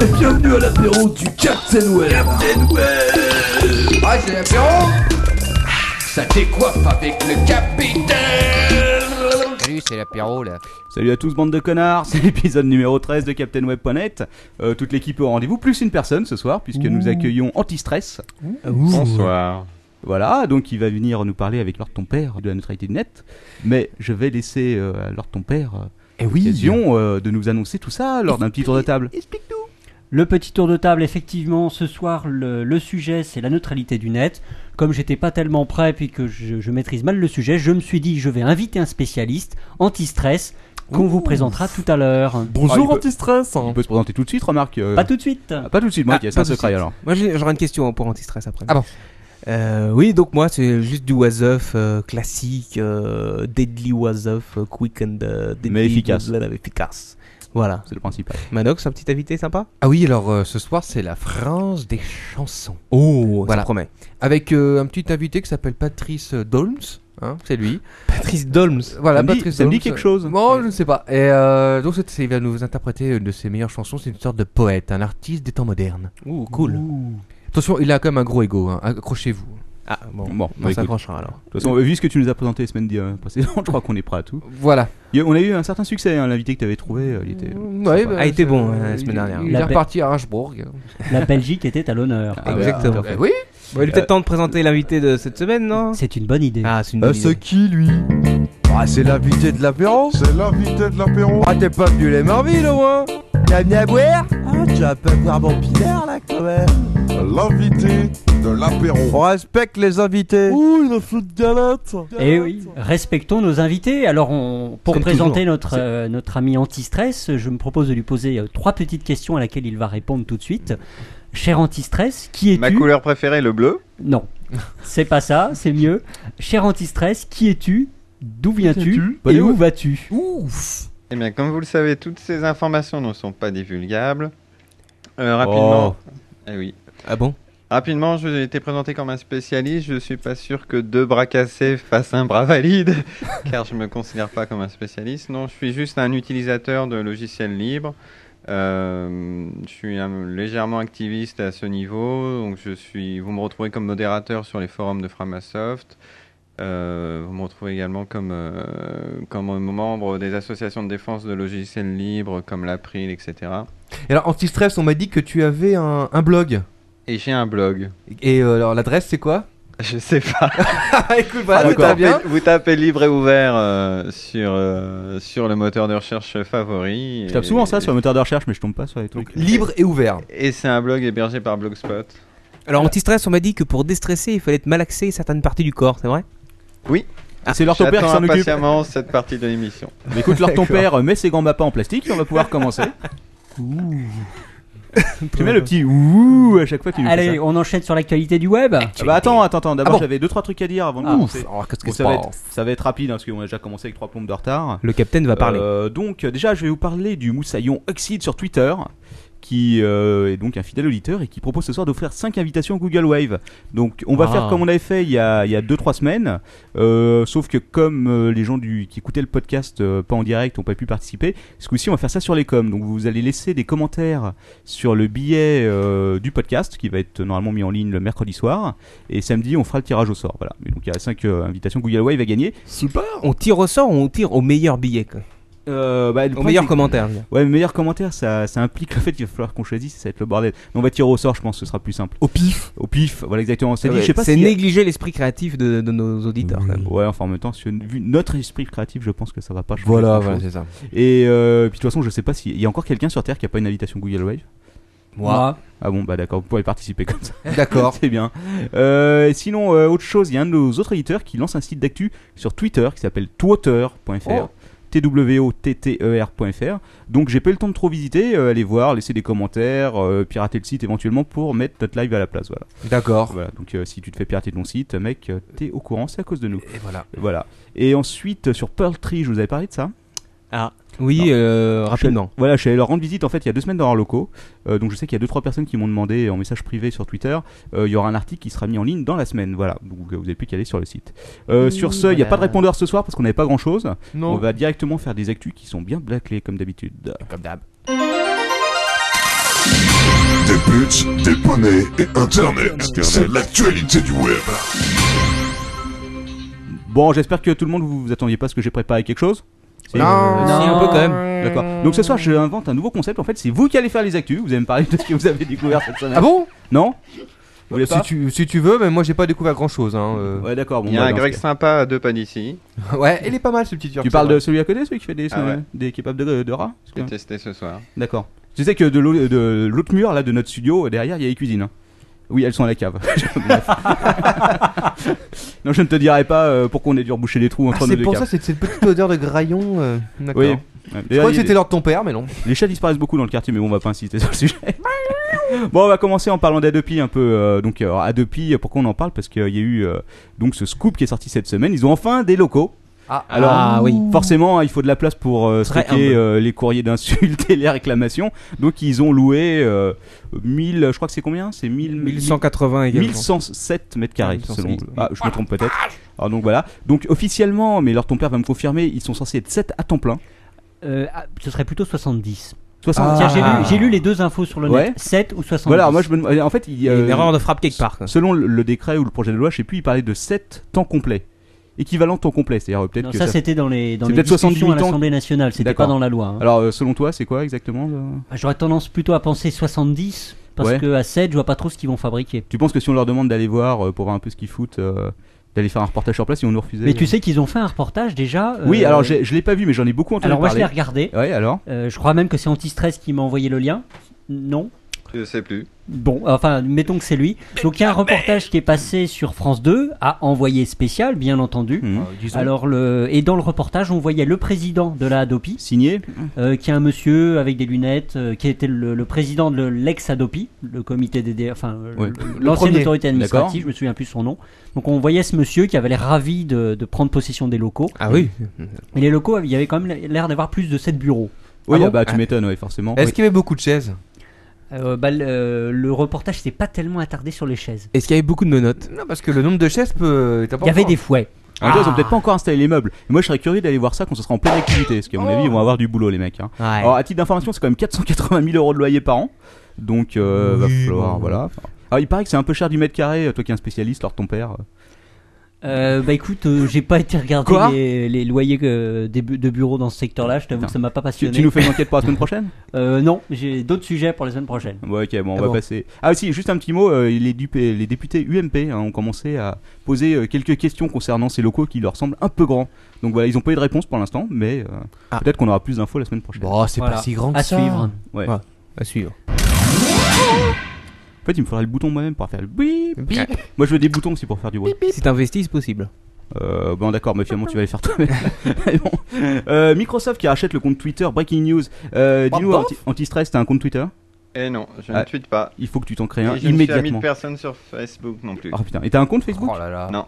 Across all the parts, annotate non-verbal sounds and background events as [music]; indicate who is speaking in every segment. Speaker 1: et bienvenue à l'apéro du Captain Well. Captain Well.
Speaker 2: Ah, c'est l'apéro Ça décoiffe avec le capitaine Salut, c'est l'apéro là.
Speaker 3: Salut à tous, bande de connards, c'est l'épisode numéro 13 de CaptainWeb.net. Euh, toute l'équipe est au rendez-vous, plus une personne ce soir, puisque nous accueillons Antistress.
Speaker 4: Bonsoir.
Speaker 3: Voilà, donc il va venir nous parler avec Lord Ton Père de la neutralité de net. Mais je vais laisser euh, à Lord Ton Père euh,
Speaker 5: Eh oui,
Speaker 3: l'occasion euh, de nous annoncer tout ça lors d'un petit tour de table. Ah,
Speaker 5: le petit tour de table, effectivement, ce soir, le, le sujet, c'est la neutralité du net. Comme j'étais pas tellement prêt, puis que je, je maîtrise mal le sujet, je me suis dit, je vais inviter un spécialiste anti-stress qu'on vous présentera tout à l'heure.
Speaker 3: Ah, il
Speaker 6: Bonjour
Speaker 3: peut-
Speaker 6: anti-stress
Speaker 3: On peut se présenter tout de suite, remarque. euh,
Speaker 5: Pas tout de suite.
Speaker 3: ah, pas tout de suite, moi,
Speaker 7: Ah,
Speaker 3: ok, c'est
Speaker 7: pas
Speaker 3: un
Speaker 7: tout de
Speaker 3: secret
Speaker 7: suite.
Speaker 3: alors.
Speaker 7: Moi, j'ai- j'aurais une question hein, pour anti-stress après.
Speaker 2: Ah bon
Speaker 7: Euh, Oui, donc moi, c'est juste du was off euh, classique, euh, deadly was off, euh, quick and euh, deadly,
Speaker 3: Mais efficace.
Speaker 7: blablabla, efficace. Voilà.
Speaker 3: C'est le principal.
Speaker 7: Manox, un petit invité sympa
Speaker 2: Ah oui, alors euh, ce soir c'est la France des chansons.
Speaker 7: Oh,
Speaker 2: Voilà.
Speaker 7: ça promet.
Speaker 2: Avec euh, un petit invité qui s'appelle Patrice euh, Dolms. Hein, c'est lui.
Speaker 7: Patrice Dolms.
Speaker 2: Voilà,
Speaker 3: Ça me dit-
Speaker 2: Patrice
Speaker 3: ça me dit
Speaker 2: Dolms.
Speaker 3: quelque chose.
Speaker 2: Non, je ne sais pas. Et euh, donc, c'est- il va nous interpréter une de ses meilleures chansons. C'est une sorte de poète, un artiste des temps modernes.
Speaker 7: Ouh, cool.
Speaker 2: Attention, il a quand même un gros ego. hein. Accrochez-vous.
Speaker 7: Ah, bon.
Speaker 3: Bon, bah,
Speaker 7: on
Speaker 3: écoute.
Speaker 7: s'accrochera alors.
Speaker 3: De toute façon, vu ce que tu nous as présenté les semaines euh, précédentes, je crois qu'on est prêt à tout.
Speaker 2: Voilà.
Speaker 3: Il y a- on a eu un certain succès, hein, l'invité que tu avais trouvé, euh, il était.
Speaker 2: Ouais, bah,
Speaker 3: sympa.
Speaker 7: Ah, il était
Speaker 2: c'est- euh,
Speaker 7: bon, hein, la semaine
Speaker 2: il-
Speaker 7: dernière.
Speaker 2: Il
Speaker 5: La
Speaker 2: est
Speaker 5: paix.
Speaker 2: reparti à Archbourg.
Speaker 5: La Belgique était à l'honneur.
Speaker 3: Ah, bah,
Speaker 7: Exactement.
Speaker 3: tout à fait.
Speaker 2: oui.
Speaker 7: Bon, il
Speaker 4: Euh,
Speaker 7: est peut-être temps de présenter l'invité de cette semaine, non
Speaker 5: C'est une bonne idée.
Speaker 7: Ah, c'est une
Speaker 8: Euh,
Speaker 7: bonne
Speaker 8: c'est
Speaker 7: idée.
Speaker 8: qui lui Ah c'est l'invité de l'apéro
Speaker 9: C'est l'invité de l'apéro.
Speaker 8: Ah t'es pas venu les Marvilles au moins T'as venu à boire Ah tu vas pas boire mon pinard là quand même
Speaker 9: L'invité de l'apéro.
Speaker 8: On respecte les invités
Speaker 9: Ouh, il a fait de galette.
Speaker 5: Eh oui, respectons nos invités. Alors, on, pour
Speaker 7: Comme
Speaker 5: présenter notre, euh, notre ami anti-stress, je me propose de lui poser euh, trois petites questions à laquelle il va répondre tout de suite. Cher anti-stress, qui
Speaker 10: Ma
Speaker 5: es-tu
Speaker 10: couleur préférée, le bleu.
Speaker 3: [laughs]
Speaker 5: Non, c'est pas ça, c'est mieux. Cher anti-stress, qui es-tu D'où viens-tu
Speaker 3: Bonne
Speaker 5: Et où
Speaker 3: idée.
Speaker 5: vas-tu
Speaker 10: Eh bien, comme vous le savez, toutes ces informations ne sont pas divulgables. Euh,
Speaker 3: Oh.
Speaker 10: rapidement. Eh oui.
Speaker 7: Ah bon
Speaker 10: Rapidement, je j'ai été présenté comme un spécialiste. Je suis pas sûr que deux bras cassés fassent un bras valide, [laughs] car je me considère pas comme un spécialiste. Non, je suis juste un utilisateur de logiciels libres. Euh, je suis un- légèrement activiste à ce niveau. Donc, je suis. Vous me retrouvez comme modérateur sur les forums de Framasoft. Euh, vous me retrouvez également comme, euh, comme membre des associations de défense de logiciels libres comme l'April, etc.
Speaker 4: Et alors, anti-stress, on m'a dit que tu avais un, un blog.
Speaker 10: Et j'ai un blog.
Speaker 4: Et euh, alors, l'adresse, c'est quoi
Speaker 10: Je sais pas.
Speaker 4: Ah, écoute,
Speaker 10: Ah,
Speaker 4: voilà,
Speaker 10: vous,
Speaker 4: t'as
Speaker 10: tapez,
Speaker 4: bien.
Speaker 10: vous tapez libre et ouvert euh, sur, euh, sur le moteur de recherche favori.
Speaker 3: Je
Speaker 10: et-
Speaker 3: tape souvent ça sur le moteur de recherche, mais je tombe pas sur les trucs.
Speaker 4: Libre et ouvert.
Speaker 10: Et c'est un blog hébergé par Blogspot.
Speaker 7: Alors, anti-stress, on m'a dit que pour déstresser, il fallait te malaxer certaines parties du corps, c'est vrai
Speaker 3: Et C'est leur ton père qui
Speaker 10: J'attends
Speaker 3: s'en occupe.
Speaker 10: impatiemment cette partie de l'émission.
Speaker 3: Mais Écoute, leur ton père met ses gants mappas en plastique et on va pouvoir commencer. Tu mets le petit ouh à chaque fois que tu nous fais
Speaker 5: Allez,
Speaker 3: ça.
Speaker 5: on enchaîne sur l'actualité du web.
Speaker 3: Ah bah attends, attends, attends. D'abord,
Speaker 4: Ah bon.
Speaker 3: j'avais deux trois trucs à dire avant de
Speaker 5: Ah,
Speaker 3: commencer.
Speaker 4: Alors, qu'est-ce
Speaker 3: Bon,
Speaker 4: que
Speaker 3: ça,
Speaker 4: c'est
Speaker 3: va être, ça va être rapide hein, parce qu'on a déjà commencé avec trois plombes de retard.
Speaker 7: Le capitaine va parler.
Speaker 3: Euh, donc euh, déjà je vais vous parler du moussaillon Oxide sur Twitter qui euh, est donc un fidèle auditeur et qui propose ce soir d'offrir 5 invitations Google Wave. Donc on va
Speaker 7: Ah.
Speaker 3: faire comme on avait fait il y a 2-3 semaines, euh, sauf que comme euh, les gens du, qui écoutaient le podcast euh, pas en direct n'ont pas pu participer, ce coup-ci on va faire ça sur les coms. Donc vous allez laisser des commentaires sur le billet euh, du podcast qui va être normalement mis en ligne le mercredi soir et samedi on fera le tirage au sort. Voilà. Et donc il y a 5 invitations Google Wave à gagner.
Speaker 8: Super
Speaker 7: On tire au sort ou on tire au meilleur billet quoi.
Speaker 3: Euh, bah, le
Speaker 7: Au
Speaker 3: problème,
Speaker 7: meilleur
Speaker 3: c'est que-
Speaker 7: commentaire. je veux dire.
Speaker 3: Ouais, mais meilleur commentaire, ça, ça implique le fait qu'il va falloir qu'on choisisse, ça va être le bordel. Mais on va tirer au sort, je pense, ce sera plus simple.
Speaker 8: Au pif
Speaker 3: Au pif, voilà exactement. C'est dit,
Speaker 7: Ouais,
Speaker 3: je sais pas
Speaker 7: C'est
Speaker 3: si.
Speaker 7: négliger l'esprit créatif de, de nos auditeurs. quand même.
Speaker 3: Ouais, enfin en même temps, si- vu notre esprit créatif, je pense que ça va pas changer.
Speaker 4: Voilà,
Speaker 3: grand-chose.
Speaker 4: voilà, c'est ça.
Speaker 3: Et euh, puis de toute façon, je sais pas s'il y a encore quelqu'un sur Terre qui a pas une invitation Google Wave.
Speaker 5: Moi.
Speaker 3: Ah bon, bah d'accord, vous pouvez participer comme ça. [laughs]
Speaker 4: D'accord.
Speaker 3: C'est bien. Euh, et sinon, euh, autre chose, il y a un de nos autres éditeurs qui lance un site d'actu sur Twitter qui s'appelle twotter.fr.
Speaker 4: Oh.
Speaker 3: E T-W-O-T-T-E-R.fr. Donc j'ai pas eu le temps de trop visiter, euh, allez voir, laisser des commentaires, euh, pirater le site éventuellement pour mettre notre live à la place. Voilà.
Speaker 4: D'accord.
Speaker 3: Voilà, donc euh, si tu te fais pirater ton site, mec, euh, t'es au courant, c'est à cause de nous.
Speaker 4: Et voilà.
Speaker 3: Voilà. Et ensuite euh, sur Pearl Tree, je vous avais parlé de ça. Non.
Speaker 7: Oui, euh, rapidement.
Speaker 3: Voilà, je suis allé leur rendre visite en fait il y a deux semaines dans leurs locaux. Euh, donc je sais qu'il y a deux trois personnes qui m'ont demandé en message privé sur Twitter. Euh, il y aura un article qui sera mis en ligne dans la semaine. Voilà, donc euh, vous avez plus qu'à aller sur le site. Euh, sur ce, il n'y a
Speaker 7: voilà.
Speaker 3: pas de répondeur ce soir parce qu'on n'avait pas grand chose. On
Speaker 4: Non.
Speaker 3: va directement faire des actus qui sont bien blacklés comme d'habitude.
Speaker 4: Comme d'hab.
Speaker 6: des buts, des poneys et Internet. C'est l'actualité du web.
Speaker 3: Bon, j'espère que tout le monde vous, vous attendiez pas à ce que j'ai préparé quelque chose. Si,
Speaker 4: Euh,
Speaker 2: Non.
Speaker 3: si,
Speaker 2: Non.
Speaker 3: un peu quand même. D'accord. Donc ce soir, je invente un nouveau concept. En fait, c'est vous qui allez faire les actus. Vous allez me parler de ce que vous avez découvert cette semaine.
Speaker 4: Ah bon
Speaker 3: Non Vous voulez
Speaker 4: si,
Speaker 3: pas
Speaker 4: tu, si tu veux, mais moi j'ai pas découvert grand chose. Hein, euh.
Speaker 3: Ouais, d'accord. bon,
Speaker 10: Il y a
Speaker 3: bah,
Speaker 10: un
Speaker 3: dans ce
Speaker 10: grec
Speaker 3: cas.
Speaker 10: sympa à deux pas d'ici.
Speaker 4: ouais, il est pas mal ce petit Turc,
Speaker 3: Tu
Speaker 4: c'est
Speaker 3: parles
Speaker 4: vrai.
Speaker 3: de celui à côté, celui qui fait des,
Speaker 10: Ah ouais.
Speaker 3: des kebabs de, de rats
Speaker 10: Je l'ai testé ce soir.
Speaker 3: D'accord. Tu sais que de l'au- de l'autre mur, là, de notre studio, derrière, il y a les cuisines. hein. Oui, elles sont à la cave. [laughs] Bref.
Speaker 4: [laughs]
Speaker 3: non, je ne te dirai pas euh, pourquoi on a dû reboucher les trous
Speaker 4: Ah,
Speaker 3: entre nos
Speaker 4: c'est
Speaker 3: deux
Speaker 4: pour
Speaker 3: caves.
Speaker 4: ça, c'est cette petite odeur de graillon. euh, D'accord.
Speaker 3: Oui. Ouais.
Speaker 4: Je
Speaker 3: D'ailleurs,
Speaker 4: croyais
Speaker 3: il-
Speaker 4: que c'était l'heure de ton père, mais non.
Speaker 3: Les chats disparaissent beaucoup dans le quartier, mais bon, on va pas insister [laughs] sur le sujet. bon, on va commencer en parlant d'Adopi un peu. euh, donc, alors, Adopi, pourquoi on en parle Parce qu'il y a eu euh, donc ce scoop qui est sorti cette semaine. Ils ont enfin des locaux.
Speaker 4: Ah,
Speaker 3: Alors,
Speaker 7: Ah, oui.
Speaker 3: forcément, hein, il faut de la place pour euh,
Speaker 7: Très
Speaker 3: stocker
Speaker 7: humble.
Speaker 3: euh, les courriers d'insultes et les réclamations. Donc, ils ont loué euh, 1000, je crois que c'est combien C'est 1000
Speaker 7: 1180 également.
Speaker 3: 1107 mètres carrés,
Speaker 7: 1107.
Speaker 3: selon. Ah, je me trompe peut-être. Alors, donc voilà. Donc, officiellement, mais alors ton père va me confirmer, ils sont censés être 7 à temps plein.
Speaker 5: Euh, ah, ce serait plutôt 70.
Speaker 7: Ah.
Speaker 3: 70.
Speaker 5: Tiens, j'ai lu- j'ai lu, les deux infos sur le
Speaker 3: Ah. Ouais.
Speaker 5: net 7 ou 70.
Speaker 3: Voilà, alors moi je me demande- En fait, il,
Speaker 7: Il y a
Speaker 3: euh,
Speaker 7: une erreur de frappe quelque part. quoi.
Speaker 3: Selon le- le décret ou le projet de loi, je sais plus, il parlait de 7 temps complet. Équivalent temps complet, c'est-à-dire euh, peut-être
Speaker 5: Non,
Speaker 3: que
Speaker 5: ça,
Speaker 3: ça-
Speaker 5: c'était dans les, dans
Speaker 3: C'est
Speaker 5: les
Speaker 3: peut-être
Speaker 5: discussions à
Speaker 3: 78 ans.
Speaker 5: l'Assemblée nationale, c'était
Speaker 3: D'accord.
Speaker 5: pas dans la loi. hein.
Speaker 3: Alors euh, selon toi, c'est quoi exactement euh
Speaker 5: Bah, J'aurais tendance plutôt à penser 70, parce
Speaker 3: Ouais.
Speaker 5: que à 7, je vois pas trop ce qu'ils vont fabriquer.
Speaker 3: Tu penses que si on leur demande d'aller voir euh, pour voir un peu ce qu'ils foutent, euh, d'aller faire un reportage sur place, ils vont nous refuser
Speaker 5: Mais
Speaker 3: euh
Speaker 5: tu sais qu'ils ont fait un reportage déjà. euh,
Speaker 3: Oui, alors j'ai- je l'ai pas vu, mais j'en ai beaucoup entendu
Speaker 5: Alors moi, je
Speaker 3: parler.
Speaker 5: l'ai regardé.
Speaker 3: Ouais, alors
Speaker 5: Euh, je crois même que c'est Antistress qui m'a envoyé le lien. Non
Speaker 10: Je sais plus.
Speaker 5: Bon, enfin, mettons que c'est lui. Donc il y a un reportage qui est passé sur France 2, à envoyer spécial, bien entendu.
Speaker 3: Mhm.
Speaker 5: Alors le et dans le reportage, on voyait le président de la Adopi,
Speaker 3: Signé
Speaker 5: euh, qui est un monsieur avec des lunettes, euh, qui était le, le président de l'ex Adopi, le comité des dé- enfin euh,
Speaker 3: Ouais.
Speaker 5: le-
Speaker 4: Le
Speaker 5: l'ancienne
Speaker 4: premier.
Speaker 5: autorité administrative,
Speaker 3: D'accord.
Speaker 5: je me souviens plus son nom. Donc on voyait ce monsieur qui avait l'air ravi de, de prendre possession des locaux.
Speaker 7: Ah oui.
Speaker 5: Et les locaux, il y avait quand même l'air d'avoir plus de 7 bureaux.
Speaker 3: Oui,
Speaker 7: bon
Speaker 3: ah bah tu m'étonnes, ouais, forcément.
Speaker 4: Est-ce qu'il y avait beaucoup de chaises
Speaker 5: Euh, bah, le, euh, le reportage s'était pas tellement attardé sur les chaises.
Speaker 7: Est-ce qu'il y avait beaucoup de menottes
Speaker 4: Non, parce que le nombre de chaises peut. est
Speaker 5: Il y avait
Speaker 4: important.
Speaker 5: des fouets.
Speaker 3: En même temps, ils
Speaker 5: Ah.
Speaker 3: ont peut-être pas encore installé les meubles. Et moi, je serais curieux d'aller voir ça quand ce sera en pleine activité, parce qu'à mon avis, ils vont
Speaker 5: Oh.
Speaker 3: avoir du boulot, les mecs. hein.
Speaker 7: Ouais.
Speaker 3: Alors, à titre d'information, c'est quand même 480 000 euros de loyer par an. Donc, euh, va falloir, voilà. Enfin, Alors, il paraît que c'est un peu cher du mètre carré, euh, toi qui es un spécialiste, alors ton père.
Speaker 5: Euh, bah écoute, euh, j'ai pas été regarder
Speaker 7: Quoi
Speaker 5: les, les loyers euh, des bu- de bureaux dans ce secteur-là. Je t'avoue
Speaker 3: Putain.
Speaker 5: que ça m'a pas
Speaker 3: Tu,
Speaker 5: passionné.
Speaker 3: tu nous fais une enquête pour la semaine prochaine
Speaker 5: Euh, non, j'ai d'autres sujets pour la semaine prochaine.
Speaker 3: Ouais, ok, bon, on
Speaker 4: Ah
Speaker 3: va
Speaker 4: bon.
Speaker 3: passer. Ah, si, juste un petit mot, euh, les, dup- les députés UMP hein, ont commencé à poser euh, quelques questions concernant ces locaux qui leur semblent un peu grands. Donc voilà, ils n'ont pas eu de réponse pour l'instant, mais euh,
Speaker 7: Ah.
Speaker 3: peut-être qu'on aura plus d'infos la semaine prochaine.
Speaker 2: Bon, Ah, c'est
Speaker 5: Voilà.
Speaker 2: pas si grand que
Speaker 5: À
Speaker 2: ça.
Speaker 5: suivre.
Speaker 3: Ouais.
Speaker 2: Ouais. À suivre.
Speaker 3: En fait, il me faudrait le bouton moi-même pour faire le bip.
Speaker 2: Bip.
Speaker 3: Moi, je veux des boutons aussi pour faire du bruit.
Speaker 7: C'est investi, c'est possible.
Speaker 3: Euh, bon d'accord, mais finalement tu vas les faire toi-même. [laughs] Mais bon. Euh, Microsoft qui rachète le compte Twitter, breaking news. Euh, Dis-nous, anti- Antistress, t'as un compte Twitter
Speaker 10: Et non, je
Speaker 3: Ah.
Speaker 10: ne tweete pas.
Speaker 3: Il faut que tu t'en crées
Speaker 10: Et
Speaker 3: un
Speaker 10: je ne suis ami de
Speaker 3: immédiatement.
Speaker 10: personne sur Facebook non plus.
Speaker 3: Oh putain, et t'as un compte Facebook
Speaker 4: Oh là là.
Speaker 10: Non.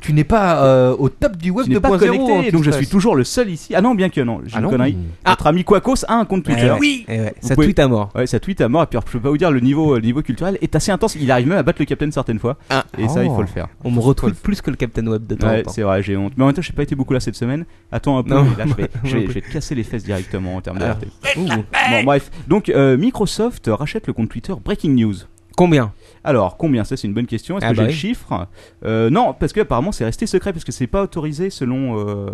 Speaker 4: Tu n'es pas euh, au top du web
Speaker 3: Tu n'es pas
Speaker 4: 2.0,
Speaker 3: connecté,
Speaker 4: hein,
Speaker 3: donc je
Speaker 4: Christophe.
Speaker 3: suis toujours le seul ici. Ah non, bien que non, j'ai
Speaker 4: Ah
Speaker 3: une
Speaker 4: non
Speaker 3: connerie.
Speaker 2: Hmm.
Speaker 3: Notre ami Quacos a un compte Twitter.
Speaker 7: Eh oui ouais,
Speaker 3: Eh Vous
Speaker 7: Ça
Speaker 3: pouvez-
Speaker 7: tweet à mort.
Speaker 3: Ouais, ça tweet à mort, et puis alors, je peux pas vous dire, le niveau, euh, le niveau culturel est assez intense. Il arrive même à battre le capitaine certaines fois,
Speaker 7: Ah.
Speaker 3: et ça, il faut
Speaker 4: Oh.
Speaker 3: le faire.
Speaker 7: On me retweet plus que le Captain Web de temps en
Speaker 3: Ouais,
Speaker 7: temps.
Speaker 3: c'est vrai, j'ai honte. Mais en même temps, j'ai pas été beaucoup là cette semaine. Attends un peu,
Speaker 7: Non.
Speaker 3: et là, je vais, je vais- je vais te casser les fesses directement en termes de
Speaker 7: Alors.
Speaker 3: RT.
Speaker 7: Ouh.
Speaker 3: Bon, bref. Donc, euh, Microsoft rachète le compte Twitter Breaking News.
Speaker 7: Combien
Speaker 3: Alors, combien Ça, c'est une bonne question. Est-ce
Speaker 7: Ah
Speaker 3: que
Speaker 7: bah
Speaker 3: j'ai
Speaker 7: oui.
Speaker 3: le chiffre Euh, Non, parce que apparemment, c'est resté secret, parce que c'est pas autorisé selon. euh,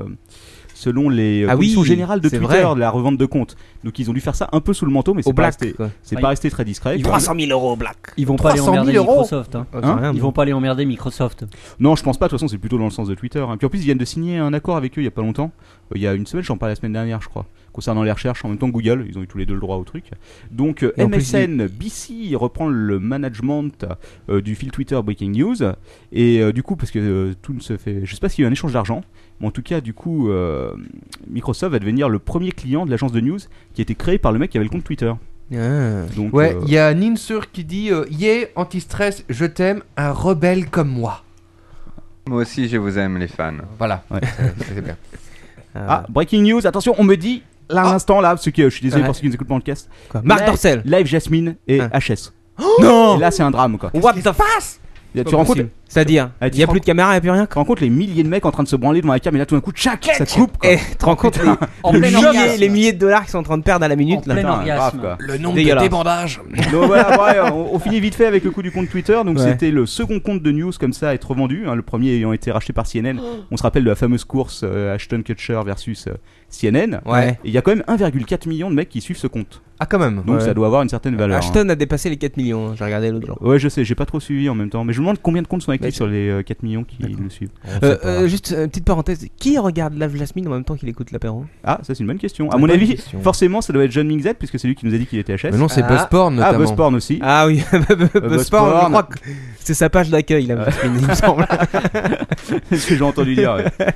Speaker 3: Selon les euh,
Speaker 7: Ah oui,
Speaker 3: conditions générales de
Speaker 7: c'est
Speaker 3: Twitter,
Speaker 7: vrai.
Speaker 3: de la revente de comptes. Donc ils ont dû faire ça un peu sous le manteau, mais
Speaker 7: Au
Speaker 3: c'est pas,
Speaker 7: black
Speaker 3: resté,
Speaker 7: quoi.
Speaker 3: c'est
Speaker 5: Bah,
Speaker 3: pas resté très discret.
Speaker 5: ils vont-
Speaker 7: 300 000 euros au black.
Speaker 5: Ils vont pas aller
Speaker 4: 300 000
Speaker 5: emmerder
Speaker 4: euros.
Speaker 5: Microsoft. hein.
Speaker 7: Oh, c'est rien,
Speaker 5: Ils
Speaker 7: bon.
Speaker 5: vont pas aller emmerder Microsoft.
Speaker 3: Non, je pense pas. De toute façon, c'est plutôt dans le sens de Twitter. hein. Puis en plus, ils viennent de signer un accord avec eux il y a pas longtemps. Euh, il y a une semaine, j'en parlais la semaine dernière, je crois. Concernant les recherches, en même temps que Google, ils ont eu tous les deux le droit au truc. Donc euh,
Speaker 7: Et en plus,
Speaker 3: MSN, BC reprend le management euh, du fil Twitter Breaking News. Et euh, du coup, parce que euh, tout ne se fait. Je sais pas s'il y a eu un échange d'argent, mais en tout cas, du coup, euh, Microsoft va devenir le premier client de l'agence de news qui a été créé par le mec qui avait le compte Twitter.
Speaker 7: Ah.
Speaker 3: Donc,
Speaker 4: Ouais,
Speaker 3: euh,
Speaker 4: il y a Ninsur qui dit euh, Yeah, anti-stress, je t'aime, un rebelle comme moi.
Speaker 10: Moi aussi, je vous aime, les fans.
Speaker 4: Voilà.
Speaker 3: Ouais.
Speaker 4: C'est- c'est bien.
Speaker 3: Ah, Breaking News, attention, on me dit. Là, à l'instant, là, parce que euh, je suis désolé
Speaker 7: Ah. Ouais.
Speaker 3: pour ceux qui nous écoutent pas le podcast.
Speaker 7: Quoi Marc
Speaker 3: Mais-
Speaker 7: Dorcel
Speaker 3: Live Jasmine et
Speaker 7: Hein.
Speaker 3: HS.
Speaker 7: Non
Speaker 3: Et là, c'est un drame, quoi.
Speaker 7: What the fuck
Speaker 3: Là,
Speaker 7: pas
Speaker 3: tu Oh. rencontres.
Speaker 7: possible. C'est-à-dire,
Speaker 3: Ah,
Speaker 7: il
Speaker 3: tu
Speaker 7: n'y a
Speaker 3: te
Speaker 7: plus de caméra, il n'y a plus rien.
Speaker 3: Tu rencontres les milliers de mecs en train de se branler devant la cam et là tout d'un coup, tchac, ça te coupe. quoi.
Speaker 7: Eh, tu te rends compte
Speaker 3: Putain,
Speaker 7: les,
Speaker 5: plein
Speaker 7: milliers-
Speaker 5: orgasme.
Speaker 7: les milliers de dollars qu'ils sont en train de perdre à la minute
Speaker 5: En
Speaker 7: là.
Speaker 5: plein
Speaker 3: Putain,
Speaker 5: orgasme.
Speaker 3: grave, quoi.
Speaker 1: Le nombre de
Speaker 7: Dégueulasse.
Speaker 1: débandages.
Speaker 3: Donc voilà, ouais, on, on finit vite fait avec le coup du compte Twitter. Donc
Speaker 7: Ouais.
Speaker 3: c'était le second compte de news comme ça à être revendu. hein, le premier ayant été racheté par CNN. On se rappelle de la fameuse course euh, Ashton Kutcher versus euh, CNN.
Speaker 7: Ouais.
Speaker 3: Et il y a quand même 1,4 million de mecs qui suivent ce compte.
Speaker 2: Ah, quand même.
Speaker 3: Donc
Speaker 7: Ouais.
Speaker 3: ça doit avoir une certaine valeur. hein.
Speaker 7: Ashton a dépassé les 4 millions, hein, j'ai regardé l'autre jour.
Speaker 3: Ouais, je sais, j'ai pas trop suivi en même temps. Mais je me demande combien de comptes sont actifs
Speaker 7: Mais-
Speaker 3: sur les euh, 4 millions qui le suivent.
Speaker 7: Euh, euh, juste euh, une petite parenthèse, qui regarde Lave Jasmine en même temps qu'il écoute l'apéro
Speaker 3: Ah, ça c'est une bonne question. À
Speaker 2: Bonne
Speaker 3: mon avis,
Speaker 2: question.
Speaker 3: forcément, ça doit être John Mingzet puisque c'est lui qui nous a dit qu'il était HS.
Speaker 2: Mais non, c'est
Speaker 7: Ah.
Speaker 2: Buzzporn
Speaker 3: ah,
Speaker 2: notamment.
Speaker 3: Buzzporn aussi.
Speaker 7: Ah oui, [laughs] Buzzporn, je
Speaker 3: Buzzporn.
Speaker 7: crois que c'est sa page d'accueil, Lave Jasmine, il me
Speaker 3: [laughs]
Speaker 7: semble.
Speaker 3: C'est [laughs] ce que j'ai entendu dire. ouais.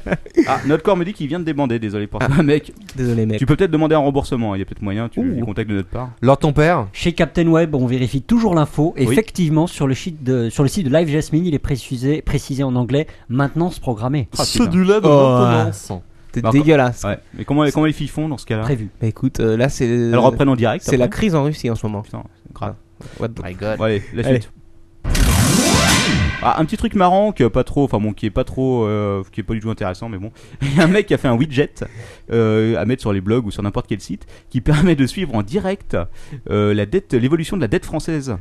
Speaker 3: Ah, notre corps me dit qu'il vient de débander, désolé pour ça. Mec,
Speaker 7: Désolé mec.
Speaker 3: tu peux peut-être demander un remboursement, hein. il y a peut-être moyen, tu
Speaker 5: Ouh.
Speaker 3: les contacts de notre part.
Speaker 2: Lors ton père,
Speaker 5: Chez Captain Web, on vérifie toujours l'info.
Speaker 3: Oui.
Speaker 5: Effectivement, sur le, site de, sur le site de Live Jasmine, il est précisé, précisé en anglais maintenance programmée.
Speaker 3: Ah, putain.
Speaker 9: Celui-là de
Speaker 7: Oh,
Speaker 9: maintenance.
Speaker 7: T'es
Speaker 3: Marco-
Speaker 7: dégueulasse.
Speaker 3: Ouais. Mais comment, comment les filles font dans ce cas-là
Speaker 5: Prévu.
Speaker 7: Bah écoute, euh, là c'est.
Speaker 3: Elles reprennent en direct
Speaker 7: C'est la
Speaker 3: après
Speaker 7: crise en Russie en ce moment.
Speaker 3: Putain, c'est grave.
Speaker 7: What the-
Speaker 3: Bon, allez, la
Speaker 7: Allez.
Speaker 3: suite. Ah, un petit truc marrant que pas trop, enfin bon, qui est pas trop, euh, qui est pas du tout intéressant, mais bon. [laughs] Il y a un mec qui a fait un widget euh, à mettre sur les blogs ou sur n'importe quel site qui permet de suivre en direct euh, la dette, l'évolution de la dette française,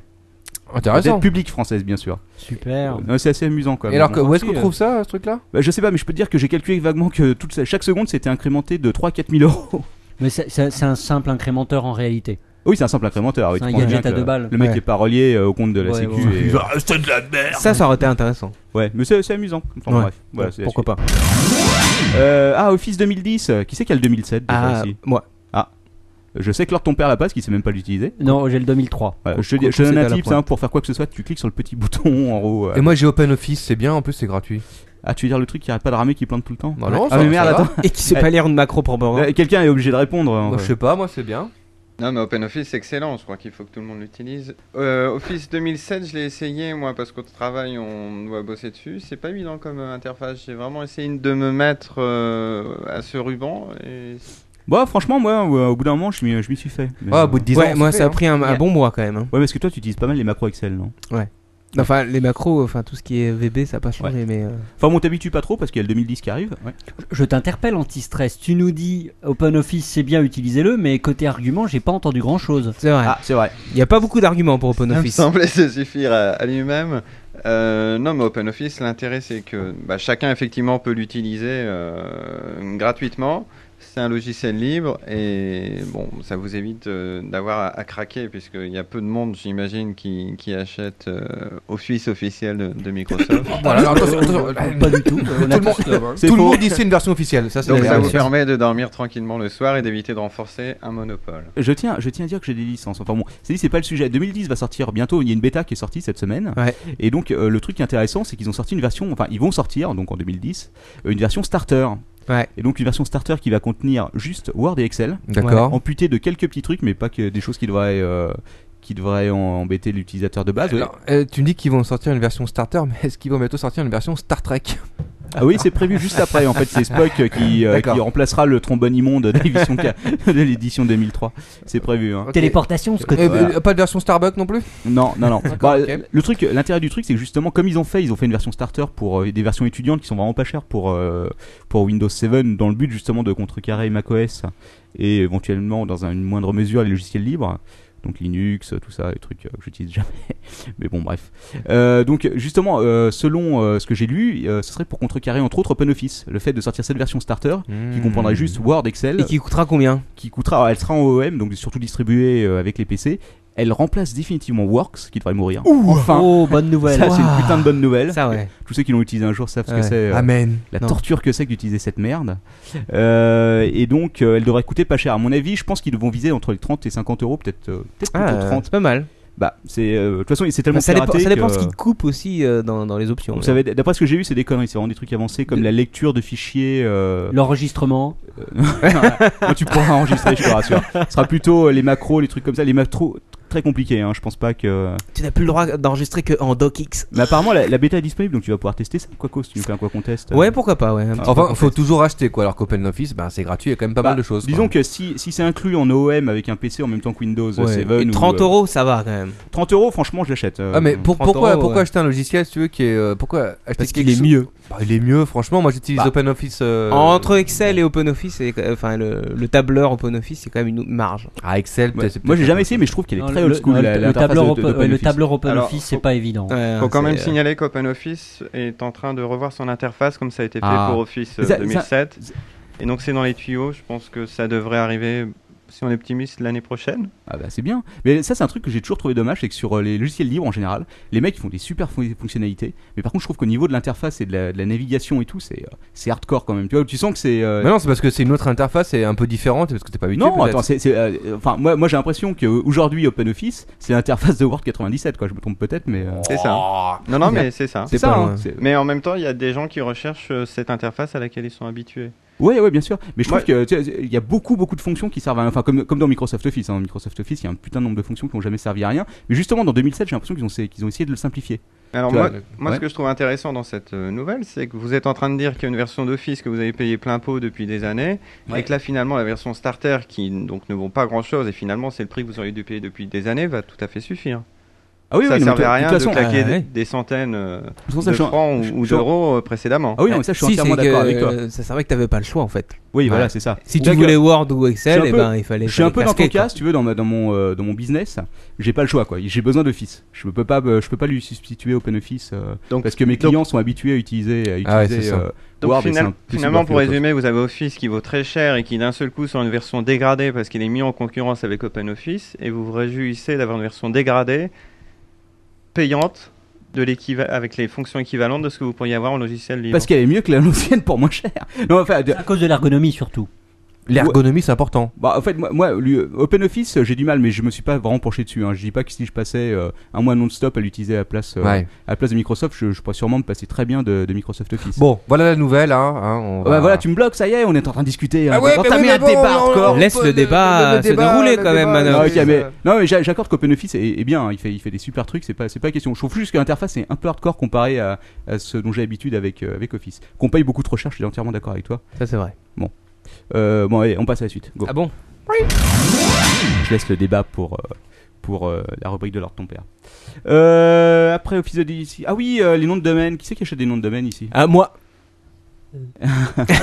Speaker 3: la
Speaker 2: intéressant.
Speaker 3: dette publique française, bien sûr.
Speaker 5: Super.
Speaker 3: Ouais, c'est assez amusant quand même.
Speaker 2: Et alors, que,
Speaker 3: Bon.
Speaker 2: où est-ce qu'on trouve ça, ce truc-là
Speaker 3: Bah, je sais pas, mais je peux te dire que j'ai calculé vaguement que toute sa- chaque seconde c'était incrémenté de 3-4 000 euros. [laughs]
Speaker 5: Mais c'est- c'est c'est un simple incrémenteur en réalité.
Speaker 3: Oui, c'est un simple incrémenteur. oui, tu
Speaker 5: C'est un
Speaker 3: prends bien
Speaker 5: gadget
Speaker 3: que
Speaker 5: à deux balles.
Speaker 3: Le mec
Speaker 7: Ouais.
Speaker 3: est pas relié euh, au compte de la
Speaker 5: Ouais,
Speaker 3: Sécu.
Speaker 5: ouais.
Speaker 3: et- euh,
Speaker 1: rester de la merde.
Speaker 7: Ça, ça aurait été intéressant.
Speaker 3: Ouais, mais c'est c'est amusant. Enfin,
Speaker 7: Ouais.
Speaker 3: bref, voilà, c'est la
Speaker 7: Pourquoi pas
Speaker 3: suite. Euh, ah, Office 2010. euh, Qui c'est qui a le 2007 déjà,
Speaker 7: Ah,
Speaker 3: ici
Speaker 7: moi.
Speaker 3: Je sais que Lord ton père l'a pas, parce qu'il sait même pas l'utiliser.
Speaker 5: Non, j'ai le 2003.
Speaker 3: Voilà,
Speaker 7: Quand-
Speaker 3: je te, dis-
Speaker 7: quand
Speaker 3: je te donne
Speaker 7: c'était à
Speaker 3: un
Speaker 7: la
Speaker 3: tip,
Speaker 7: pointe.
Speaker 3: hein, pour faire quoi que ce soit, tu cliques sur le petit [laughs] bouton en haut. euh.
Speaker 2: Et moi j'ai Open Office, c'est bien, en plus c'est gratuit.
Speaker 3: Ah, tu veux dire le truc qui arrête pas de ramer, qui plante tout le temps
Speaker 2: Bah non, ça-
Speaker 3: Ah, mais merde,
Speaker 2: ça va.
Speaker 3: attends.
Speaker 7: Et qui sait pas lire une macro hein. proprement.
Speaker 3: Euh, Quelqu'un est obligé de répondre. en
Speaker 2: Moi,
Speaker 3: vrai.
Speaker 2: je sais pas, moi c'est bien.
Speaker 10: Non, mais OpenOffice, c'est excellent. Je crois qu'il faut que tout le monde l'utilise. Euh, Office 2007, je l'ai essayé, moi, parce qu'au travail, on doit bosser dessus. C'est pas évident comme euh, interface. J'ai vraiment essayé de me mettre euh, à ce ruban. Et...
Speaker 3: Bah, franchement, moi, ouais, au bout d'un moment, je m'y je m'y suis fait. Mais,
Speaker 2: Ah,
Speaker 3: euh,
Speaker 2: au bout de 10 ans.
Speaker 7: Ouais, moi
Speaker 2: c'est
Speaker 7: ça a
Speaker 2: fait,
Speaker 7: pris un, un
Speaker 5: Yeah.
Speaker 7: bon mois quand même. hein.
Speaker 3: Ouais, parce que toi, tu utilises pas mal les macros Excel, non
Speaker 7: Enfin, les macros, enfin tout ce qui est VB, ça n'a pas changé, mais. euh,
Speaker 3: Enfin, bon, t'habitues pas trop parce qu'il y a le 2010 qui arrive. Ouais.
Speaker 5: Je t'interpelle, anti-stress. Tu nous dis Open Office, c'est bien, utilisez-le, mais côté argument, j'ai pas entendu grand chose.
Speaker 7: C'est vrai.
Speaker 3: Ah, c'est vrai.
Speaker 7: Il n'y a pas beaucoup d'arguments pour Open
Speaker 10: Ça me
Speaker 7: Office.
Speaker 10: [laughs] semblait se suffire à, à lui-même. Euh, non, mais OpenOffice, l'intérêt, c'est que bah, chacun, effectivement, peut l'utiliser euh, gratuitement. C'est un logiciel libre et bon, ça vous évite euh, d'avoir à, à craquer puisqu'il y a peu de monde, j'imagine, qui, qui achète euh, Office officiel de, de Microsoft.
Speaker 2: hein. Voilà, alors, attention, attention, là,
Speaker 5: Pas
Speaker 3: [laughs]
Speaker 5: du tout. On
Speaker 2: [laughs]
Speaker 5: a
Speaker 2: Tout le
Speaker 5: tous le-
Speaker 2: monde,
Speaker 3: C'est
Speaker 2: tout le
Speaker 3: faux.
Speaker 2: monde dit c'est une version officielle, ça c'est
Speaker 10: Donc ça
Speaker 2: bien.
Speaker 10: vous permet de dormir tranquillement le soir et d'éviter de renforcer un monopole.
Speaker 3: Je tiens, je tiens à dire que j'ai des licences. Enfin bon, c'est dit, c'est pas le sujet. 2010 va sortir bientôt. Il y a une bêta qui est sortie cette semaine.
Speaker 7: Ouais.
Speaker 3: Et donc, euh, le truc intéressant, c'est qu'ils ont sorti une version. Enfin, ils vont sortir, donc en 2010, euh, une version starter.
Speaker 7: Ouais.
Speaker 3: Et donc, une version starter qui va contenir juste Word et Excel,
Speaker 2: D'accord.
Speaker 3: amputée de quelques petits trucs, mais pas que des choses qui devraient, euh, qui devraient en- embêter l'utilisateur de base. ouais.
Speaker 2: Alors, euh, tu me dis qu'ils vont sortir une version starter, mais est-ce qu'ils vont bientôt sortir une version Star Trek
Speaker 3: Ah oui, c'est prévu juste après. En fait, c'est Spock euh, qui, euh,
Speaker 2: D'accord.
Speaker 3: qui remplacera le trombone immonde [laughs] de l'édition de l'édition 2003. C'est prévu. Hein.
Speaker 5: Téléportation, ce
Speaker 2: Et,
Speaker 5: côté.
Speaker 2: euh, Pas de version Starbucks non plus
Speaker 3: Non, non, non.
Speaker 2: D'accord,
Speaker 3: Bah,
Speaker 2: ok.
Speaker 3: Le truc, l'intérêt du truc, c'est que justement, comme ils ont fait, ils ont fait une version starter pour euh, des versions étudiantes qui sont vraiment pas chères pour euh, pour Windows 7, dans le but justement de contrecarrer macOS et éventuellement dans un- une moindre mesure les logiciels libres. Donc Linux, euh, tout ça, les trucs euh, que j'utilise jamais. [laughs] Mais bon, bref. Euh, donc justement, euh, selon euh, ce que j'ai lu, euh, ce serait pour contrecarrer entre autres OpenOffice, le fait de sortir cette version starter qui
Speaker 2: Hmm.
Speaker 3: comprendrait juste Word, Excel,
Speaker 7: Hmm. Et qui coûtera combien
Speaker 3: qui coûtera, alors, elle sera en OEM, donc surtout distribuée euh, avec les PC. Elle remplace définitivement Works, qui devrait mourir. enfin,
Speaker 5: Oh, bonne nouvelle.
Speaker 3: ça c'est une putain de bonne nouvelle.
Speaker 7: Ça, ouais.
Speaker 3: Tous ceux qui l'ont utilisé un jour savent ce
Speaker 7: Ouais.
Speaker 3: que c'est, euh,
Speaker 2: Amen.
Speaker 3: la
Speaker 7: Non.
Speaker 3: torture que c'est que d'utiliser cette merde. Euh, et donc, euh, elle devrait coûter pas cher. À mon avis, je pense qu'ils vont viser entre les 30 et 50 euros, peut-être euh, peut-être
Speaker 7: Ah,
Speaker 3: plutôt
Speaker 7: c'est
Speaker 3: 30.
Speaker 7: pas mal.
Speaker 3: Bah, c'est euh, de toute façon, c'est tellement
Speaker 7: Bah, ça, dépend,
Speaker 3: piraté
Speaker 7: ça dépend
Speaker 3: que-
Speaker 7: ce qu'ils coupent aussi euh, dans, dans les options.
Speaker 3: Donc, ça va être- D'après ce que j'ai vu, c'est des conneries. C'est vraiment des trucs avancés comme la lecture de fichiers. euh,
Speaker 5: L'enregistrement.
Speaker 3: Non, tu pourras enregistrer, je te rassure. Ce sera plutôt euh, les macros, les trucs comme ça, les macros très compliqué. Hein. Je pense pas que.
Speaker 7: Tu n'as plus le droit d'enregistrer que en DocX.
Speaker 3: Mais apparemment, la, la bêta est disponible, donc tu vas pouvoir tester ça. Quoi si tu nous fais un quoi euh. contest.
Speaker 7: Ouais, pourquoi pas, ouais. un petit
Speaker 2: Enfin,
Speaker 7: peu
Speaker 2: faut toujours acheter quoi. Alors qu'OpenOffice, ben, c'est gratuit, il y a quand même pas
Speaker 3: Bah,
Speaker 2: mal de choses.
Speaker 3: Disons que si, si c'est inclus en OM avec un PC en même temps que Windows
Speaker 7: Ouais.
Speaker 3: 7.
Speaker 7: Et
Speaker 3: ou,
Speaker 7: 30
Speaker 3: euh,
Speaker 7: euros, ça va quand même.
Speaker 3: 30 euros, franchement, je l'achète. euh,
Speaker 2: Ah mais pour-
Speaker 7: 30
Speaker 2: pourquoi
Speaker 7: euros,
Speaker 2: pourquoi
Speaker 7: ouais.
Speaker 2: acheter un logiciel si tu veux qui est euh, pourquoi acheter
Speaker 7: Parce
Speaker 2: quelque
Speaker 7: qu'il est
Speaker 2: chose-
Speaker 7: mieux.
Speaker 2: Bah, il est mieux franchement moi j'utilise
Speaker 7: Bah,
Speaker 2: OpenOffice euh,
Speaker 7: Entre Excel et OpenOffice, c'est- enfin le, le tableur OpenOffice, c'est quand même une autre marge.
Speaker 2: ah Excel
Speaker 3: ouais.
Speaker 2: peut-être-
Speaker 3: Moi, j'ai jamais essayé, mais je trouve qu'elle est
Speaker 5: Non,
Speaker 3: très
Speaker 5: le-
Speaker 3: old school.
Speaker 5: le-
Speaker 3: la-
Speaker 5: le,
Speaker 3: l'interface
Speaker 5: tableur
Speaker 3: de-
Speaker 5: open,
Speaker 3: de-
Speaker 5: ouais, le
Speaker 3: d'OpenOffice.
Speaker 5: tableur Open
Speaker 10: Alors,
Speaker 5: Office,
Speaker 10: faut-
Speaker 5: c'est pas évident.
Speaker 3: Ah.
Speaker 7: Ouais,
Speaker 10: Faut quand
Speaker 7: c'est,
Speaker 10: même
Speaker 7: euh,
Speaker 10: signaler qu'OpenOffice est en train de revoir son interface comme ça a été fait
Speaker 2: Ah.
Speaker 10: pour Office euh,
Speaker 3: Ça- ça-
Speaker 10: 2007. Et donc c'est dans les tuyaux, je pense que ça devrait arriver, si on est optimiste, l'année prochaine.
Speaker 3: Ah bah c'est bien. Mais ça c'est un truc que j'ai toujours trouvé dommage, c'est que sur euh, les logiciels libres en général, les mecs ils font des super fon- fonctionnalités, mais par contre je trouve qu'au niveau de l'interface et de la, de la navigation et tout, c'est euh, c'est hardcore quand même. Tu vois, tu sens que c'est euh,
Speaker 2: Mais non c'est parce que c'est une autre interface et un peu différente parce que t'es pas habitué
Speaker 3: non,
Speaker 2: peut-être.
Speaker 3: attends, c'est c'est, euh, enfin moi moi j'ai l'impression que euh, aujourd'hui OpenOffice, c'est l'interface de Word 97 quoi, je me trompe peut-être mais euh,
Speaker 10: C'est
Speaker 2: Oh.
Speaker 10: ça. Non,
Speaker 3: [laughs]
Speaker 10: non, mais c'est ça.
Speaker 3: c'est
Speaker 7: pas
Speaker 3: ça. hein,
Speaker 7: vrai.
Speaker 3: c'est-
Speaker 10: Mais en même temps, il y a des gens qui recherchent euh, cette interface à laquelle ils sont habitués.
Speaker 3: Ouais ouais bien sûr, mais je trouve
Speaker 10: Ouais.
Speaker 3: que tu sais, il y a beaucoup beaucoup de fonctions qui servent à enfin comme comme dans Microsoft Office, hein, Microsoft Office, il y a un putain de nombre de fonctions qui ont jamais servi à rien, mais justement dans 2007, j'ai l'impression qu'ils ont qu'ils ont essayé de le simplifier.
Speaker 10: Alors
Speaker 3: Tu
Speaker 10: moi,
Speaker 3: vois,
Speaker 10: moi
Speaker 3: ouais.
Speaker 10: ce que je trouve intéressant dans cette euh, nouvelle, c'est que vous êtes en train de dire qu'il y a une version d'Office que vous avez payé plein pot depuis des années, et que là finalement la version starter qui donc ne vaut pas grand chose et finalement c'est le prix que vous auriez dû payer depuis des années va tout à fait suffire.
Speaker 3: Ah oui,
Speaker 10: ça
Speaker 3: oui, non, mais
Speaker 10: servait à
Speaker 3: de
Speaker 10: rien
Speaker 3: toute façon,
Speaker 10: de claquer
Speaker 7: ah, ouais.
Speaker 10: des, des centaines euh,
Speaker 3: de toute façon, ça,
Speaker 10: de
Speaker 3: je suis en-
Speaker 10: francs
Speaker 3: je-
Speaker 10: ou, ou
Speaker 3: je suis en-
Speaker 10: d'euros euh, précédemment.
Speaker 3: Ah oui, non, mais ça, je suis
Speaker 7: si,
Speaker 3: entièrement
Speaker 7: c'est
Speaker 3: d'accord
Speaker 7: que,
Speaker 3: avec toi.
Speaker 7: euh, Ça servait que t'avais pas le choix en fait.
Speaker 3: Oui, voilà,
Speaker 7: Ouais.
Speaker 3: c'est ça.
Speaker 7: Si tu
Speaker 3: Donc,
Speaker 7: voulais Word ou Excel,
Speaker 3: je suis un
Speaker 7: eh
Speaker 3: peu-
Speaker 7: ben, il fallait.
Speaker 3: je suis un peu dans ton
Speaker 7: casquer, quoi.
Speaker 3: cas, si tu veux, dans, ma- dans mon, euh, dans mon business, j'ai pas le choix, quoi. J'ai besoin d'Office. Je peux pas, euh, je peux pas lui substituer OpenOffice euh,
Speaker 10: Donc-
Speaker 3: parce que mes
Speaker 10: donc-
Speaker 3: clients sont habitués à utiliser, à
Speaker 2: Ah ouais,
Speaker 3: utiliser,
Speaker 2: c'est ça.
Speaker 3: euh,
Speaker 10: Donc
Speaker 3: Word. et
Speaker 10: final-
Speaker 3: c'est un- c'est
Speaker 10: finalement,
Speaker 3: super
Speaker 10: pour
Speaker 3: fluide,
Speaker 10: résumer, vous avez Office qui vaut très cher et qui d'un seul coup sort une version dégradée parce qu'il est mis en concurrence avec OpenOffice et vous vous réjouissez d'avoir une version dégradée, payante, de l'équiva- avec les fonctions équivalentes de ce que vous pourriez avoir en logiciel libre.
Speaker 3: Parce qu'elle est mieux que la- [laughs] l'ancienne pour moins cher. Non, enfin, de-
Speaker 5: À cause de l'ergonomie surtout.
Speaker 2: L'ergonomie c'est important.
Speaker 3: bah, en fait, moi, moi lui, euh, OpenOffice, euh, j'ai du mal, mais je me suis pas vraiment penché dessus. Hein. Je dis pas que si je passais euh, un mois non-stop à l'utiliser à la place, euh,
Speaker 2: Ouais.
Speaker 3: à la place de Microsoft, je, je pourrais sûrement me passer très bien de, de Microsoft Office.
Speaker 2: Bon voilà la nouvelle hein. hein, on
Speaker 3: Ah
Speaker 2: va-
Speaker 3: bah voilà, tu me bloques, ça y est, on est en train de discuter. hein,
Speaker 2: Ah ouais,
Speaker 3: d'entamer
Speaker 2: mais oui,
Speaker 3: un
Speaker 2: mais bon,
Speaker 3: débat
Speaker 2: on-
Speaker 3: hardcore.
Speaker 2: on
Speaker 7: Laisse
Speaker 2: peut
Speaker 7: le débat, se dérouler
Speaker 2: le
Speaker 7: quand même,
Speaker 2: débat,
Speaker 7: Manon.
Speaker 3: Ah,
Speaker 2: oui,
Speaker 3: ok,
Speaker 2: ça-
Speaker 3: mais non, mais j'a- j'accorde qu'OpenOffice est, est bien. hein, Il fait, il fait des super trucs. C'est pas, c'est pas question. Je trouve juste que l'interface est un peu hardcore comparé à, à ce dont j'ai habitude avec euh, avec Office. Qu'on paye beaucoup trop cher. Je suis entièrement d'accord avec toi.
Speaker 7: Ça c'est vrai.
Speaker 3: Euh, bon, allez, on passe à la suite. Go.
Speaker 7: Ah bon
Speaker 3: Je laisse le débat pour euh, pour euh, la rubrique de l'ordre de ton père. Euh, après Office de ici. Ah oui, euh, les noms de domaine. Qui c'est qui achète des noms de domaine ici
Speaker 7: Ah moi.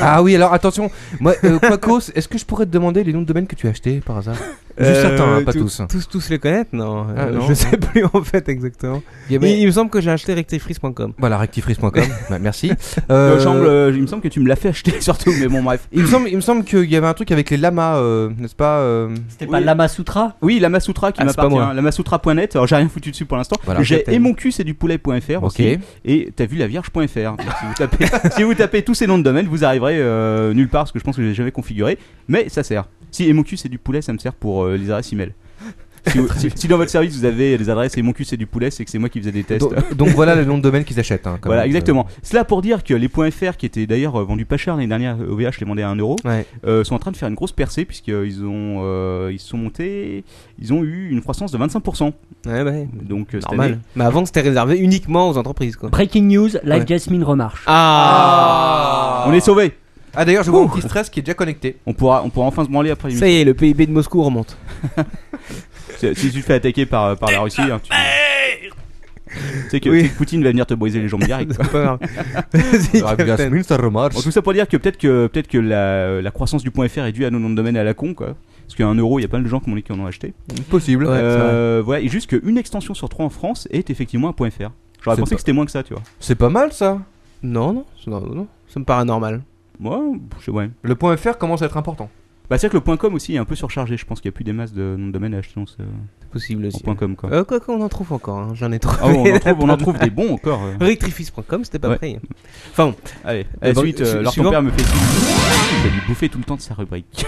Speaker 2: Ah oui alors attention moi euh, Quacos est-ce que je pourrais te demander les noms de domaines que tu as achetés par hasard Juste
Speaker 7: Euh,
Speaker 2: certains hein, pas
Speaker 7: tout-
Speaker 2: tous.
Speaker 7: Tous tous les connaître Non,
Speaker 2: Ah,
Speaker 7: euh,
Speaker 2: non.
Speaker 7: je sais [laughs] plus en fait exactement.
Speaker 2: Il y
Speaker 7: Il,
Speaker 2: avait-
Speaker 7: il me semble que j'ai acheté rectifrice.com.
Speaker 2: Voilà rectifrice.com Bah, merci.
Speaker 3: Euh,
Speaker 2: Euh,
Speaker 3: il me semble, euh, il me semble que tu me l'as fait acheter [laughs] surtout. Mais bon, bref.
Speaker 2: Il me semble, il me semble qu'il y avait un truc avec les lamas, euh, n'est-ce pas euh,
Speaker 5: C'était pas Lama Sutra
Speaker 3: Oui, la Masutra qui
Speaker 7: Ah, c'est pas
Speaker 3: m'appartient.
Speaker 7: moi.
Speaker 3: La Masutra.net. Alors j'ai rien foutu dessus pour l'instant.
Speaker 2: Voilà.
Speaker 3: j'ai
Speaker 2: Peut-être.
Speaker 3: et mon cul c'est du poulet.fr
Speaker 2: Ok.
Speaker 3: aussi. Et t'as vu la vierge.fr. si, vous tapez, [laughs] si vous tapez tous ces noms de domaine, vous arriverez euh, nulle part parce que je pense que j'ai jamais configuré. Mais ça sert. Si et mon cul c'est du poulet, ça me sert pour euh, les adresses email. Si, vous- si- si dans votre service vous avez des adresses et mon cul c'est du poulet, c'est que c'est moi qui faisais des tests.
Speaker 2: Donc, donc voilà le nom de domaine qu'ils achètent. hein, quand
Speaker 3: Voilà,
Speaker 2: même.
Speaker 3: exactement. Cela pour dire que les points .fr, qui étaient d'ailleurs euh, vendus pas cher l'année dernière, euh, OVH les vendait à 1 euro,
Speaker 7: Ouais.
Speaker 3: euh, sont en train de faire une grosse percée puisqu'ils ont, euh, ils sont montés, ils ont eu une croissance de 25%.
Speaker 7: Ouais, ouais.
Speaker 3: Donc, euh, cette année-
Speaker 7: Normal. Mais avant c'était réservé uniquement aux entreprises quoi.
Speaker 5: Breaking news, Live
Speaker 7: Ouais.
Speaker 5: Jasmine remarche.
Speaker 7: Ah,
Speaker 3: on est sauvé.
Speaker 2: Ah d'ailleurs, je vois un stress qui est déjà
Speaker 3: [laughs]
Speaker 2: connecté.
Speaker 3: On pourra, on pourra enfin se branler après.
Speaker 7: Ça y est, le PIB de Moscou remonte.
Speaker 3: Si si tu te fais attaquer par, par la Russie, hein, tu... Tu sais que,
Speaker 7: Oui.
Speaker 3: tu sais que Poutine va venir te briser les jambes direct. quoi.
Speaker 7: [laughs] C'est pas grave.
Speaker 3: [laughs]
Speaker 7: Vas-y,
Speaker 2: Ah,
Speaker 7: Captain.
Speaker 2: Jasmine, ça remarche.
Speaker 3: Bon, tout ça pour dire que peut-être que, peut que la, la croissance du point .fr est due à nos noms de domaine à la con, quoi. Parce qu'à 1 euro, il y a plein de gens qui m'ont dit qu'ils en ont acheté.
Speaker 2: Possible.
Speaker 7: Ouais,
Speaker 3: Euh, voilà, et juste qu'une extension sur trois en France est effectivement un point .fr. J'aurais
Speaker 2: C'est
Speaker 3: pensé
Speaker 2: pas-
Speaker 3: que c'était moins que ça, tu vois.
Speaker 2: C'est pas mal ça.
Speaker 7: Non, non, non, non, ça me paraît normal.
Speaker 3: Moi, je sais, ouais.
Speaker 2: Le point .fr commence à être important.
Speaker 3: Bah, c'est vrai que le point .com aussi est un peu surchargé. Je pense qu'il n'y a plus des masses de noms de domaine à acheter dans ce- en
Speaker 7: C'est possible aussi.
Speaker 3: point .com, quoi.
Speaker 7: Euh, quoi qu'on en trouve encore, hein, j'en ai trouvé.
Speaker 3: Ah
Speaker 7: [laughs]
Speaker 3: bon, on en trouve, on en trouve des bons encore. euh.
Speaker 7: Rectifrice.com, c'était pas
Speaker 3: Ouais.
Speaker 7: prêt. Enfin bon,
Speaker 3: Allez, à la
Speaker 7: bon,
Speaker 3: suite, euh,
Speaker 7: su-
Speaker 3: alors ton
Speaker 7: suivant.
Speaker 3: père me fait signe. Il va lui bouffer tout le temps de sa rubrique.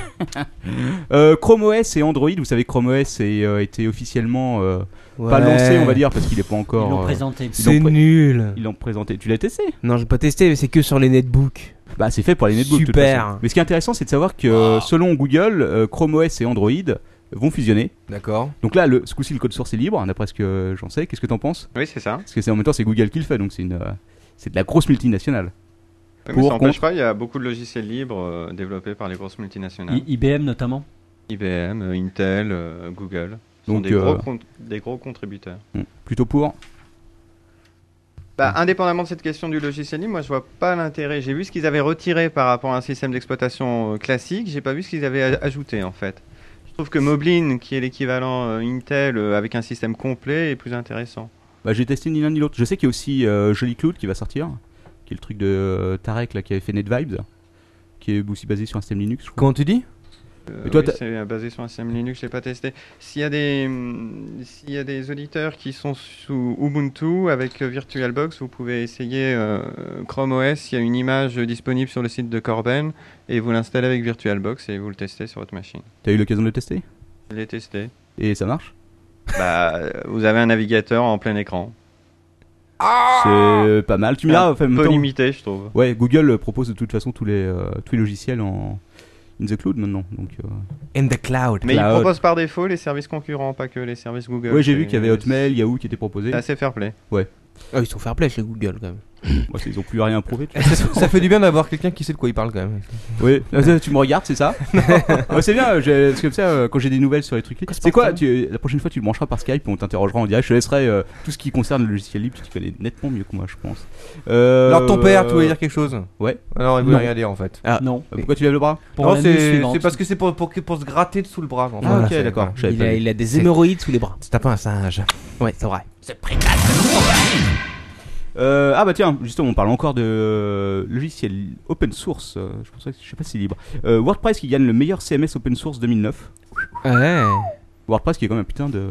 Speaker 3: euh, Chrome OS et Android, vous savez, Chrome OS a été euh, officiellement euh, pas
Speaker 7: ouais.
Speaker 3: lancé, on va dire, parce qu'il est pas
Speaker 5: Ils
Speaker 3: encore.
Speaker 5: l'ont
Speaker 3: euh,
Speaker 5: présenté.
Speaker 3: ils l'ont
Speaker 7: C'est
Speaker 3: pré-
Speaker 7: nul.
Speaker 3: Ils l'ont présenté. Tu l'as testé
Speaker 7: Non, j'ai pas testé, mais c'est que sur les netbooks.
Speaker 3: Bah, c'est fait pour les netbooks. de toute
Speaker 7: Super.
Speaker 3: façon. Mais ce qui est intéressant, c'est de savoir que selon Google, euh, Chrome OS et Android vont fusionner.
Speaker 2: D'accord.
Speaker 3: Donc là, le, ce coup-ci, le code source est libre, hein, d'après ce que j'en sais. Qu'est-ce que t'en penses
Speaker 10: Oui, c'est ça.
Speaker 3: Parce que c'est en même temps, c'est Google qui le fait, donc c'est une, euh, c'est de la grosse multinationale.
Speaker 10: Oui, mais ça n'empêche pas, il y a beaucoup de logiciels libres euh, développés par les grosses multinationales.
Speaker 5: I- IBM notamment.
Speaker 10: IBM, euh, Intel, euh, Google. Ce sont
Speaker 3: Donc,
Speaker 10: des,
Speaker 3: euh,
Speaker 10: gros con- des gros contributeurs.
Speaker 3: Hmm. Plutôt pour.
Speaker 10: Bah, indépendamment de cette question du logiciel libre, moi je vois pas l'intérêt. J'ai vu ce qu'ils avaient retiré par rapport à un système d'exploitation euh, classique, j'ai pas vu ce qu'ils avaient a- ajouté en fait. Je trouve que Moblin, qui est l'équivalent euh, Intel euh, avec un système complet, est plus intéressant.
Speaker 3: Bah, j'ai testé ni l'un ni l'autre. Je sais qu'il y a aussi euh, Jolly Cloud qui va sortir, qui est le truc de euh, Tarek là, qui avait fait NetVibes, qui est aussi basé sur un système Linux.
Speaker 2: Comment tu dis
Speaker 10: Euh,
Speaker 3: Et toi,
Speaker 10: oui,
Speaker 3: t'as-
Speaker 10: c'est euh, basé sur un système Linux, je l'ai pas testé. S'il y, a des, hum, s'il y a des auditeurs qui sont sous Ubuntu avec euh, VirtualBox, vous pouvez essayer euh, Chrome OS. Il y a une image disponible sur le site de Corben et vous l'installez avec VirtualBox et vous le testez sur votre machine.
Speaker 3: T'as eu l'occasion de le tester
Speaker 10: Je l'ai testé.
Speaker 3: Et ça marche
Speaker 10: Bah, euh, vous avez un navigateur en plein écran.
Speaker 3: C'est pas mal. Tu me diras,
Speaker 10: Un
Speaker 3: enfin, en même
Speaker 10: peu
Speaker 3: temps-
Speaker 10: limité, je trouve.
Speaker 3: Ouais, Google propose de toute façon tous les, euh, tous les logiciels en in the cloud maintenant. Donc, euh,
Speaker 2: In the cloud.
Speaker 10: Mais il
Speaker 3: Cloud.
Speaker 10: propose par défaut les services concurrents, pas que les services Google.
Speaker 3: Ouais, j'ai vu
Speaker 10: C'est-
Speaker 3: qu'il y avait Hotmail, Yahoo qui étaient proposés.
Speaker 10: C'est assez fair play.
Speaker 3: Ouais.
Speaker 7: Ah, ils sont fair play chez Google quand même.
Speaker 3: Ouais, ils ont plus rien prouvé.
Speaker 2: Ça fait du bien d'avoir quelqu'un qui sait de quoi il parle quand même.
Speaker 3: Oui, Euh, tu me regardes, c'est ça [laughs] Ouais, C'est bien, j'ai- parce que comme ça, euh, quand j'ai des nouvelles sur les trucs. C'est quoi tu- La prochaine fois, tu le brancheras par Skype, on t'interrogera en direct. Je te laisserai euh, tout ce qui concerne le logiciel libre, tu connais nettement mieux que moi, je pense. Euh,
Speaker 2: Alors ton père, tu voulais
Speaker 3: euh,
Speaker 2: dire quelque chose
Speaker 3: Ouais.
Speaker 2: Alors il
Speaker 3: Non.
Speaker 2: voulait rien dire en fait.
Speaker 3: Ah,
Speaker 5: Non.
Speaker 3: euh, Pourquoi tu lèves le bras
Speaker 2: non, c'est c'est parce que c'est pour, pour, pour se gratter de sous le bras. en fait.
Speaker 3: Ah, ok, d'accord. Je savais
Speaker 7: Il
Speaker 3: pas
Speaker 7: a,
Speaker 3: du-
Speaker 7: il a des
Speaker 2: C'est-
Speaker 7: hémorroïdes sous les bras.
Speaker 2: C'est pas un singe.
Speaker 7: Ouais, c'est vrai.
Speaker 3: Euh, ah bah tiens, justement, on parle encore de euh, logiciel open source. euh, je pensais, que- je sais pas si libre. Euh, WordPress qui gagne le meilleur CMS open source 2009.
Speaker 7: Ouais.
Speaker 3: WordPress qui est quand même un putain de. un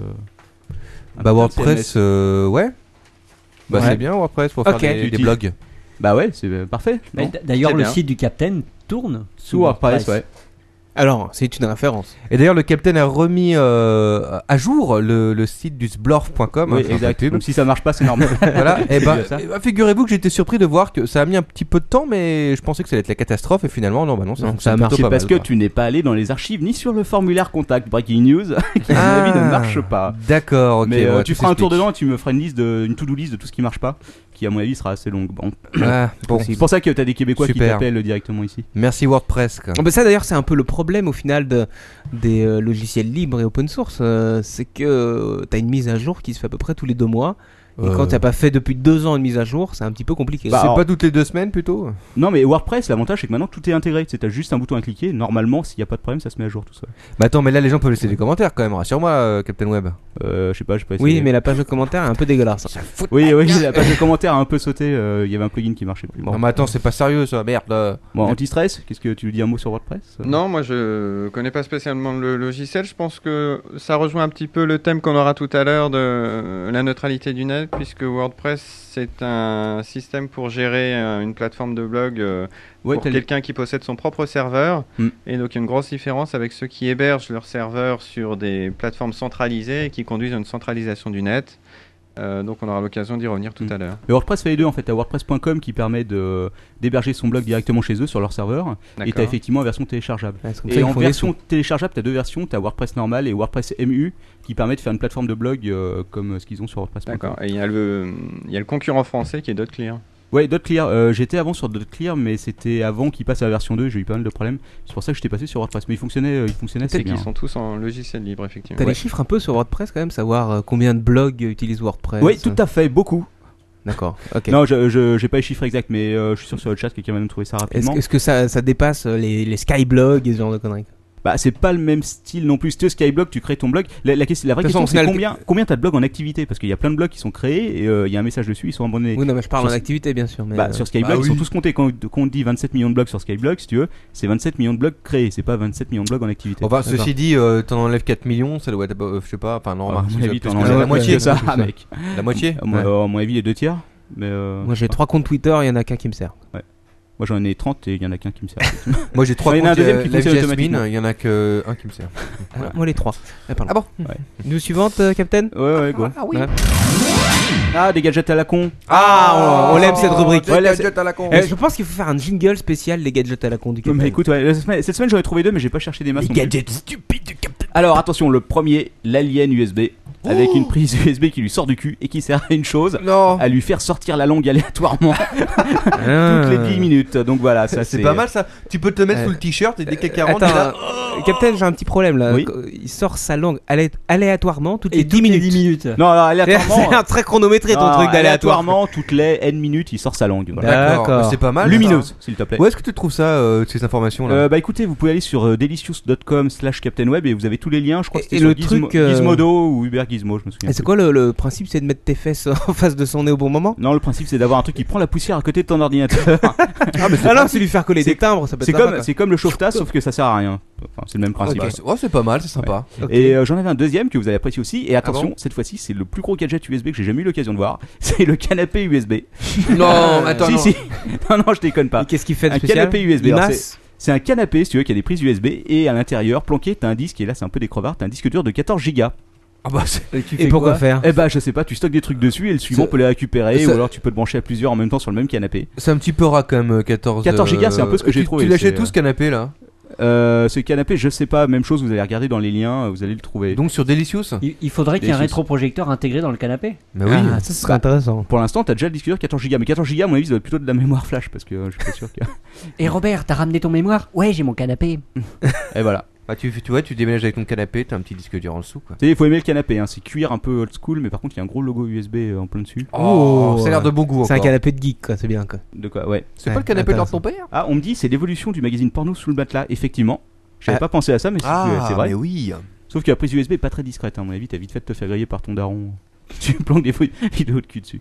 Speaker 2: Bah
Speaker 3: putain de
Speaker 2: WordPress,
Speaker 3: CMS.
Speaker 2: euh, ouais. Bah
Speaker 3: Ouais.
Speaker 2: c'est bien WordPress pour
Speaker 3: Ok.
Speaker 2: faire des, des
Speaker 3: Utile.
Speaker 2: blogs.
Speaker 3: Bah ouais, c'est euh, parfait.
Speaker 5: Mais
Speaker 3: non
Speaker 5: d- D'ailleurs,
Speaker 3: C'est
Speaker 5: le
Speaker 3: bien.
Speaker 5: site du Captain tourne
Speaker 3: Sous WordPress, ouais.
Speaker 7: Alors, c'est une référence.
Speaker 2: Et d'ailleurs le capitaine a remis euh, à jour le, le site du sblorf.com.
Speaker 3: Oui, exact. Donc si ça marche pas, c'est normal.
Speaker 2: hein, [laughs]
Speaker 3: [laughs]
Speaker 2: voilà. Et
Speaker 3: C'est
Speaker 2: ben,
Speaker 3: bien ça.
Speaker 2: eh ben, figurez-vous que j'étais surpris de voir que ça a mis un petit peu de temps, mais je pensais que ça allait être la catastrophe. Et finalement, non, bah non, ça,
Speaker 7: Non,
Speaker 2: fonctionne
Speaker 7: ça
Speaker 2: plutôt
Speaker 7: a marché
Speaker 2: pas
Speaker 3: parce
Speaker 2: mal,
Speaker 3: que
Speaker 2: quoi.
Speaker 3: tu n'es pas allé dans les archives ni sur le formulaire contact Breaking News [laughs] qui à mon avis ne
Speaker 2: Ah.
Speaker 3: marche pas.
Speaker 2: D'accord. ok,
Speaker 3: Mais euh,
Speaker 2: ouais,
Speaker 3: tu
Speaker 2: tout
Speaker 3: feras un tour
Speaker 2: s'explique.
Speaker 3: dedans, tu me feras une liste de, une to-do list de tout ce qui marche pas, qui à mon avis sera assez longue. Bon,
Speaker 2: Ah, bon.
Speaker 3: c'est pour ça que t'as des Québécois qui
Speaker 2: Super.
Speaker 3: t'appellent directement ici.
Speaker 2: Merci WordPress. quoi.
Speaker 7: Ah bah ça d'ailleurs c'est un peu le problème au final de, des euh, logiciels libres et open source, euh, c'est que euh, t'as une mise à jour qui se fait à peu près tous les deux mois. Et
Speaker 2: Euh.
Speaker 7: quand t'as pas fait depuis deux ans une mise à jour, c'est un petit peu compliqué.
Speaker 3: Bah,
Speaker 2: c'est
Speaker 3: alors-
Speaker 2: pas toutes les deux semaines plutôt
Speaker 3: Non mais WordPress, l'avantage c'est que maintenant tout est intégré. Tu sais, t'as juste un bouton à cliquer. Normalement, s'il n'y a pas de problème, ça se met à jour tout seul.
Speaker 2: Bah attends, mais là les gens peuvent laisser des commentaires quand même. Rassure-moi, euh, Captain Web.
Speaker 3: Euh, je sais pas, je sais pas.
Speaker 7: oui, mais la page de commentaire est un peu dégueulasse.
Speaker 3: oui, oui, la page de commentaires a un peu sauté. euh, Il y avait un plugin qui marchait plus.
Speaker 2: Non, mais attends, c'est pas sérieux ça. Merde. euh.
Speaker 3: Bon, anti-stress. Qu'est-ce que tu veux dis un mot sur WordPress
Speaker 10: Non, moi je connais pas spécialement le logiciel. Je pense que ça rejoint un petit peu le thème qu'on aura tout à l'heure de euh, la neutralité du net, puisque WordPress c'est un système pour gérer euh, une plateforme de blog euh,
Speaker 3: Ouais,
Speaker 10: pour
Speaker 3: t'as-
Speaker 10: quelqu'un qui possède son propre serveur.
Speaker 3: Hmm.
Speaker 10: Et donc il y a une grosse différence avec ceux qui hébergent leurs serveurs sur des plateformes centralisées et qui conduisent à une centralisation du net. Euh, donc on aura l'occasion d'y revenir tout à l'heure.
Speaker 3: Mais WordPress fait les deux en fait. T'as WordPress.com qui permet de d'héberger son blog directement chez eux sur leur serveur. Et
Speaker 10: D'accord.
Speaker 3: t'as effectivement une version téléchargeable.
Speaker 7: Ouais, c'est comme ça
Speaker 3: et
Speaker 7: qu'ils
Speaker 3: en
Speaker 7: font des
Speaker 3: version téléchargeable, t'as deux versions. T'as WordPress normal et WordPress MU qui permet de faire une plateforme de blog euh, comme euh, ce qu'ils ont sur WordPress.com.
Speaker 10: D'accord. Et il y, a le- il y a le concurrent français qui est DotClear.
Speaker 3: Ouais, DotClear. euh, j'étais avant sur DotClear, mais c'était avant qu'il passe à la version 2. J'ai eu pas mal de problèmes. C'est pour ça que j'étais passé sur WordPress. Mais il fonctionnait, euh, il fonctionnait assez
Speaker 10: C'est
Speaker 3: bien.
Speaker 10: qu'ils sont tous en logiciel libre, effectivement.
Speaker 7: T'as
Speaker 10: Ouais.
Speaker 7: les chiffres un peu sur WordPress quand même, savoir euh, combien de blogs utilisent WordPress.
Speaker 3: Oui, tout à fait, beaucoup.
Speaker 7: D'accord. Ok.
Speaker 3: Non, je, je- j'ai pas les chiffres exacts, mais euh, je suis sûr sur le chat que quelqu'un va nous trouver ça
Speaker 7: Est-ce
Speaker 3: rapidement.
Speaker 7: que- est-ce que ça, ça dépasse euh, les, les skyblogs et ce genre de conneries
Speaker 3: Bah, c'est pas le même style non plus. Tu sais, Skyblog, tu crées ton blog. La, la, question- la vraie
Speaker 7: De toute
Speaker 3: question,
Speaker 7: façon, au
Speaker 3: c'est
Speaker 7: final,
Speaker 3: combien, combien t'as de blogs en activité Parce qu'il y a plein de blogs qui sont créés et euh, il y a un message dessus, ils sont abonnés.
Speaker 7: Oui, non, mais je parle
Speaker 3: Sur-
Speaker 7: en activité bien sûr. Mais
Speaker 3: Bah,
Speaker 7: euh,
Speaker 3: sur Skyblog, ils sont tous comptés. Quand, quand on dit 27 millions de blogs sur Skyblog, si tu veux, c'est 27 millions de blogs créés, c'est pas 27 millions de blogs en activité.
Speaker 2: Bon bah,
Speaker 3: D'accord.
Speaker 2: ceci dit, euh, t'en enlèves 4 millions, ça doit être, euh, je sais pas, enfin non,
Speaker 3: Ah,
Speaker 2: remarque,
Speaker 3: à mon
Speaker 2: ça-
Speaker 3: avis,
Speaker 2: parce
Speaker 3: t'en
Speaker 2: que
Speaker 3: enlèves
Speaker 2: la
Speaker 3: plus que
Speaker 2: moitié,
Speaker 3: ça, Ah,
Speaker 2: ça.
Speaker 3: mec.
Speaker 2: La moitié
Speaker 3: À mon,
Speaker 2: Ouais.
Speaker 3: à mon avis, les deux tiers. Mais euh,
Speaker 7: Moi j'ai trois comptes Twitter, il y en a qu'un qui me sert.
Speaker 3: moi, j'en ai 30 et il y en a qu'un qui me sert. effectivement.
Speaker 2: Moi j'ai trois
Speaker 3: Il y en a un
Speaker 2: comptes,
Speaker 3: deuxième
Speaker 2: euh,
Speaker 3: qui
Speaker 2: Live
Speaker 3: fonctionne
Speaker 2: Jasmine,
Speaker 3: automatiquement.
Speaker 2: il y en a que un qui me sert.
Speaker 7: Ah, Moi les trois. Ah, pardon.
Speaker 2: bon
Speaker 7: News suivante, euh, Captain
Speaker 3: Ouais, ouais, go.
Speaker 2: Ah oui.
Speaker 7: Ouais.
Speaker 3: Ah, des gadgets à la con.
Speaker 7: Ah, on, on l'aime cette rubrique.
Speaker 3: Ouais, là,
Speaker 2: gadgets à la con.
Speaker 7: Eh, je pense qu'il faut faire un jingle spécial des gadgets à la con du
Speaker 3: Mais
Speaker 7: Captain.
Speaker 3: écoute, ouais, la semaine- cette semaine, j'en ai trouvé deux, mais j'ai pas cherché des masses.
Speaker 7: les
Speaker 3: non plus.
Speaker 7: gadgets stupides du Captain
Speaker 3: Alors attention, le premier, l'alien USB, avec une prise [laughs] USB qui lui sort du cul et qui sert à une chose, à lui faire sortir la langue aléatoirement
Speaker 7: Ah.
Speaker 3: toutes les 10 minutes. Donc voilà, ça
Speaker 4: C'est pas mal ça. Tu peux te mettre sous le t-shirt et dès qu'il y a 40,
Speaker 7: Attends,
Speaker 4: t'es là,
Speaker 7: euh, Captain, j'ai un petit problème là.
Speaker 3: Oui.
Speaker 7: Il sort sa langue alé- aléatoirement toutes les 10
Speaker 5: toutes les
Speaker 7: minutes.
Speaker 5: 10 minutes.
Speaker 3: Non, alors, aléatoirement.
Speaker 7: [laughs] C'est un très chronométré ton
Speaker 3: Non,
Speaker 7: truc d'aléatoire. Bah,
Speaker 3: aléatoirement, toutes les N minutes, il sort sa langue. Voilà.
Speaker 7: D'accord.
Speaker 4: Bah, C'est pas mal.
Speaker 7: hein.
Speaker 3: Lumineuse, s'il te plaît.
Speaker 4: ça. Où est-ce que tu trouves ça, euh, ces informations-là
Speaker 3: Euh, bah écoutez, vous pouvez aller sur euh, delicious.com slash captainweb et vous avez tous les liens. Je crois que
Speaker 7: Et-
Speaker 3: c'était
Speaker 7: et
Speaker 3: sur
Speaker 7: le
Speaker 3: Gizmo-
Speaker 7: truc, euh,
Speaker 3: Gizmodo ou Uber Gizmo, je me souviens.
Speaker 7: Et Eh, c'est quoi le, le principe C'est de mettre tes fesses [laughs] en face de son nez au bon moment
Speaker 3: Non, le principe c'est d'avoir un truc qui prend la poussière à côté de ton
Speaker 7: [laughs]
Speaker 3: ordinateur.
Speaker 7: Ah non, c'est lui faire coller des timbres,
Speaker 4: Bah,
Speaker 7: ça peut être
Speaker 3: c'est
Speaker 7: sympa,
Speaker 3: comme
Speaker 7: quoi.
Speaker 3: c'est comme le chauffetas sauf que ça sert à rien. Enfin, c'est le même principe.
Speaker 4: Ok. Oh, c'est pas mal, c'est sympa.
Speaker 3: Et euh, j'en avais un deuxième que vous avez apprécié aussi. Et attention,
Speaker 4: Ah bon
Speaker 3: cette fois-ci, c'est le plus gros gadget USB que j'ai jamais eu l'occasion de voir. [laughs] C'est le canapé USB.
Speaker 4: Non, attends.
Speaker 3: si
Speaker 4: non.
Speaker 3: si. [laughs] non non, je déconne pas.
Speaker 7: Et Qu'est-ce qu'il fait de
Speaker 3: bah, Un
Speaker 7: spécial
Speaker 3: canapé USB,
Speaker 7: Il
Speaker 3: alors
Speaker 7: masse
Speaker 3: C'est un canapé, si tu veux, qui a des prises USB et à l'intérieur, planqué, t'as un disque. Et là, c'est un peu des crevards. T'as un disque dur de 14 gigas.
Speaker 4: Ah bah, c'est-
Speaker 7: Et pourquoi faire
Speaker 3: Eh bah, je sais pas. Tu stockes des trucs dessus et le suivant
Speaker 4: Ah. Ça-
Speaker 3: peut les récupérer
Speaker 4: ça-
Speaker 3: ou alors tu peux te brancher à plusieurs en même temps sur le même canapé.
Speaker 4: c'est un petit peu rat quand même, euh, 14.
Speaker 3: 14 gigas, c'est un peu ce que
Speaker 4: tu-
Speaker 3: j'ai trouvé,
Speaker 4: Tu l'achètes
Speaker 3: c'est-
Speaker 4: tout ce canapé là
Speaker 3: Euh, ce canapé, je sais pas. Même chose. Vous allez regarder dans les liens. Vous allez le trouver.
Speaker 4: Donc sur Delicious
Speaker 5: Il il faudrait qu'il y ait un
Speaker 3: Des choses.
Speaker 5: rétroprojecteur intégré dans le canapé.
Speaker 4: Bah oui.
Speaker 7: Ah, ça, ce serait intéressant.
Speaker 3: Pour l'instant, t'as déjà le disque dur 14 Go, mais 14 Go, à mon avis, ça doit être plutôt de la mémoire flash parce que euh, je suis pas sûr que.
Speaker 5: Et Robert, t'as ramené ton mémoire Ouais, j'ai mon canapé.
Speaker 3: Et voilà.
Speaker 4: Bah, tu, tu vois, tu déménages avec ton canapé, t'as un petit disque dur en dessous quoi.
Speaker 3: Tu sais, il faut aimer le canapé, hein. c'est cuir un peu old school, mais par contre, il y a un gros logo USB euh, en plein dessus.
Speaker 4: Oh, ça a l'air de bon goût
Speaker 7: C'est un
Speaker 4: encore.
Speaker 7: canapé de geek, quoi, c'est bien, quoi.
Speaker 3: De quoi Ouais.
Speaker 4: C'est pas le canapé de l'ordre de ton père
Speaker 3: Ah, on me dit, c'est l'évolution du magazine porno sous le matelas, effectivement. J'avais
Speaker 4: Ah.
Speaker 3: pas pensé à ça, mais c'est euh, c'est vrai.
Speaker 4: mais oui.
Speaker 3: Sauf que la prise USB est pas très discrète, hein. à mon avis, t'as vite fait de te faire griller par ton daron. [laughs] tu planques des vidéos [laughs] de cul dessus.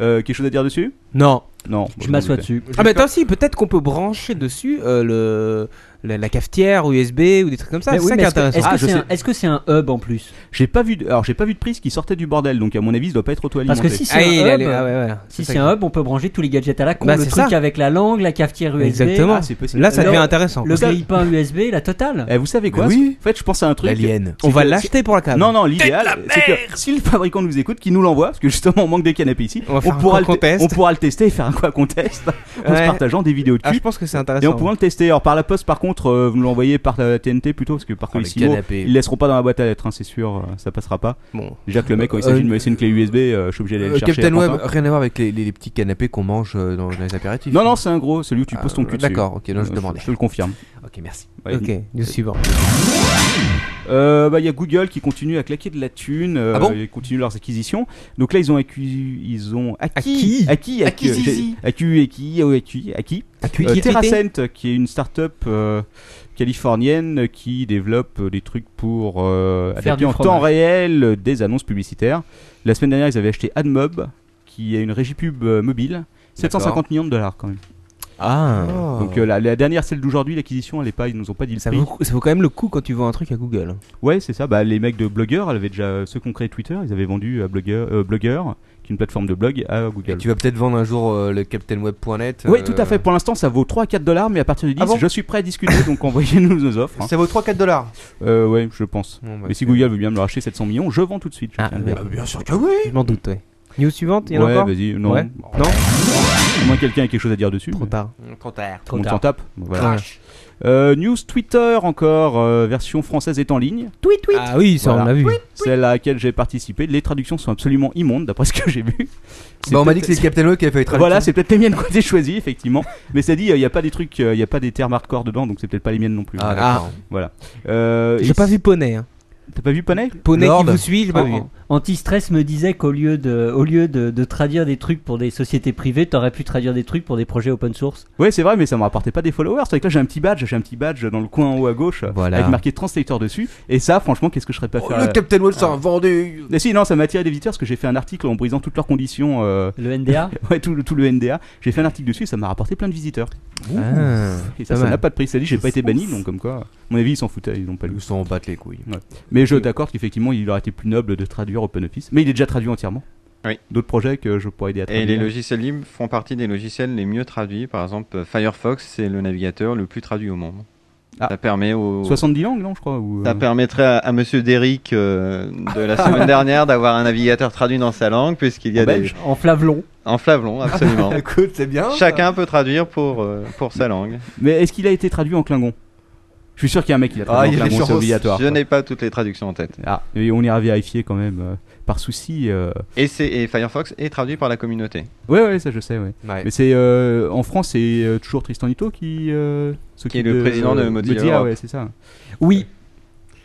Speaker 3: Euh, quelque chose à dire dessus
Speaker 7: Non.
Speaker 3: Non.
Speaker 5: Je m'assois euh,
Speaker 3: dessus
Speaker 5: dessus.
Speaker 7: Ah, mais attends, si, peut-être qu'on peut brancher dessus euh, le, la, la cafetière USB ou des trucs comme ça.
Speaker 5: Mais
Speaker 7: c'est
Speaker 5: oui,
Speaker 7: ça
Speaker 5: mais
Speaker 7: qui est
Speaker 5: est-ce que-
Speaker 7: intéressant.
Speaker 5: Est-ce que
Speaker 3: Ah, je
Speaker 5: c'est un-
Speaker 3: sais.
Speaker 5: est-ce que c'est un hub en plus
Speaker 3: J'ai pas vu. De... Alors j'ai pas vu de prise qui sortait du bordel, donc à mon avis, ça doit pas être auto-alimenté.
Speaker 5: Parce que si
Speaker 7: Ah,
Speaker 5: c'est
Speaker 7: il est
Speaker 5: un
Speaker 7: allé-
Speaker 5: hub,
Speaker 7: ah, ouais, ouais.
Speaker 5: si
Speaker 7: ça
Speaker 5: c'est
Speaker 7: qui-
Speaker 5: un hub, on peut branger tous les gadgets à la con,
Speaker 7: Bah,
Speaker 5: le
Speaker 7: c'est
Speaker 5: truc
Speaker 7: ça.
Speaker 5: avec la langue, la cafetière USB,
Speaker 7: Exactement.
Speaker 3: Ah, c'est possible.
Speaker 7: Là, ça
Speaker 5: Alors,
Speaker 7: devient intéressant.
Speaker 5: le grille-pain USB, la totale.
Speaker 3: Eh, vous savez quoi
Speaker 4: Mais oui.
Speaker 3: En fait, je pense à un truc.
Speaker 4: L'alien.
Speaker 7: On va
Speaker 3: que-
Speaker 7: l'acheter pour la cave.
Speaker 3: Non, non, l'idéal, c'est que si le fabricant nous écoute, qu'il nous l'envoie, parce que justement, on manque de canapé ici,
Speaker 7: On va faire un
Speaker 3: pourra,
Speaker 7: quoi
Speaker 3: le te-
Speaker 7: contest.
Speaker 3: on pourra le tester et faire un quoi contest en se
Speaker 7: Ouais.
Speaker 3: partageant des vidéos de
Speaker 7: Ah, je
Speaker 3: cul.
Speaker 7: pense que c'est
Speaker 3: et
Speaker 7: intéressant.
Speaker 3: en pouvant le tester. Alors, par la poste, par contre, euh, vous nous l'envoyez par la TNT plutôt, parce que par
Speaker 4: Oh,
Speaker 3: contre,
Speaker 4: le
Speaker 3: ici, ils
Speaker 4: canapé.
Speaker 3: ils laisseront pas dans la boîte à lettres, hein, c'est sûr, euh, ça passera pas.
Speaker 7: Bon.
Speaker 3: Déjà que le mec, quand il s'agit de me laisser une clé USB, euh, je suis obligé d'aller le
Speaker 4: Euh,
Speaker 3: chercher. à
Speaker 4: Captain Web,
Speaker 3: Pantin.
Speaker 4: rien à voir avec les, les- les petits canapés qu'on mange euh, dans, dans les apéritifs.
Speaker 3: Non, non, c'est un gros, celui où tu poses ton
Speaker 4: Ah,
Speaker 3: cul dessus.
Speaker 4: D'accord, ok, non, je
Speaker 3: Euh,
Speaker 4: demandais.
Speaker 3: Je te le confirme.
Speaker 4: Ok, merci.
Speaker 3: Ouais,
Speaker 7: Ok, le suivant.
Speaker 3: Euh, bah, il y a Google qui continue à claquer de la thune, euh,
Speaker 4: Ah bon
Speaker 3: ils continuent leurs acquisitions. Donc là, ils ont acquis, ils ont acquis, acquis,
Speaker 7: Acquis.
Speaker 3: acquis,
Speaker 4: Acquisizi.
Speaker 3: acquis, acquis, euh, acquis, acquis.
Speaker 5: Ah,
Speaker 7: Acquis.
Speaker 3: Euh, TerraCent, qui est une start-up euh, californienne qui développe euh, des trucs pour euh,
Speaker 5: Faire
Speaker 3: adapter
Speaker 5: du
Speaker 3: en
Speaker 5: fromage.
Speaker 3: temps réel euh, des annonces publicitaires. La semaine dernière, ils avaient acheté AdMob, qui est une régie pub euh, mobile. 750 millions de dollars quand même.
Speaker 7: Ah.
Speaker 4: Oh.
Speaker 2: Oh.
Speaker 3: Donc euh, la, la dernière, celle d'aujourd'hui, l'acquisition, elle est pas, ils nous ont pas dit le
Speaker 7: Ça
Speaker 3: prix.
Speaker 7: vaut, ça vaut quand même le coup quand tu vends un truc à Google.
Speaker 3: Ouais, c'est ça. Bah, les mecs de Blogueur, avaient déjà euh, ceux qui ont créé Twitter, ils avaient vendu à Blogueur, euh, Blogueur, qui est une plateforme de blog, à
Speaker 4: Et
Speaker 3: Google.
Speaker 4: tu vas peut-être vendre un jour euh, le CaptainWeb.net.
Speaker 3: Oui,
Speaker 4: euh,
Speaker 3: tout à fait. Pour l'instant, ça vaut 3 à 4 dollars, mais à partir du 10,
Speaker 4: Ah bon
Speaker 3: je suis prêt à discuter, donc envoyez-nous nos offres. hein.
Speaker 4: Ça vaut 3-4 dollars.
Speaker 3: [laughs] Euh, ouais, je pense.
Speaker 4: Bon, bah,
Speaker 3: mais si Google veut bien me le racheter 700 millions, je vends tout de suite. je
Speaker 7: Ah,
Speaker 3: tiens à le
Speaker 7: ouais.
Speaker 3: dire.
Speaker 4: Bien sûr que oui.
Speaker 7: Je m'en doute, ouais. News suivante, il y en a
Speaker 3: ouais,
Speaker 7: encore
Speaker 3: vas-y. Non.
Speaker 7: Ouais.
Speaker 3: Bon, Au moins quelqu'un a quelque chose à dire dessus.
Speaker 7: Trop
Speaker 3: mais
Speaker 7: tard.
Speaker 4: Trop tard.
Speaker 5: Trop
Speaker 3: on
Speaker 5: tard.
Speaker 3: s'en tape. Voilà.
Speaker 7: Ouais.
Speaker 3: Euh, news Twitter encore, euh, version française est en ligne.
Speaker 7: Ah oui, ça on
Speaker 3: Voilà.
Speaker 7: l'a vu.
Speaker 3: Celle à laquelle j'ai participé. Les traductions sont absolument immondes, d'après ce que j'ai vu. C'est
Speaker 4: Bah, on m'a dit
Speaker 3: peut-être-
Speaker 4: que c'est le Captain Web qui avait fait les traductions.
Speaker 3: Voilà, c'est peut-être les miennes qui ont été choisies, effectivement. Mais ça dit, il n'y a pas des trucs, il n'y a pas des termes hardcore dedans, donc c'est peut-être pas les miennes non plus.
Speaker 4: Ah, d'accord.
Speaker 3: Voilà. Euh, et
Speaker 7: J'ai pas
Speaker 3: si-
Speaker 7: vu Poney. hein.
Speaker 3: T'as pas vu Panay
Speaker 7: Poney
Speaker 4: Lord.
Speaker 7: qui vous suit, j'ai pas vu.
Speaker 5: An- Anti-stress me disait qu'au lieu, de, au lieu de, de traduire des trucs pour des sociétés privées, t'aurais pu traduire des trucs pour des projets open source.
Speaker 3: Ouais, c'est vrai, mais ça me rapportait pas des followers. C'est vrai que là, j'ai un petit badge, j'ai un petit badge dans le coin en haut à gauche,
Speaker 4: Voilà.
Speaker 3: avec marqué Translator dessus. Et ça, franchement, qu'est-ce que je serais pas
Speaker 4: Oh,
Speaker 3: faire euh,
Speaker 4: le Captain Web,
Speaker 3: Ah.
Speaker 4: ça a vendu.
Speaker 3: Mais si, non, ça m'a attiré des visiteurs parce que j'ai fait un article en brisant toutes leurs conditions, euh, [laughs]
Speaker 5: Le NDA
Speaker 3: ouais, tout, le- tout le NDA. J'ai fait un article dessus, ça m'a rapporté plein de visiteurs.
Speaker 5: oh.
Speaker 4: Ah.
Speaker 3: Et ça,
Speaker 7: Pas
Speaker 3: ça
Speaker 7: mal.
Speaker 3: n'a pas de prix. Ça dit, j'ai pas été banni, donc comme quoi, à mon avis, ils s'en foutaient, ils n'ont pas lu.
Speaker 4: Ils s'en battent les couilles.
Speaker 3: Mais je t'accorde qu'effectivement, il aurait été plus noble de traduire OpenOffice. Mais il est déjà traduit entièrement.
Speaker 10: Oui.
Speaker 3: D'autres projets que je pourrais aider à traduire.
Speaker 10: Et les logiciels libres font partie des logiciels les mieux traduits. Par exemple, euh, Firefox, c'est le navigateur le plus traduit au monde.
Speaker 3: Ah.
Speaker 10: Ça permet au...
Speaker 3: 70 langues, non, je crois ou, euh,
Speaker 10: Ça permettrait à, à Monsieur Derrick euh, de la [laughs] semaine dernière d'avoir un navigateur traduit dans sa langue, puisqu'il y a
Speaker 3: En
Speaker 10: des...
Speaker 3: belge
Speaker 5: [laughs] en flavelon.
Speaker 10: En flavelon, [laughs] absolument.
Speaker 4: Écoute, c'est bien.
Speaker 10: Chacun peut traduire pour, euh, pour sa langue.
Speaker 3: Mais est-ce qu'il a été traduit en Klingon Je suis sûr qu'il y a un mec qui l'a
Speaker 10: Ah,
Speaker 3: traduit
Speaker 10: il
Speaker 3: en
Speaker 10: y a des
Speaker 3: flamand, c'est
Speaker 10: chances.
Speaker 3: obligatoire.
Speaker 10: Je
Speaker 3: quoi.
Speaker 10: n'ai pas toutes les traductions en tête.
Speaker 3: Ah, et on ira vérifier quand même, euh, par souci. euh,
Speaker 10: Et, c'est- et Firefox est traduit par la communauté.
Speaker 3: Ouais, ouais, ça je sais, ouais.
Speaker 10: Ouais.
Speaker 3: Mais c'est euh, en France, c'est euh, toujours Tristan Ito qui, euh, s'occupe euh,
Speaker 10: Qui est le président de Mozilla Europe.
Speaker 3: ouais, c'est ça.
Speaker 5: Oui.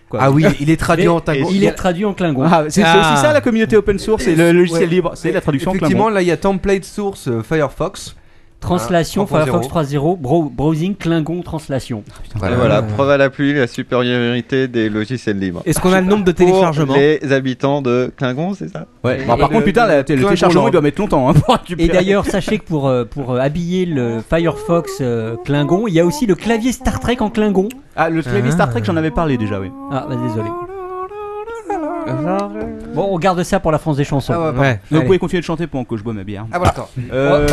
Speaker 3: Quoi
Speaker 2: Ah oui, il est traduit
Speaker 3: Mais-
Speaker 2: en Klingon.
Speaker 7: Oh,
Speaker 5: Il est traduit en Klingon.
Speaker 3: Ah, c'est c'est
Speaker 2: Ah.
Speaker 3: aussi ça la communauté open source et le logiciel
Speaker 2: Ouais.
Speaker 3: libre, c'est la traduction en
Speaker 2: Effectivement,
Speaker 3: Klingon.
Speaker 2: là, il y a template source euh, Firefox.
Speaker 5: Translation
Speaker 7: Ah,
Speaker 2: Hein, 3.0.
Speaker 5: Firefox 3.0, bro- browsing Klingon translation.
Speaker 10: Et voilà, preuve à la pluie, la supériorité des logiciels libres.
Speaker 7: Est-ce qu'on a le nombre de
Speaker 10: Pour
Speaker 7: téléchargements
Speaker 10: Les habitants de Klingon, c'est ça
Speaker 3: Ouais.
Speaker 5: Et-
Speaker 3: Bon, par
Speaker 5: et
Speaker 3: contre,
Speaker 5: le-
Speaker 3: putain, la- le
Speaker 5: Klingon
Speaker 3: téléchargement il
Speaker 5: Land.
Speaker 3: doit mettre longtemps hein, pour récupérer.
Speaker 5: Et d'ailleurs, sachez que pour, euh, pour euh, habiller le Firefox euh, Klingon, il y a aussi le clavier Star Trek en Klingon.
Speaker 3: Ah, le clavier
Speaker 2: Ah.
Speaker 3: Star Trek, j'en avais parlé déjà, oui.
Speaker 5: Ah, bah, désolé. Bon, on garde ça pour la France des chansons.
Speaker 2: Ah ouais, pardon.
Speaker 7: Ouais.
Speaker 3: Donc, vous
Speaker 7: Allez.
Speaker 3: pouvez continuer de chanter pendant que je bois ma bière.
Speaker 2: Ah voilà, attends.
Speaker 3: Euh,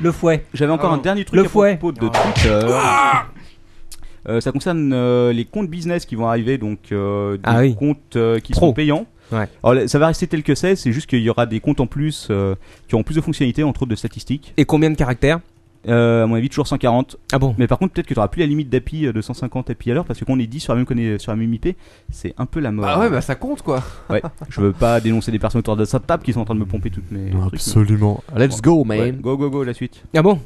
Speaker 5: Le fouet.
Speaker 3: J'avais encore
Speaker 2: Ah
Speaker 3: un
Speaker 2: bon.
Speaker 3: dernier truc
Speaker 5: Le
Speaker 3: à
Speaker 5: fouet.
Speaker 3: propos de Twitter. Euh, ça concerne euh, les comptes business qui vont arriver, donc euh, des
Speaker 7: Ah oui.
Speaker 3: comptes euh, qui
Speaker 7: Pro.
Speaker 3: sont payants.
Speaker 7: Ouais.
Speaker 3: Alors, là, ça va rester tel que c'est, c'est juste qu'il y aura des comptes en plus euh, qui auront plus de fonctionnalités, entre autres de statistiques.
Speaker 7: Et combien de caractères
Speaker 3: Euh, à mon avis, toujours 140.
Speaker 7: Ah bon
Speaker 3: Mais par contre, peut-être que tu n'auras plus la limite d'API euh, de 150 API à l'heure, parce que quand on est 10 sur la même, conna- sur la même IP, c'est un peu la mort.
Speaker 2: Bah ouais, bah ça compte quoi.
Speaker 3: Ouais. Je veux pas dénoncer des personnes autour de cette table qui sont en train de me pomper toutes mes. trucs,
Speaker 1: Absolument. Let's go,
Speaker 3: mais- Ouais.
Speaker 1: man.
Speaker 3: Go, go, go, la suite.
Speaker 7: Ah bon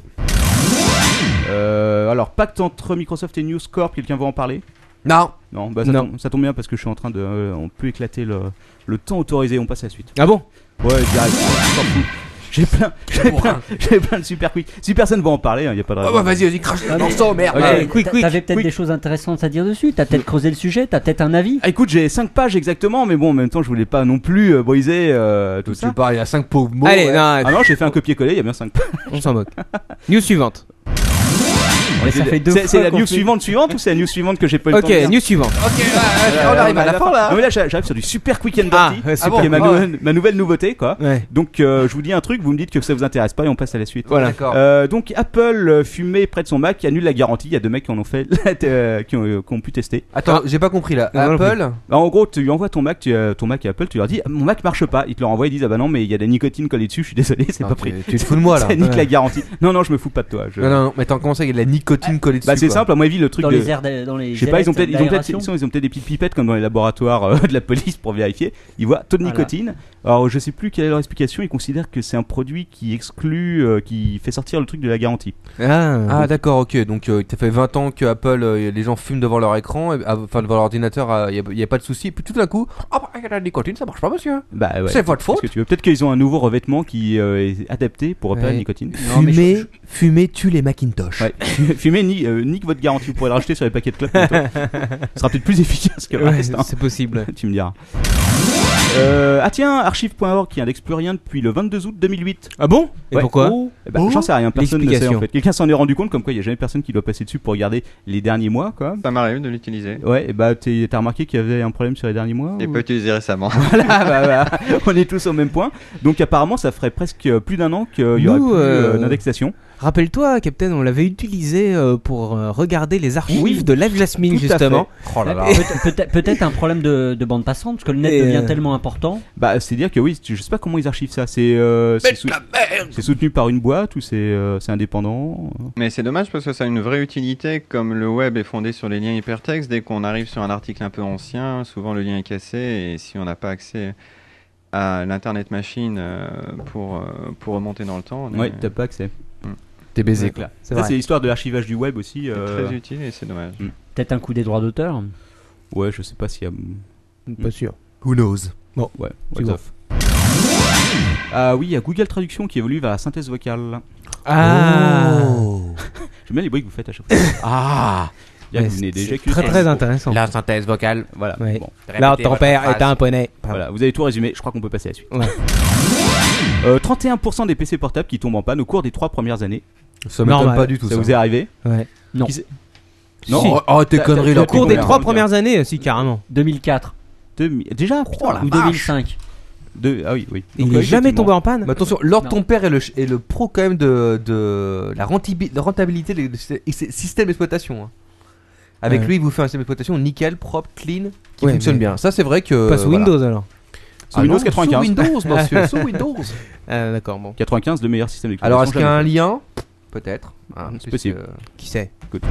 Speaker 3: Euh, alors, pacte entre Microsoft et News Corp, quelqu'un veut en parler
Speaker 2: Non.
Speaker 3: Non, bah ça,
Speaker 7: Non.
Speaker 3: Tombe, ça tombe bien parce que je suis en train de. euh, on peut éclater le, le temps autorisé, on passe à la suite.
Speaker 7: Ah bon
Speaker 3: Ouais, direct, on s'en fout. J'ai plein, j'ai plein, [laughs] j'ai plein de super quick. Si personne veut en parler, il a pas de
Speaker 2: Oh
Speaker 3: raison.
Speaker 2: bah vas-y, vas-y, crache le
Speaker 5: Ah, mais-
Speaker 2: morceau, merde.
Speaker 3: Ok.
Speaker 5: Ah,
Speaker 2: Ouais.
Speaker 3: quick,
Speaker 5: t'a-
Speaker 3: quick,
Speaker 5: T'avais peut-être
Speaker 3: quick.
Speaker 5: des choses intéressantes à dire dessus. T'as peut-être creusé le sujet. T'as peut-être un avis.
Speaker 3: Ah, écoute, j'ai 5 pages exactement, mais bon, en même temps, je voulais pas non plus euh, briser euh, tout
Speaker 2: Tu
Speaker 3: ça.
Speaker 2: parles, il y a 5 pauvres mots.
Speaker 7: Allez,
Speaker 2: ouais.
Speaker 7: non,
Speaker 3: Ah non, j'ai fait un copier-coller, il y a bien 5 pages.
Speaker 7: on s'en
Speaker 3: [laughs]
Speaker 7: moque. News suivante.
Speaker 5: Mais ça fait deux
Speaker 3: C'est- C'est
Speaker 5: fois
Speaker 3: la
Speaker 5: qu'on
Speaker 3: news
Speaker 5: fait-
Speaker 3: suivante suivante ou c'est la news suivante que j'ai pas eu le temps
Speaker 7: Ok,
Speaker 3: de Ah, lire
Speaker 7: news suivante.
Speaker 2: Ok, bah, on arrive à la fin là.
Speaker 3: Non mais là j'a- j'arrive sur du super quick and dirty.
Speaker 7: Ah, ouais,
Speaker 3: qui
Speaker 7: super.
Speaker 3: est ma,
Speaker 2: Ah
Speaker 3: nouvelle, ma nouvelle nouveauté quoi.
Speaker 7: Ouais.
Speaker 3: Donc euh, je vous dis un truc, vous me dites que ça vous intéresse pas et on passe à la suite.
Speaker 2: Voilà. D'accord.
Speaker 3: Euh, donc Apple euh, fumé près de son Mac qui annule la garantie. Il y a deux mecs qui en ont fait, [laughs] la- euh, qui, ont, euh, qui ont pu tester.
Speaker 2: Attends, j'ai pas compris là.
Speaker 7: Non, non,
Speaker 2: Apple
Speaker 3: Alors, en gros, tu lui envoies ton Mac, tu, euh, ton Mac à Apple, tu leur dis Ah, mon Mac marche pas. Ils te le renvoient, ils disent ah bah non mais il y a de la nicotine collée dessus. Je suis désolé, c'est
Speaker 2: Non,
Speaker 3: pas
Speaker 2: tu-
Speaker 3: pris.
Speaker 2: Tu te fous de [laughs]
Speaker 3: [laughs]
Speaker 2: moi là.
Speaker 3: ça nique
Speaker 2: Ouais.
Speaker 3: la garantie. Non non, je me fous pas de toi. je-
Speaker 2: Non, non, non, mais attends, comment ça, il y a de la nicotine collée dessus
Speaker 3: Bah c'est
Speaker 2: quoi.
Speaker 3: simple à mon avis le truc.
Speaker 5: Dans
Speaker 3: de-
Speaker 5: les airs, d'a- dans les.
Speaker 3: Je sais pas, ils ont peut-être
Speaker 5: ailettes
Speaker 3: ils ont peut-être
Speaker 5: d'aération.
Speaker 3: ils ont- ils ont peut-être des petites pipettes comme dans les laboratoires euh, [laughs] de la police pour vérifier. Ils voient taux de
Speaker 5: Voilà.
Speaker 3: nicotine. Alors je sais plus quelle est leur explication. Ils considèrent que c'est un produit qui exclut, euh, qui fait sortir le truc de la garantie.
Speaker 7: Ah,
Speaker 2: Ah d'accord, ok. Donc euh, ça fait 20 ans que Apple, euh, les gens fument devant leur écran, et- ah, enfin devant leur ordinateur, il n'y a, pas de souci. Puis tout d'un coup, ah bah il y a de la nicotine, ça marche pas monsieur.
Speaker 3: Bah ouais.
Speaker 2: c'est votre
Speaker 3: Qu'est-ce
Speaker 2: faute.
Speaker 3: que tu veux Peut-être qu'ils ont un nouveau revêtement qui euh, est adapté pour repérer
Speaker 2: Ouais.
Speaker 3: la nicotine. [laughs]
Speaker 5: Non, mais je- je-
Speaker 2: fumer tue les Macintosh.
Speaker 3: Ouais. Fumez ni, euh, nique votre garantie. Vous pourrez le racheter sur les paquets de clopes. bientôt. Ce sera peut-être plus efficace que le
Speaker 7: Ouais,
Speaker 3: reste. hein.
Speaker 7: c'est possible.
Speaker 3: [laughs] tu me diras. Euh, ah tiens, archive.org qui indexe plus rien depuis le 22 août 2008.
Speaker 7: Ah bon Et
Speaker 3: Ouais.
Speaker 7: pourquoi
Speaker 3: Eh ben, J'en sais rien, personne ne sait en
Speaker 7: L'explication.
Speaker 3: fait. Quelqu'un s'en est rendu compte comme quoi il n'y a jamais personne qui doit passer dessus pour regarder les derniers mois quoi.
Speaker 10: Ça m'arrive de l'utiliser.
Speaker 3: Ouais, et bah t'es- t'as remarqué qu'il y avait un problème sur les derniers mois
Speaker 10: Et
Speaker 3: ou-
Speaker 10: pas utilisé récemment.
Speaker 3: [laughs] Ah, bah, bah, [laughs] On est tous au même point. Donc apparemment ça ferait presque euh, plus d'un an qu'il y aurait
Speaker 7: Nous,
Speaker 3: plus euh,
Speaker 7: euh,
Speaker 3: d'indexation.
Speaker 7: Rappelle-toi, Captain, on l'avait utilisé euh, pour euh, regarder les archives de Live Jasmine,
Speaker 3: tout à
Speaker 7: justement.
Speaker 2: Oh là là.
Speaker 5: Peut- Peut-être peut-être un problème de, de bande passante, parce que le net
Speaker 7: Et,
Speaker 5: devient
Speaker 7: euh,
Speaker 5: tellement important.
Speaker 3: Bah c'est dire que oui, tu- je sais pas comment ils archivent ça. C'est euh, c'est sou- c'est soutenu par une boîte ou c'est euh, c'est indépendant euh.
Speaker 10: Mais c'est dommage parce que ça a une vraie utilité, comme le web est fondé sur les liens hypertextes, dès qu'on arrive sur un article un peu ancien, souvent le lien est cassé, et si on n'a pas accès à l'Internet Machine euh, pour, euh, pour remonter dans le temps, on est-
Speaker 3: Ouais, t'as pas accès.
Speaker 2: T'es baisé.
Speaker 3: Clair.
Speaker 7: C'est
Speaker 3: Ça
Speaker 7: vrai.
Speaker 3: c'est l'histoire de l'archivage du web aussi.
Speaker 10: c'est
Speaker 3: euh,
Speaker 10: très utile et c'est dommage.
Speaker 5: Peut-être un coup des droits d'auteur.
Speaker 3: Ouais, je sais pas s'il y a.
Speaker 7: Pas sûr.
Speaker 2: Who knows
Speaker 3: Bon, ouais.
Speaker 7: Tu vois.
Speaker 3: Ah oui, il y a Google Traduction qui évolue vers la synthèse vocale.
Speaker 7: Ah,
Speaker 3: Oh. J'aime bien les bruits que vous faites à chaque fois.
Speaker 2: Ah
Speaker 3: Bien,
Speaker 7: Ouais,
Speaker 3: vous venez
Speaker 7: c'est-
Speaker 3: déjà
Speaker 7: c'est
Speaker 3: que
Speaker 7: très
Speaker 3: sur-
Speaker 7: très intéressant.
Speaker 2: La synthèse vocale.
Speaker 3: Voilà.
Speaker 7: Ouais.
Speaker 3: Bon,
Speaker 7: Là, ton père est un poney.
Speaker 3: voilà, vous avez tout résumé, je crois qu'on peut passer à la suite.
Speaker 7: Ouais.
Speaker 3: Euh, 31% des PC portables qui tombent en panne au cours des 3 premières années.
Speaker 2: Ça m'étonne
Speaker 7: Normal.
Speaker 2: pas du tout.
Speaker 3: ça
Speaker 2: Ça
Speaker 3: vous est arrivé
Speaker 7: Ouais.
Speaker 5: Non.
Speaker 3: Qui c'est-
Speaker 2: Non,
Speaker 3: Si.
Speaker 2: oh, oh, tes
Speaker 3: T'as-
Speaker 2: conneries
Speaker 3: t'as-
Speaker 2: là.
Speaker 7: Au cours des
Speaker 3: combien,
Speaker 7: trois
Speaker 3: combien
Speaker 7: premières années, euh, si carrément.
Speaker 5: 2004
Speaker 3: Demi- Déjà putain,
Speaker 5: ou 2005.
Speaker 3: deux- Ah oui, oui. Donc,
Speaker 7: Il
Speaker 3: euh,
Speaker 7: est jamais tombé en panne.
Speaker 2: Mais attention, Lord
Speaker 5: Non.
Speaker 2: ton père est le, ch- est le pro quand même de, de la rentibi- de rentabilité des des sy- sy- systèmes d'exploitation. hein. Avec
Speaker 7: Ouais.
Speaker 2: lui, il vous fait un système d'exploitation nickel, propre, clean, qui
Speaker 7: Ouais,
Speaker 2: fonctionne
Speaker 7: mais-
Speaker 2: bien. Ça, c'est vrai que.
Speaker 7: Pas
Speaker 3: euh,
Speaker 7: sous
Speaker 2: voilà. Ah
Speaker 7: Windows alors.
Speaker 3: Sous Windows
Speaker 2: non,
Speaker 3: 95.
Speaker 2: Sous Windows, monsieur, sous Windows.
Speaker 7: Ah, d'accord, bon.
Speaker 3: effectivement, 95, le meilleur système
Speaker 2: Alors,
Speaker 3: d'exploitation
Speaker 2: est-ce qu'il y a un
Speaker 3: jamais fait.
Speaker 2: lien Peut-être. hein,
Speaker 3: C'est
Speaker 2: puisque-
Speaker 3: possible.
Speaker 7: Qui sait
Speaker 3: Écoute.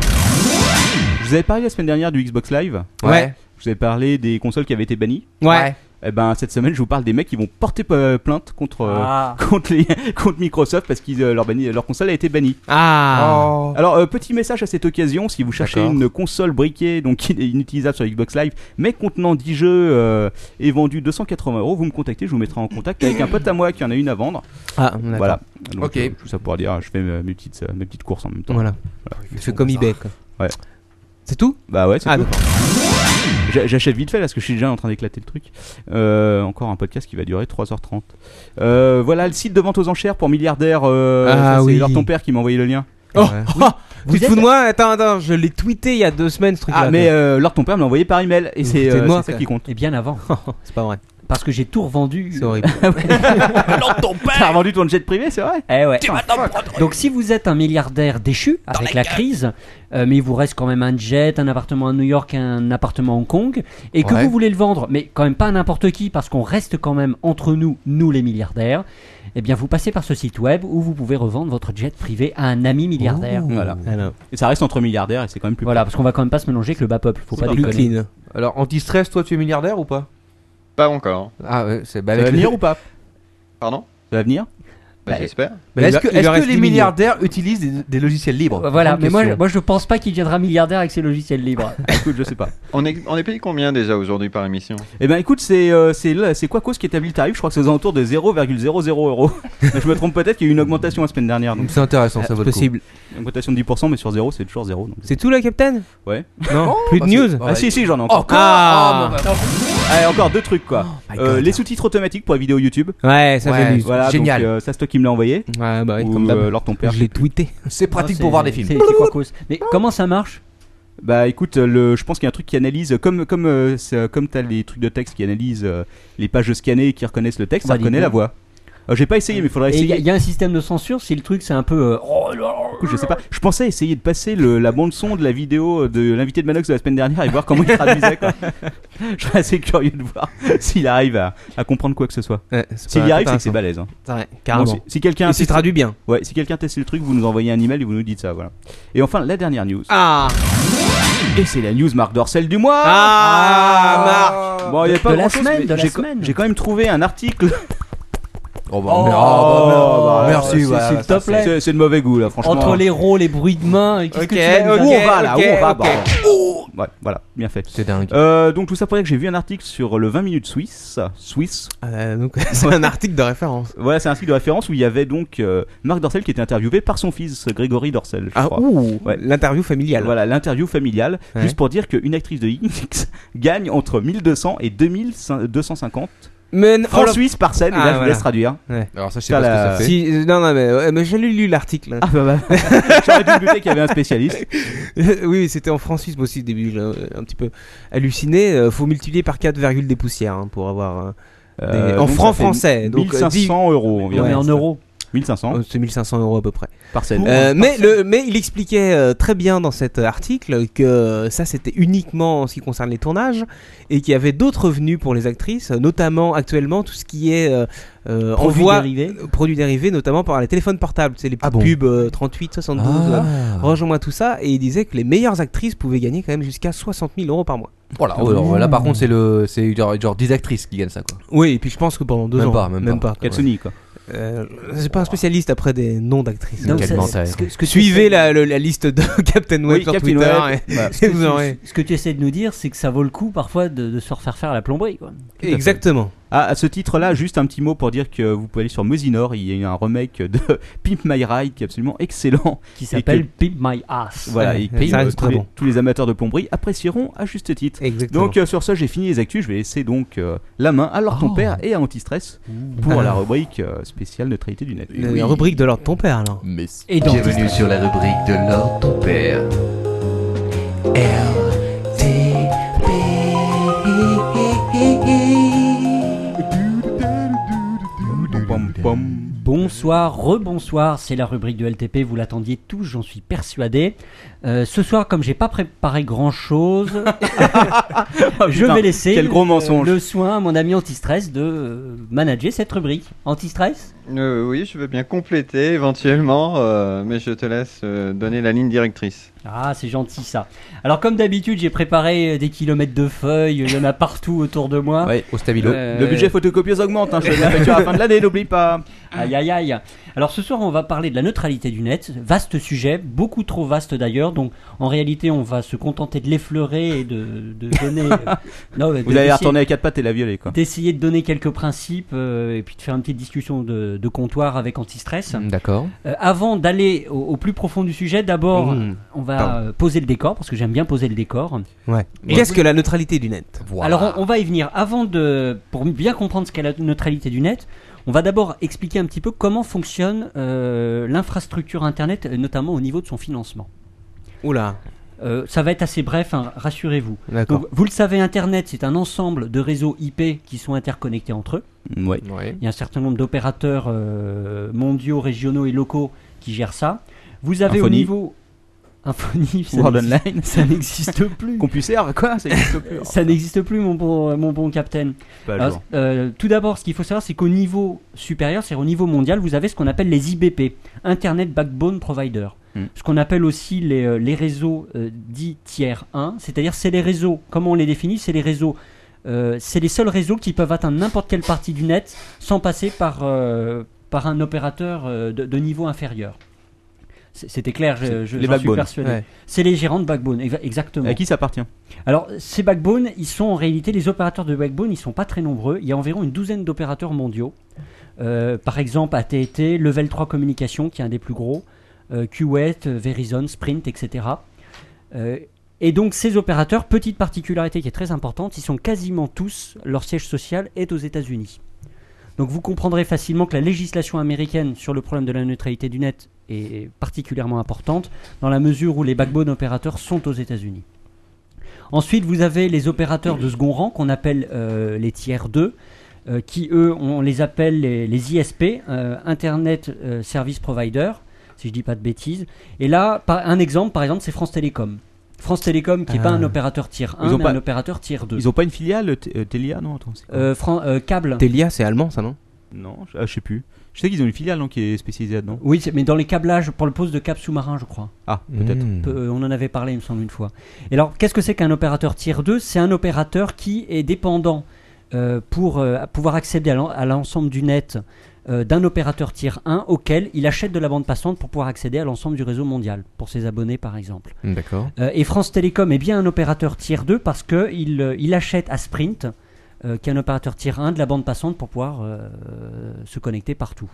Speaker 3: Je vous avais parlé la semaine dernière du Xbox Live.
Speaker 7: Ouais.
Speaker 3: Je vous avais parlé des consoles qui avaient été bannies.
Speaker 7: Ouais. Ouais.
Speaker 3: Eh ben cette semaine, je vous parle des mecs qui vont porter euh, plainte contre euh,
Speaker 7: Ah.
Speaker 3: [laughs] contre, les- contre Microsoft parce que leur, banni- leur console a été bannie.
Speaker 7: Ah.
Speaker 3: Oh. Alors euh, petit message à cette occasion, si vous cherchez
Speaker 7: D'accord.
Speaker 3: une console briquée donc qui est inutilisable sur Xbox Live, mais contenant 10 jeux euh, et vendue 280 euros, vous me contactez, je vous mettrai en contact avec un pote à moi qui en a une à vendre.
Speaker 7: Ah, on attend.
Speaker 3: voilà. Donc,
Speaker 7: Ok.
Speaker 3: euh, tout ça pour dire, je fais mes, mes petites euh, mes petites courses en même temps.
Speaker 7: Voilà. Il fait comme eBay, quoi.
Speaker 3: Ouais.
Speaker 7: C'est tout
Speaker 3: Bah ouais, c'est
Speaker 7: Ah,
Speaker 3: tout.
Speaker 7: d'accord.
Speaker 3: J'a- J'achète vite fait là parce que je suis déjà en train d'éclater le truc. Euh, encore un podcast qui va durer 3h30. Euh, voilà le site de vente aux enchères pour milliardaires. euh,
Speaker 7: Ah
Speaker 3: ça, c'est
Speaker 7: oui.
Speaker 3: leur ton père qui m'a envoyé le lien.
Speaker 7: Oh, [laughs] tu te fous de moi Attends, attends, je l'ai tweeté il y a deux semaines ce truc-là.
Speaker 3: Ah mais euh, leur ton père me l'a envoyé par email et
Speaker 7: Vous
Speaker 3: c'est
Speaker 7: foutez de
Speaker 3: euh,
Speaker 7: moi,
Speaker 3: c'est ça
Speaker 7: quoi.
Speaker 3: qui compte.
Speaker 5: Et
Speaker 3: [laughs]
Speaker 5: bien avant.
Speaker 7: c'est pas vrai.
Speaker 5: Parce que j'ai tout revendu.
Speaker 7: C'est horrible.
Speaker 3: T'as revendu ton jet privé, c'est vrai
Speaker 5: Eh ouais. Donc si vous êtes un milliardaire déchu avec la, crise, euh, mais il vous reste quand même un jet, un appartement à New York, un appartement à Hong Kong, et que
Speaker 4: Ouais.
Speaker 5: vous voulez le vendre, mais quand même pas à n'importe qui, parce qu'on reste quand même entre nous, nous les milliardaires, eh bien vous passez par ce site web où vous pouvez revendre votre jet privé à un ami milliardaire.
Speaker 3: Voilà.
Speaker 7: Alors,
Speaker 3: Et ça reste entre milliardaires et c'est quand même plus.
Speaker 5: Voilà, parce qu'on va quand même pas se mélanger avec le bas peuple, faut
Speaker 3: C'est
Speaker 5: pas
Speaker 3: pas
Speaker 5: déconner.
Speaker 7: clean.
Speaker 2: Alors, anti-stress, toi, tu es milliardaire ou pas
Speaker 10: Pas encore.
Speaker 2: Ah, ouais, c'est bah,
Speaker 3: Ça va
Speaker 2: avec le-
Speaker 3: venir ou pas
Speaker 10: Pardon
Speaker 3: Ça va venir
Speaker 10: Bah,
Speaker 5: Bah,
Speaker 10: J'espère.
Speaker 2: Mais
Speaker 7: Il
Speaker 2: Est-ce
Speaker 7: leur-
Speaker 2: que,
Speaker 7: il
Speaker 2: est-ce
Speaker 7: leur
Speaker 2: que
Speaker 7: reste
Speaker 2: les
Speaker 7: huit millions.
Speaker 2: milliardaires utilisent des, des logiciels libres
Speaker 5: Euh, Voilà,
Speaker 2: Grande
Speaker 5: mais moi je,
Speaker 2: question.
Speaker 5: moi je pense pas qu'il deviendra milliardaire avec ses logiciels libres.
Speaker 3: Bah, Écoute, je sais pas.
Speaker 10: On est, on est payé combien déjà aujourd'hui par émission
Speaker 3: Eh ben écoute, c'est euh, c'est le- c'est quoi cause qui établit le tarif Je crois que c'est aux alentours de 0,00
Speaker 7: [laughs]
Speaker 3: euros. je me trompe peut-être qu'il y a eu une augmentation la semaine dernière. Donc
Speaker 2: C'est intéressant, ça
Speaker 7: c'est
Speaker 2: vaut le coup.
Speaker 7: possible.
Speaker 3: une augmentation de 10%, mais sur 0, c'est toujours 0. donc-
Speaker 7: C'est tout là, Captain
Speaker 3: Ouais.
Speaker 7: Non, plus de
Speaker 2: bah, c'est-
Speaker 7: news.
Speaker 2: bah,
Speaker 3: Ah si si, j'en ai encore.
Speaker 7: Ah,
Speaker 3: Allez, encore deux trucs quoi. Euh, les sous-titres automatiques pour la vidéo YouTube.
Speaker 7: ouais, ça
Speaker 2: Ouais.
Speaker 7: j'ai lu.
Speaker 3: Voilà,
Speaker 2: Génial.
Speaker 3: Donc, euh, ça c'est toi qui me l'as envoyé.
Speaker 7: Ouais, bah, ouais,
Speaker 3: ou,
Speaker 7: comme d'hab.
Speaker 3: euh, lors ton père.
Speaker 7: Je l'ai tweeté.
Speaker 2: C'est [laughs] pratique
Speaker 5: Ah,
Speaker 2: pour
Speaker 5: c'est-
Speaker 2: voir des films.
Speaker 5: c'est- c'est quoi cause Mais comment ça marche
Speaker 3: Bah écoute, euh, le, je pense qu'il y a un truc qui analyse, euh, comme comme euh, c'est, euh, comme t'as les trucs de texte qui analysent euh, les pages scannées et qui reconnaissent le texte,
Speaker 5: Bah,
Speaker 3: ça
Speaker 5: dis
Speaker 3: reconnaît
Speaker 5: donc.
Speaker 3: la voix. Euh, J'ai pas essayé, mais il faudrait
Speaker 5: Et il y, a-
Speaker 3: essayer.
Speaker 5: il y a un système de censure si le truc c'est un peu. euh, oh, là, là,
Speaker 3: Du coup, je sais pas. Je pensais essayer de passer le- la bande son de la vidéo euh, de l'invité de Manox de la semaine dernière et voir comment il traduisait. quoi. je serais assez curieux de voir s'il arrive à, à comprendre quoi que ce soit.
Speaker 7: Ouais, c'est
Speaker 3: S'il
Speaker 7: pas-
Speaker 3: y arrive, c'est que c'est
Speaker 7: intéressant.
Speaker 3: balèze. hein.
Speaker 7: Ouais,
Speaker 3: Bon,
Speaker 7: carrément.
Speaker 3: si si quelqu'un
Speaker 7: Et c'est
Speaker 3: teste-
Speaker 7: traduit bien.
Speaker 3: ouais, si quelqu'un teste le truc, vous nous envoyez un email et vous nous dites ça. Voilà. Et enfin, la dernière news.
Speaker 7: Ah
Speaker 3: Et c'est la news Marc Dorcel du mois.
Speaker 7: Ah, Marc
Speaker 3: Bon, il y a pas
Speaker 5: de la
Speaker 3: grand-chose,
Speaker 5: semaine,
Speaker 3: mais
Speaker 5: de la
Speaker 3: j'ai co-
Speaker 5: semaine.
Speaker 3: J'ai quand même trouvé un article. [laughs]
Speaker 2: Oh, bah,
Speaker 5: Oh,
Speaker 2: merde.
Speaker 3: bah,
Speaker 2: merci,
Speaker 5: c'est-
Speaker 2: ouais,
Speaker 5: S'il
Speaker 2: ouais,
Speaker 5: te plaît.
Speaker 3: C'est c'est de mauvais goût là, franchement.
Speaker 5: Entre les rôles, les bruits de main, et qu'est-ce
Speaker 7: Ok,
Speaker 5: que tu vas nous
Speaker 7: ok.
Speaker 3: Où
Speaker 5: dire
Speaker 3: on va là,
Speaker 7: ok,
Speaker 3: où on va
Speaker 7: ok.
Speaker 3: bordel Ouais, voilà, bien fait.
Speaker 2: C'est dingue.
Speaker 3: Euh, donc tout ça pour dire que j'ai vu un article sur le 20 minutes Suisse. Suisse.
Speaker 7: Euh, donc, c'est un article de référence.
Speaker 3: Voilà, c'est un article de référence où il y avait donc euh, Marc Dorcel qui était interviewé par son fils Grégory Dorcel, je
Speaker 7: Ah,
Speaker 3: crois.
Speaker 7: ouh,
Speaker 3: Ouais.
Speaker 7: l'interview familiale.
Speaker 3: Voilà, l'interview familiale,
Speaker 7: Ouais.
Speaker 3: juste pour dire qu'une actrice de X [laughs] gagne entre 1200 et 2250
Speaker 7: Mais n- oh
Speaker 3: francs
Speaker 7: là-
Speaker 3: suisses par scène, et
Speaker 7: Ah,
Speaker 3: là je vous
Speaker 7: voilà.
Speaker 3: laisse traduire.
Speaker 2: Alors, ça, je sais
Speaker 3: Putain,
Speaker 2: pas
Speaker 3: la-
Speaker 2: ce que ça fait.
Speaker 7: Si, euh, non, non, mais, ouais, mais je l'ai lu l'article. hein.
Speaker 3: Ah bah bah, j'aurais dû me douter qu'il y avait un spécialiste.
Speaker 7: [laughs] oui, c'était en franc suisse moi aussi au début, j'ai euh, un petit peu halluciné. Euh, faut multiplier par 4, virgule des poussières hein, pour avoir. euh,
Speaker 3: Euh,
Speaker 7: en
Speaker 3: donc,
Speaker 7: francs
Speaker 3: ça fait
Speaker 7: français, donc, euh,
Speaker 3: 1500 euros
Speaker 5: On
Speaker 3: environ.
Speaker 5: est
Speaker 7: Ouais,
Speaker 5: en
Speaker 7: c'est-
Speaker 5: euros.
Speaker 3: 1500
Speaker 7: euh, c'est 1500 euros à peu près.
Speaker 3: par scène.
Speaker 7: Euh, mais, le, mais il expliquait euh, très bien dans cet article que euh, ça c'était uniquement en ce qui concerne les tournages et qu'il y avait d'autres revenus pour les actrices, euh, notamment actuellement tout ce qui est euh, euh,
Speaker 5: Produits
Speaker 7: envoi
Speaker 5: dérivés.
Speaker 7: euh, produits dérivés, notamment par les téléphones portables, c'est les petites
Speaker 2: Ah bon
Speaker 7: pubs euh, 38, 72,
Speaker 3: Ah.
Speaker 7: euh,
Speaker 2: Ah.
Speaker 7: rejoins-moi tout ça. Et il disait que les meilleures actrices pouvaient gagner quand même jusqu'à 60 000 euros par mois.
Speaker 2: Voilà, oh, alors, là, par contre, c'est le, c'est genre, genre 10 actrices qui gagnent ça, quoi.
Speaker 7: Oui, et puis je pense que pendant deux
Speaker 2: Même
Speaker 7: ans,
Speaker 2: pas, même pas.
Speaker 7: quoi.
Speaker 3: Katsuni quoi.
Speaker 7: Euh, c'est pas un spécialiste après des noms d'actrices.
Speaker 5: Donc,
Speaker 2: Quel
Speaker 5: ça-
Speaker 2: mental.
Speaker 5: ce que- ce que tu
Speaker 7: Suivez
Speaker 5: essaies-
Speaker 7: la, le- la liste de [laughs] Captain Web
Speaker 3: Oui,
Speaker 7: sur
Speaker 3: Captain
Speaker 7: Twitter.
Speaker 3: Web.
Speaker 7: et-
Speaker 3: Voilà. [laughs]
Speaker 5: ce que
Speaker 7: vous
Speaker 5: tu- [laughs]
Speaker 7: aurez.
Speaker 5: Ce que tu essaies de nous dire, c'est que ça vaut le coup parfois de, de se refaire faire la plomberie. Quoi.
Speaker 7: Exactement.
Speaker 3: Ah, à ce titre-là, juste un petit mot pour dire que vous pouvez aller sur Mosinor, il y a eu un remake de [laughs] Pimp My Ride qui est absolument excellent.
Speaker 5: Qui
Speaker 3: que-
Speaker 5: s'appelle Pimp My Ass.
Speaker 3: Voilà,
Speaker 7: Ouais,
Speaker 3: et que,
Speaker 7: ça
Speaker 3: euh, tous,
Speaker 7: reste très
Speaker 3: les,
Speaker 7: bon.
Speaker 3: tous les amateurs de plomberie apprécieront à juste titre.
Speaker 7: Exactement.
Speaker 3: Donc euh, sur ce, j'ai fini les actus, je vais laisser donc euh, la main à leur ton père et à Antistress pour
Speaker 7: Ah.
Speaker 3: la rubrique euh, spéciale neutralité du net.
Speaker 7: La rubrique de l'ordre de ton père, alors.
Speaker 5: Et donc,
Speaker 1: Bienvenue sur la rubrique de l'ordre ton père.
Speaker 3: Pom, pom.
Speaker 5: bonsoir, rebonsoir, c'est la rubrique du LTP, vous l'attendiez tous, j'en suis persuadé. Euh, ce soir, comme j'ai pas préparé grand chose,
Speaker 3: [laughs]
Speaker 5: Ah, je
Speaker 3: Oh, putain,
Speaker 5: vais laisser
Speaker 3: quel gros
Speaker 5: le-
Speaker 3: mensonge.
Speaker 5: le soin à mon ami anti-stress de euh, manager cette rubrique. Anti-stress
Speaker 10: Euh, oui, je veux bien compléter éventuellement, euh, mais je te laisse euh, donner la ligne directrice.
Speaker 5: Ah, c'est gentil ça. Alors, comme d'habitude, j'ai préparé euh, des kilomètres de feuilles, il y en a partout autour de moi.
Speaker 2: Ouais, au stabilo.
Speaker 5: Euh,
Speaker 3: Le budget photocopieuse augmente, hein, je fais la facture à la fin de l'année, n'oublie pas.
Speaker 5: Aïe aïe aïe. Alors ce soir on va parler de la neutralité du net, vaste sujet, beaucoup trop vaste d'ailleurs, donc en réalité on va se contenter de l'effleurer et de, de
Speaker 3: [laughs]
Speaker 5: donner... euh, non,
Speaker 3: Vous
Speaker 5: de-
Speaker 3: allez la
Speaker 5: d'essayer-
Speaker 3: retourner à quatre pattes et la violer, quoi.
Speaker 5: D'essayer de donner quelques principes euh, et puis de faire une petite discussion de, de comptoir avec anti-stress.
Speaker 3: Mm.
Speaker 2: D'accord.
Speaker 5: Euh, avant d'aller au, au plus profond du sujet, d'abord
Speaker 3: Mm.
Speaker 7: Mmh.
Speaker 5: on va
Speaker 7: Pardon.
Speaker 5: euh, poser le décor parce que j'aime bien poser le décor.
Speaker 7: Ouais.
Speaker 5: Et
Speaker 7: Qu'est-ce
Speaker 5: oui.
Speaker 7: que la neutralité du net
Speaker 5: Alors on, on va y venir. Avant de, pour bien comprendre ce qu'est la neutralité du net, on va d'abord expliquer un petit peu comment fonctionne euh, l'infrastructure Internet, euh, notamment au niveau de son financement.
Speaker 7: Oula,
Speaker 5: Euh, ça va être assez bref, hein, rassurez-vous.
Speaker 7: d'accord.
Speaker 5: Donc, vous le savez, Internet, c'est un ensemble de réseaux IP qui sont interconnectés entre eux.
Speaker 3: Mm, Ouais.
Speaker 2: Ouais.
Speaker 5: Il y a un certain nombre d'opérateurs euh, mondiaux, régionaux et locaux qui gèrent ça. Vous avez
Speaker 3: Infony.
Speaker 5: au niveau... Infony, ça
Speaker 3: World
Speaker 5: n'existe-
Speaker 3: Online. [laughs]
Speaker 5: ça n'existe plus.
Speaker 3: Compulsaire, quoi Ça existe plus.
Speaker 5: [laughs] Ça n'existe plus, mon bon, mon bon capitaine.
Speaker 3: Pas à
Speaker 5: Alors,
Speaker 3: jour.
Speaker 5: euh, tout d'abord, ce qu'il faut savoir, c'est qu'au niveau supérieur, c'est-à-dire au niveau mondial, vous avez ce qu'on appelle les IBP, Internet Backbone Provider.
Speaker 3: Mm.
Speaker 5: Ce qu'on appelle aussi les, euh, les réseaux euh, dits tiers 1, c'est-à-dire c'est les réseaux, comment on les définit C'est les réseaux, euh, c'est les seuls réseaux qui peuvent atteindre n'importe quelle partie du net sans passer par, euh, par un opérateur euh, de, de niveau inférieur. C'est- C'était clair, je, je-
Speaker 3: les
Speaker 5: j'en suis
Speaker 3: backbones,
Speaker 5: persuadé.
Speaker 7: ouais.
Speaker 5: C'est les gérants de Backbone, exa- exactement.
Speaker 3: À qui ça appartient
Speaker 5: Alors, ces backbones, ils sont en réalité, les opérateurs de backbone, ils sont pas très nombreux. Il y a environ une douzaine d'opérateurs mondiaux. Euh, par exemple, AT&T, Level 3 Communication, qui est un des plus gros, euh, Kuwait, euh, Verizon, Sprint, etc. Euh, et donc, ces opérateurs, petite particularité qui est très importante, ils sont quasiment tous, leur siège social est aux États-Unis. Donc, vous comprendrez facilement que la législation américaine sur le problème de la neutralité du net est particulièrement importante, dans la mesure où les backbone opérateurs sont aux États-Unis. Ensuite, vous avez les opérateurs de second rang qu'on appelle euh, les tiers 2, euh, qui eux, on les appelle les, les ISP, euh, Internet euh, Service Provider, si je dis pas de bêtises. Et là, par- un exemple, par exemple, c'est France Télécom. France Télécom, qui n'est pas
Speaker 7: Ah.
Speaker 5: un opérateur tiers 1,
Speaker 3: Ils ont
Speaker 5: mais
Speaker 3: pas-
Speaker 5: un opérateur tiers 2.
Speaker 3: Ils ont pas une filiale, T- euh, Telia Non, attends. c'est quoi
Speaker 5: Euh, Fran- euh, câble.
Speaker 7: Telia, c'est allemand, ça, non
Speaker 3: Non, je- ah, je sais plus. Je sais qu'ils ont une filiale non, qui est spécialisée là-dedans.
Speaker 5: Oui, c'est- mais dans les câblages, pour le poste de câble sous-marin, je crois.
Speaker 3: Ah,
Speaker 2: Hmm.
Speaker 3: peut-être.
Speaker 2: Mmh.
Speaker 5: Peu- euh, on en avait parlé, il me semble, une fois. Et alors, qu'est-ce que c'est qu'un opérateur tiers 2 C'est un opérateur qui est dépendant euh, pour euh, pouvoir accéder à l'en- à l'ensemble du net euh, d'un opérateur tiers 1 auquel il achète de la bande passante pour pouvoir accéder à l'ensemble du réseau mondial, pour ses abonnés par exemple.
Speaker 2: Hmm. D'accord.
Speaker 5: Euh, et France Télécom est bien un opérateur tiers 2 parce qu'il il achète à Sprint, euh, qui est un opérateur tiers 1, de la bande passante pour pouvoir euh, se connecter partout.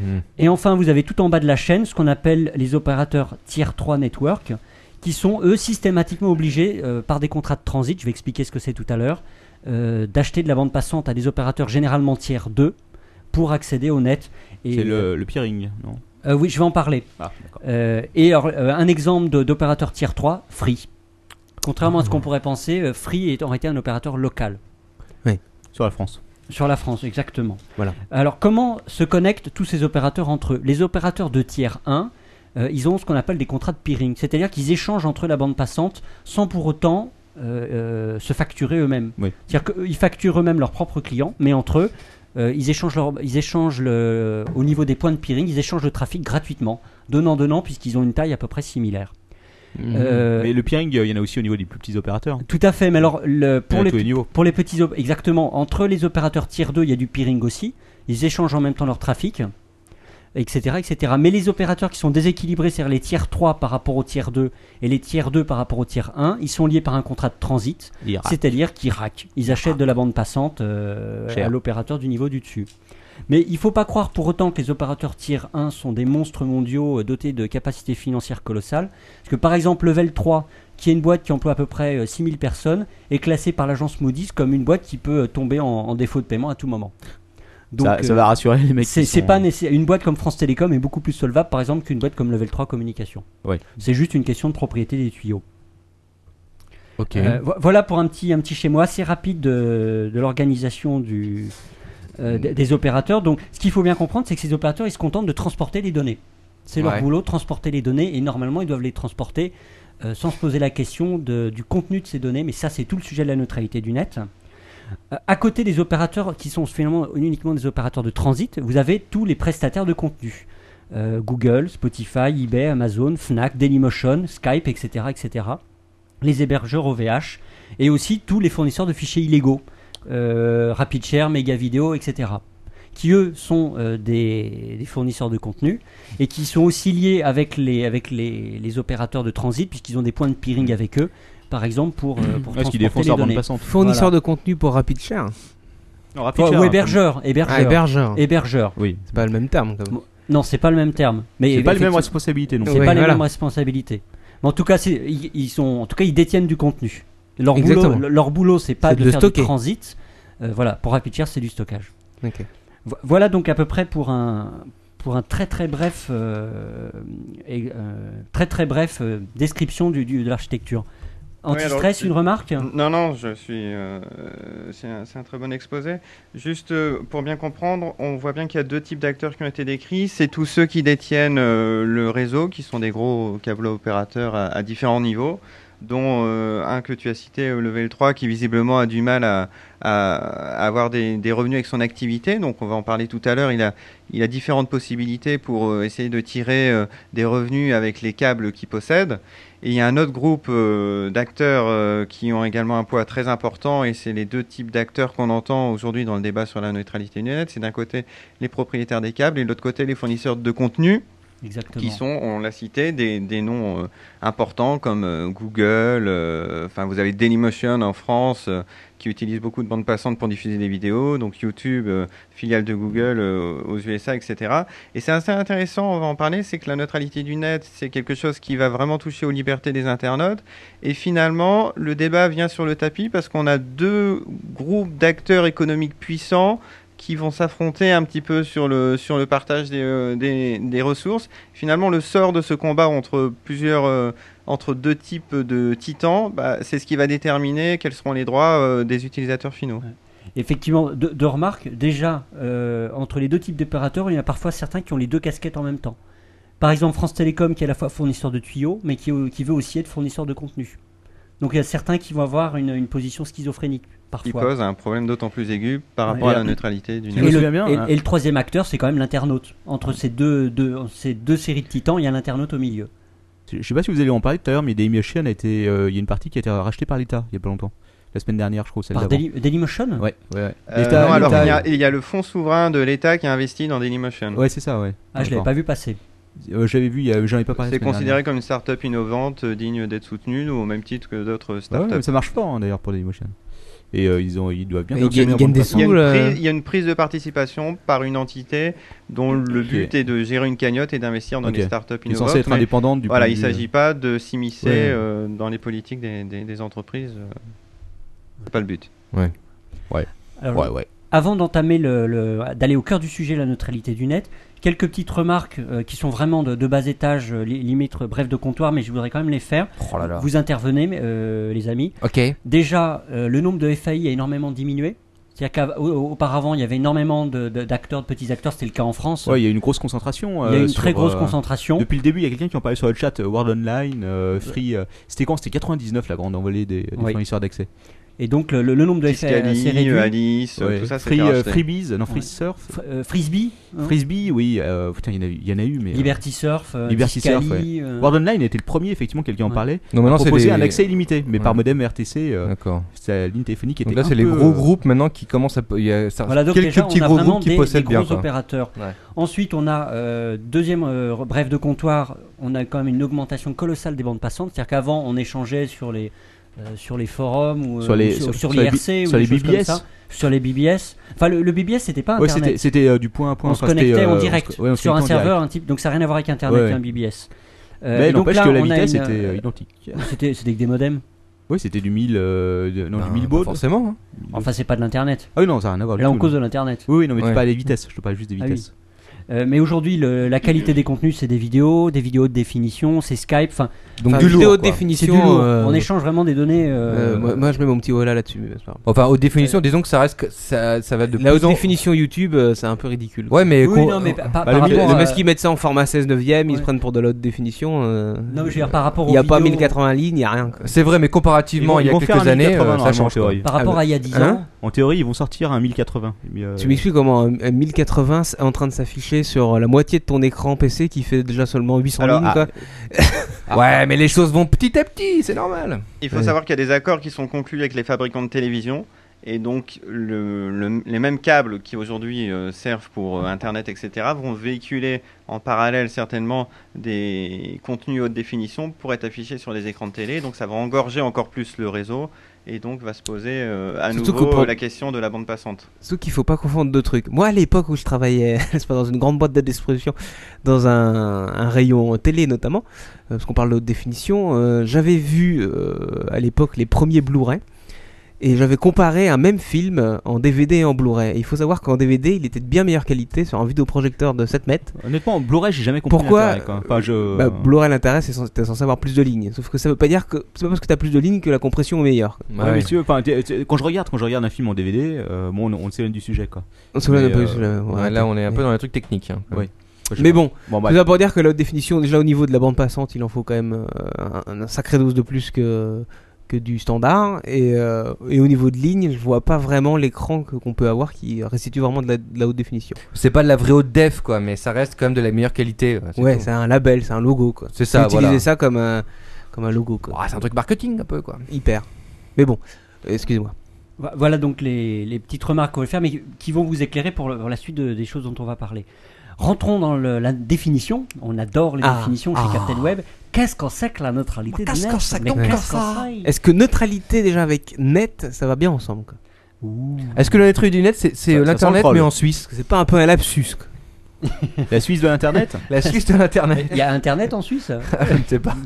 Speaker 2: Hmm.
Speaker 5: Et enfin, vous avez tout en bas de la chaîne ce qu'on appelle les opérateurs tier 3 network, qui sont eux systématiquement obligés euh, par des contrats de transit, je vais expliquer ce que c'est tout à l'heure, euh, d'acheter de la bande passante à des opérateurs généralement tier 2 pour accéder au net. Et,
Speaker 3: C'est le, le peering, non
Speaker 5: Euh, oui, je vais en parler.
Speaker 3: euh, Ah, d'accord.
Speaker 5: Euh, et alors, euh, un exemple de- d'opérateur tier 3, Free. Contrairement
Speaker 3: Ah.
Speaker 5: à ce qu'on pourrait penser, euh, Free est en réalité un opérateur local.
Speaker 3: Sur la France.
Speaker 5: Sur la France, exactement.
Speaker 7: Voilà.
Speaker 5: Alors, comment se connectent tous ces opérateurs entre eux Les opérateurs de tiers 1, euh, ils ont ce qu'on appelle des contrats de peering, c'est-à-dire qu'ils échangent entre eux la bande passante sans pour autant euh, euh, se facturer eux-mêmes.
Speaker 3: Oui.
Speaker 5: C'est-à-dire qu'ils facturent eux-mêmes leurs propres clients, mais entre eux, euh, ils échangent, leur- ils échangent le, au niveau des points de peering, ils échangent le trafic gratuitement, donnant-donnant, puisqu'ils ont une taille à peu près similaire. Euh,
Speaker 3: Mmh. Mais le peering, euh, il y en a aussi au niveau des plus petits opérateurs.
Speaker 5: tout à fait, mais alors le, pour,
Speaker 3: à
Speaker 5: les,
Speaker 3: tous les niveaux.
Speaker 5: pour les petits op- exactement, entre les opérateurs tier 2, il y a du peering aussi, ils échangent en même temps leur trafic, etc. etc. Mais les opérateurs qui sont déséquilibrés, c'est-à-dire les tiers 3 par rapport aux tiers 2 et les tiers 2 par rapport aux tiers 1, ils sont liés par un contrat de transit,
Speaker 3: Il rappe.
Speaker 5: c'est-à-dire qu'ils rackent, ils achètent de la bande passante euh,
Speaker 3: Cher.
Speaker 5: à l'opérateur du niveau du dessus. Mais il faut pas croire pour autant que les opérateurs tiers 1 sont des monstres mondiaux euh, dotés de capacités financières colossales. Parce que par exemple, Level 3, qui est une boîte qui emploie à peu près euh, 6000 personnes, est classée par l'agence Moody's comme une boîte qui peut euh, tomber en, en défaut de paiement à tout moment. Donc,
Speaker 3: ça, ça
Speaker 5: euh,
Speaker 3: va hein. rassurer les mecs.
Speaker 5: c'est
Speaker 3: qui
Speaker 5: c'est
Speaker 3: sont- euh,
Speaker 5: pas nécessaire. Une boîte comme France Télécom est beaucoup plus solvable, par exemple, qu'une boîte comme Level 3 Communication.
Speaker 3: Ouais.
Speaker 5: C'est juste une question de propriété des tuyaux.
Speaker 2: Ok.
Speaker 5: Euh, vo- voilà pour un petit, un petit chez moi assez rapide de, de l'organisation du, euh, d- des opérateurs. Donc, ce qu'il faut bien comprendre, c'est que ces opérateurs, ils se contentent de transporter les données. C'est leur
Speaker 2: Ouais.
Speaker 5: boulot, transporter les données, et normalement, ils doivent les transporter euh, sans se poser la question de- du contenu de ces données. Mais ça, c'est tout le sujet de la neutralité du net. Euh, à côté des opérateurs qui sont finalement uniquement des opérateurs de transit, vous avez tous les prestataires de contenu. Euh, Google, Spotify, eBay, Amazon, Fnac, Dailymotion, Skype, etc., etc. Les hébergeurs OVH et aussi tous les fournisseurs de fichiers illégaux, euh, RapidShare, Megavideo, etc. Qui eux sont euh, des, des fournisseurs de contenu et qui sont aussi liés avec les, avec les, les opérateurs de transit puisqu'ils ont des points de peering avec eux, par exemple pour, euh, pour
Speaker 3: Parce
Speaker 5: transporter
Speaker 3: qu'ils défoncent
Speaker 5: les
Speaker 3: leur bande
Speaker 5: données.
Speaker 3: passante.
Speaker 7: Fournisseur de contenu pour RapidShare.
Speaker 3: Non,
Speaker 5: Enfin, ou hébergeur, hébergeur.
Speaker 7: Ah, hébergeur.
Speaker 5: Hébergeur.
Speaker 3: Oui.
Speaker 7: C'est pas le même terme. Comme...
Speaker 5: Non, c'est pas le même terme. Mais
Speaker 3: C'est pas les mêmes
Speaker 5: effectivement-
Speaker 3: responsabilités non
Speaker 5: C'est
Speaker 3: plus.
Speaker 5: pas les
Speaker 7: voilà.
Speaker 5: mêmes responsabilités. Mais en tout cas, c'est- ils, ils sont, en tout cas, ils détiennent du contenu. Leur
Speaker 7: Exactement.
Speaker 5: boulot, le- leur boulot, c'est pas
Speaker 7: C'est
Speaker 5: de,
Speaker 7: de
Speaker 5: faire
Speaker 7: stocker.
Speaker 5: du transit. Euh, voilà, pour RapidShare, c'est du stockage.
Speaker 7: Ok.
Speaker 5: Vo- Voilà donc à peu près pour un pour un très très bref euh, et, euh, très très bref euh, description du, du- de l'architecture. Anti-stress,
Speaker 10: alors,
Speaker 5: une remarque
Speaker 10: Non, non, je suis. euh, c'est un, c'est un très bon exposé. Juste euh, pour bien comprendre, on voit bien qu'il y a deux types d'acteurs qui ont été décrits. C'est tous ceux qui détiennent euh, le réseau, qui sont des gros câbles opérateurs à, à différents niveaux, dont euh, un que tu as cité, euh, le VL3, qui visiblement a du mal à, à avoir des, des revenus avec son activité. Donc on va en parler tout à l'heure. Il a, il a différentes possibilités pour euh, essayer de tirer euh, des revenus avec les câbles qu'il possède. Et il y a un autre groupe euh, d'acteurs euh, qui ont également un poids très important, et c'est les deux types d'acteurs qu'on entend aujourd'hui dans le débat sur la neutralité du net. C'est d'un côté les propriétaires des câbles, et de l'autre côté les fournisseurs de contenu,
Speaker 5: Exactement.
Speaker 10: qui sont, on l'a cité, des, des noms euh, importants comme euh, Google, euh, enfin vous avez Dailymotion en France, euh, qui utilise beaucoup de bandes passantes pour diffuser des vidéos, donc YouTube, euh, filiale de Google euh, aux USA, etc. Et c'est assez intéressant, on va en parler, c'est que la neutralité du net, c'est quelque chose qui va vraiment toucher aux libertés des internautes. Et finalement, le débat vient sur le tapis parce qu'on a deux groupes d'acteurs économiques puissants qui vont s'affronter un petit peu sur le, sur le partage des, euh, des- des ressources. Finalement, le sort de ce combat entre plusieurs... euh, entre deux types de titans, bah, c'est ce qui va déterminer quels seront les droits euh, des utilisateurs finaux.
Speaker 5: Effectivement, deux deux remarques. Déjà, euh, entre les deux types d'opérateurs, il y en a parfois certains qui ont les deux casquettes en même temps. Par exemple, France Télécom qui est à la fois fournisseur de tuyaux, mais qui, euh, qui veut aussi être fournisseur de contenu. Donc il y a certains qui vont avoir une, une position schizophrénique
Speaker 10: qui
Speaker 5: parfois.
Speaker 10: pose un problème d'autant plus aigu par rapport
Speaker 5: Ouais.
Speaker 10: à la neutralité du
Speaker 3: Et
Speaker 5: Et
Speaker 10: net.
Speaker 3: me
Speaker 5: le,
Speaker 3: souviens bien,
Speaker 5: et-
Speaker 3: hein.
Speaker 5: et le troisième acteur, c'est quand même l'internaute. Entre ces deux, deux- ces deux séries de titans, il y a l'internaute au milieu.
Speaker 3: Je sais pas si vous allez en parler tout à l'heure, mais Dailymotion a été, euh, il y a une partie qui a été rachetée par l'État il y a pas longtemps, la semaine dernière, je crois, ou celle
Speaker 5: Par
Speaker 3: d'avant.
Speaker 5: Daily- Dailymotion
Speaker 3: Ouais, ouais, ouais.
Speaker 10: Euh,
Speaker 3: L'État-
Speaker 10: non, alors
Speaker 3: l'État-
Speaker 10: il y, a, il y a le fonds souverain de l'État qui a investi dans Dailymotion.
Speaker 3: Ouais, c'est ça, ouais.
Speaker 5: Ah, je l'avais
Speaker 3: D'accord.
Speaker 5: pas vu passer.
Speaker 3: Euh, J'avais vu, il y a- j'en ai pas parlé. la
Speaker 10: C'est
Speaker 3: semaine
Speaker 10: considéré comme une start-up innovante euh, digne d'être soutenue au même titre que d'autres
Speaker 3: dernière. Ouais,
Speaker 10: start-up.
Speaker 3: mais ça marche fort hein, d'ailleurs pour Dailymotion. Et euh, ils ont, ils doivent bien.
Speaker 7: Ils
Speaker 3: fonctionner
Speaker 7: gagnent-
Speaker 3: en
Speaker 7: gagnent
Speaker 3: bande
Speaker 7: des
Speaker 3: passante.
Speaker 10: il, y a
Speaker 7: Ouh
Speaker 10: une
Speaker 7: là.
Speaker 10: prise, il y a une prise de participation par une entité dont le but est de gérer une cagnotte et d'investir dans
Speaker 3: Ok.
Speaker 10: des startups
Speaker 3: Ils sont
Speaker 10: innovantes.
Speaker 3: censés être
Speaker 10: mais
Speaker 3: indépendants du.
Speaker 10: voilà,
Speaker 3: point de
Speaker 10: il ne
Speaker 3: vue, euh,
Speaker 10: s'agit pas de s'immiscer
Speaker 3: Ouais, ouais.
Speaker 10: euh, dans les politiques des, des- des entreprises. euh, C'est pas le but.
Speaker 5: Alors,
Speaker 3: Ouais, ouais.
Speaker 5: avant d'entamer le, le- d'aller au cœur du sujet, la neutralité du net, quelques petites remarques euh, qui sont vraiment de, de bas étage, euh, li- limite euh, bref de comptoir, mais je voudrais quand même les faire.
Speaker 2: Oh là là.
Speaker 5: Vous intervenez, mais, euh, les amis.
Speaker 2: Ok.
Speaker 5: Déjà, euh, le nombre de FAI a énormément diminué. C'est-à-dire qu'auparavant, il y avait énormément de- de- d'acteurs, de, petits acteurs, c'était le cas en France.
Speaker 3: Ouais, il y a une grosse concentration.
Speaker 5: il y a
Speaker 3: euh,
Speaker 5: une
Speaker 3: sur,
Speaker 5: très grosse
Speaker 3: euh,
Speaker 5: concentration.
Speaker 3: Depuis le début, il y a quelqu'un qui en parlait sur le chat. euh, World Online, euh, Free. euh, C'était quand C'était 99 la grande envolée des, des
Speaker 5: Oui.
Speaker 3: fournisseurs d'accès.
Speaker 5: Et donc, le, le- le nombre de FAI euh, s'est
Speaker 10: Tiscali,
Speaker 5: réduit.
Speaker 10: euh, Alice, euh,
Speaker 3: Ouais.
Speaker 10: tout ça, c'est
Speaker 3: Free, euh,
Speaker 10: racheté.
Speaker 3: Freebiz, non Free
Speaker 5: Ouais.
Speaker 3: Surf,
Speaker 5: Fr- euh, frisbee, hein,
Speaker 3: Frisbee, oui. euh, putain, il y en a eu- il y, en a eu, mais. euh,
Speaker 5: Liberty Surf, euh,
Speaker 3: Liberty Surf,
Speaker 5: Tiscali, euh,
Speaker 3: World Online était le premier, effectivement, quelqu'un en
Speaker 5: Ouais.
Speaker 3: parlait.
Speaker 2: Donc maintenant, c'est
Speaker 3: proposer
Speaker 2: les...
Speaker 3: un accès illimité, mais par
Speaker 2: Ouais.
Speaker 3: modem RTC, euh,
Speaker 2: D'accord.
Speaker 3: sa ligne téléphonique était.
Speaker 2: Donc là,
Speaker 3: un
Speaker 2: c'est les
Speaker 3: peu,
Speaker 2: gros
Speaker 3: euh,
Speaker 2: groupes maintenant qui commencent à. Il y a ça-
Speaker 5: Voilà, donc
Speaker 2: quelques
Speaker 5: déjà,
Speaker 2: petits
Speaker 5: on a
Speaker 2: gros
Speaker 5: vraiment
Speaker 2: groupes qui
Speaker 5: des,
Speaker 2: possèdent
Speaker 5: des
Speaker 2: bien.
Speaker 5: gros
Speaker 2: quoi.
Speaker 5: opérateurs.
Speaker 2: Ouais.
Speaker 5: Ensuite, on a euh, deuxième euh, bref de comptoir, on a quand même une augmentation colossale des bandes passantes. C'est-à-dire qu'avant, on échangeait sur les euh, sur les forums ou euh,
Speaker 3: Sur les-
Speaker 5: ou sur,
Speaker 3: sur-
Speaker 5: sur
Speaker 3: sur les
Speaker 5: l'IRC
Speaker 3: bi-
Speaker 5: ou
Speaker 3: sur les
Speaker 5: des choses comme
Speaker 3: BBS.
Speaker 5: ça. sur les BBS. Enfin, le, le BBS, c'était pas
Speaker 3: Ouais,
Speaker 5: Internet.
Speaker 3: c'était, c'était, euh, du point à point.
Speaker 5: on se
Speaker 3: enfin, c'était,
Speaker 5: connectait en
Speaker 3: euh,
Speaker 5: direct
Speaker 3: on se- ouais, on se
Speaker 5: sur un
Speaker 3: connectait en
Speaker 5: serveur,
Speaker 3: direct.
Speaker 5: un type. Donc ça n'a rien à voir avec Internet hein,
Speaker 3: Ouais,
Speaker 5: et
Speaker 3: ouais.
Speaker 5: un BBS. Euh,
Speaker 3: Mais
Speaker 5: et donc
Speaker 3: n'empêche
Speaker 5: là,
Speaker 3: que la
Speaker 5: on a
Speaker 3: vitesse
Speaker 5: une,
Speaker 3: était euh,
Speaker 5: euh,
Speaker 3: identique.
Speaker 5: c'était c'était que des modems.
Speaker 3: Oui, c'était du 1000, euh, de- non,
Speaker 2: Ben,
Speaker 5: Ah,
Speaker 3: du 1000
Speaker 2: pas
Speaker 3: baud.
Speaker 2: Forcément. hein.
Speaker 5: Enfin, c'est pas de l'internet.
Speaker 3: Ah oui, non, ça n'a rien à voir. du
Speaker 5: Là, on
Speaker 3: tout,
Speaker 5: cause
Speaker 3: non.
Speaker 5: de l'internet.
Speaker 3: Oui, oui, non, mais
Speaker 2: Ouais.
Speaker 3: tu parles des vitesses. Je te parle juste des
Speaker 5: Ah oui.
Speaker 3: vitesses.
Speaker 5: Euh, mais aujourd'hui, le- la qualité des contenus, c'est des vidéos, des vidéos de définition, c'est Skype. enfin-
Speaker 7: Donc
Speaker 5: enfin,
Speaker 7: du
Speaker 5: vidéo
Speaker 7: lourd,
Speaker 5: de
Speaker 7: quoi.
Speaker 5: définition.
Speaker 7: C'est du lourd.
Speaker 5: On échange vraiment des données. euh,
Speaker 7: Euh, moi, moi, je mets mon petit voilà là-dessus. mais c'est pas grave.
Speaker 2: Enfin, aux définitions, disons que ça reste. que- Ça, ça va de
Speaker 7: La
Speaker 2: plus
Speaker 7: haute
Speaker 2: en-
Speaker 7: définition YouTube, euh, c'est un peu ridicule.
Speaker 2: Ouais, mais
Speaker 5: Oui,
Speaker 2: qu'on-
Speaker 5: non, mais pa- pa-
Speaker 7: Bah,
Speaker 5: par
Speaker 7: le- le-
Speaker 5: rapport à-
Speaker 7: parce qu'ils mettent ça en format 16 9 ils se prennent pour de l'autre définition. euh,
Speaker 5: Non, mais je veux dire, par rapport
Speaker 7: Il n'y a
Speaker 5: aux
Speaker 7: pas
Speaker 5: vidéos-
Speaker 7: 1080 lignes, il n'y a rien. quoi.
Speaker 2: C'est vrai, mais comparativement, il y a quelques années, euh, ça change. quoi.
Speaker 5: Par
Speaker 7: Ah,
Speaker 5: rapport à il y a 10
Speaker 7: hein
Speaker 5: ans.
Speaker 3: En théorie, ils vont sortir un 1080. Mais, euh,
Speaker 7: Tu m'expliques comment un un 1080 est en train de s'afficher sur la moitié de ton écran PC qui fait déjà seulement 800
Speaker 10: Alors,
Speaker 7: lignes.
Speaker 10: ah,
Speaker 7: quoi.
Speaker 2: Ouais, mais les choses vont petit à petit, c'est normal.
Speaker 10: Il faut
Speaker 7: Ouais.
Speaker 10: savoir qu'il y a des accords qui sont conclus avec les fabricants de télévision. Et donc, le- le- les mêmes câbles qui aujourd'hui euh, servent pour euh, Internet, etc., vont véhiculer en parallèle certainement des contenus haute définition pour être affichés sur les écrans de télé. Donc, ça va engorger encore plus le réseau. Et donc, va se poser euh, à
Speaker 7: Surtout
Speaker 10: nouveau
Speaker 7: que pour-
Speaker 10: la question de la bande passante.
Speaker 7: Surtout qu'il faut pas confondre deux trucs. Moi, à l'époque où je travaillais, [laughs] c'est pas dans une grande boîte de distribution, dans un, un rayon télé notamment, euh, parce qu'on parle de haute définition, euh, j'avais vu euh, à l'époque les premiers Blu-ray et j'avais comparé un même film euh, en DVD et en Blu-ray. Et il faut savoir qu'en DVD, il était de bien meilleure qualité sur un vidéoprojecteur de 7 mètres.
Speaker 3: Honnêtement, Blu-ray, j'ai jamais compris
Speaker 7: Pourquoi
Speaker 3: l'intérêt, quoi. Enfin, je...
Speaker 7: Bah, Blu-ray, l'intérêt, c'est cens- t'es censé avoir plus de lignes. Sauf que ça veut pas dire que c'est pas parce que t'as plus de lignes que la compression est meilleure.
Speaker 3: Ouais, mais si tu veux, enfin, t'es- t'es- quand je regarde, quand je regarde un film en DVD, euh, bon, on, on s'éloigne du sujet, quoi.
Speaker 7: On s'éloigne
Speaker 3: Mais,
Speaker 7: un peu
Speaker 3: euh,
Speaker 7: du sujet, ouais,
Speaker 2: Ouais,
Speaker 7: ouais,
Speaker 2: là, on est un
Speaker 7: mais-
Speaker 2: peu dans les trucs techniques. hein.
Speaker 3: Oui. je sais
Speaker 7: Mais
Speaker 3: pas.
Speaker 7: bon,
Speaker 3: bon bah,
Speaker 7: Tout ça pour dire que la haute définition, déjà au niveau de la bande passante, il en faut quand même euh, un, un sacré dose de plus que, que du standard. Et, euh, et au niveau de ligne, je vois pas vraiment l'écran que- qu'on peut avoir qui restitue vraiment de la, de la haute définition.
Speaker 2: C'est pas de la vraie haute def, quoi, mais ça reste quand même de la meilleure qualité. euh, c'est
Speaker 7: Ouais,
Speaker 2: tout.
Speaker 7: c'est un label, c'est un logo quoi.
Speaker 2: C'est ça,
Speaker 7: Utiliser
Speaker 2: voilà.
Speaker 7: ça comme un, comme un logo quoi.
Speaker 2: Ouais, c'est un truc marketing un peu, quoi.
Speaker 7: Hyper. Mais bon, euh, excusez-moi.
Speaker 5: Vo- Voilà donc les, les petites remarques qu'on va faire, mais qui vont vous éclairer pour, le- pour la suite de- des choses dont on va parler. Rentrons dans le- la définition. On adore les
Speaker 7: Ah,
Speaker 5: définitions chez
Speaker 7: ah.
Speaker 5: Captain Web. Qu'est-ce qu'on sait que la neutralité
Speaker 8: Qu'est-ce
Speaker 5: du net
Speaker 8: qu'on sait
Speaker 5: Mais
Speaker 8: qu'on
Speaker 5: qu'est-ce
Speaker 8: sait
Speaker 5: qu'on sait
Speaker 7: Est-ce que neutralité déjà avec net, ça va bien ensemble quoi
Speaker 5: Ouh.
Speaker 2: Est-ce que le truc du net, c'est c'est
Speaker 3: Ça- ça sent le
Speaker 2: l'internet,
Speaker 3: troll.
Speaker 2: mais en Suisse
Speaker 7: Parce que c'est pas un peu un lapsus quoi.
Speaker 3: la Suisse de l'internet
Speaker 2: La Suisse de l'internet [laughs] Ah,
Speaker 5: Il y a Internet en Suisse
Speaker 2: Je ne sais pas.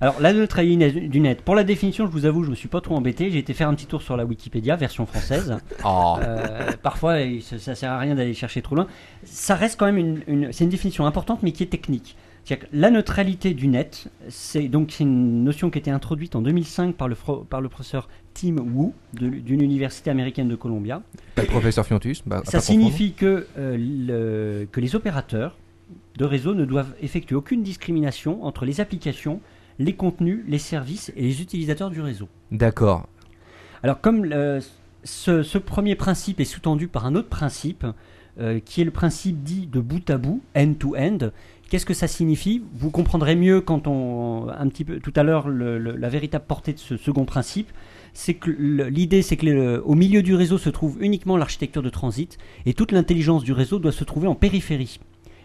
Speaker 5: Alors, la neutralité du net. Pour la définition, je vous avoue, je me suis pas trop embêté. J'ai été faire un petit tour sur la Wikipédia, version française.
Speaker 2: Oh.
Speaker 5: Euh, parfois, il- ça, ça sert à rien d'aller chercher trop loin. Ça reste quand même une, une- c'est une définition importante, mais qui est technique. C'est-à-dire que La neutralité du net, c'est donc c'est une notion qui a été introduite en 2005 par le, fro- par le professeur Tim Wu de l- d'une université américaine de Columbia.
Speaker 2: Pas le professeur Fiontus, bah, à
Speaker 5: Ça
Speaker 2: pas
Speaker 5: signifie que, euh, le- que les opérateurs de réseau ne doivent effectuer aucune discrimination entre les applications, les contenus, les services et les utilisateurs du réseau.
Speaker 2: confondre. D'accord.
Speaker 5: Alors comme le- ce, ce premier principe est sous-tendu par un autre principe, euh, qui est le principe dit de bout à bout, end-to-end, qu'est-ce que ça signifie Vous comprendrez mieux quand on, un petit peu tout à l'heure, le- le- la véritable portée de ce second principe. C'est que le- l'idée, c'est que le- au milieu du réseau se trouve uniquement l'architecture de transit et toute l'intelligence du réseau doit se trouver en périphérie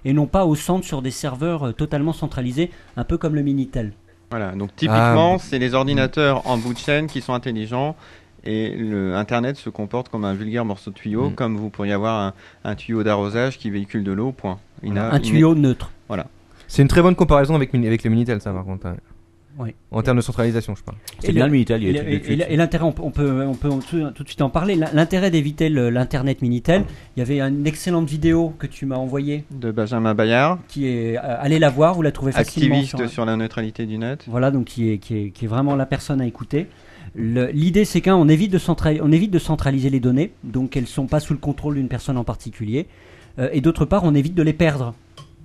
Speaker 5: et non pas au centre sur des serveurs euh, totalement centralisés, un peu comme le Minitel.
Speaker 10: Voilà, donc
Speaker 5: Ah.
Speaker 10: typiquement, c'est les ordinateurs en bout de chaîne qui sont intelligents et le Internet se comporte comme un vulgaire morceau de tuyau,
Speaker 2: Mm.
Speaker 10: comme vous pourriez avoir un, un tuyau d'arrosage qui véhicule de l'eau, point. Il n'a-
Speaker 5: un
Speaker 10: il
Speaker 5: tuyau neutre.
Speaker 2: C'est une très bonne comparaison avec, Mini- avec le Minitel, ça, par contre. hein.
Speaker 5: Ouais.
Speaker 2: En termes de centralisation, je parle.
Speaker 3: C'est
Speaker 5: Et
Speaker 3: bien
Speaker 5: le-
Speaker 3: le Minitel, il y a
Speaker 5: Et,
Speaker 3: des trucs de
Speaker 5: et-
Speaker 3: cul.
Speaker 5: et- et l'intérêt, on peut, on peut, on peut tout, tout de suite en parler. L'in- L'intérêt d'éviter le- l'internet minitel.
Speaker 2: Ah.
Speaker 5: Il y avait une excellente vidéo que tu m'as envoyée,
Speaker 10: n'est- De Benjamin Bayard,
Speaker 5: qui est euh, allez la voir, vous la trouvez facilement.
Speaker 10: activiste
Speaker 5: sur-
Speaker 10: sur... la neutralité du net.
Speaker 5: Voilà, donc qui est, qui est, qui est vraiment la personne à écouter. Le- L'idée, c'est qu'on évite, de centra- on évite de centraliser les données, donc elles sont pas sous le contrôle d'une personne en particulier, Euh, et d'autre part, on évite de les perdre.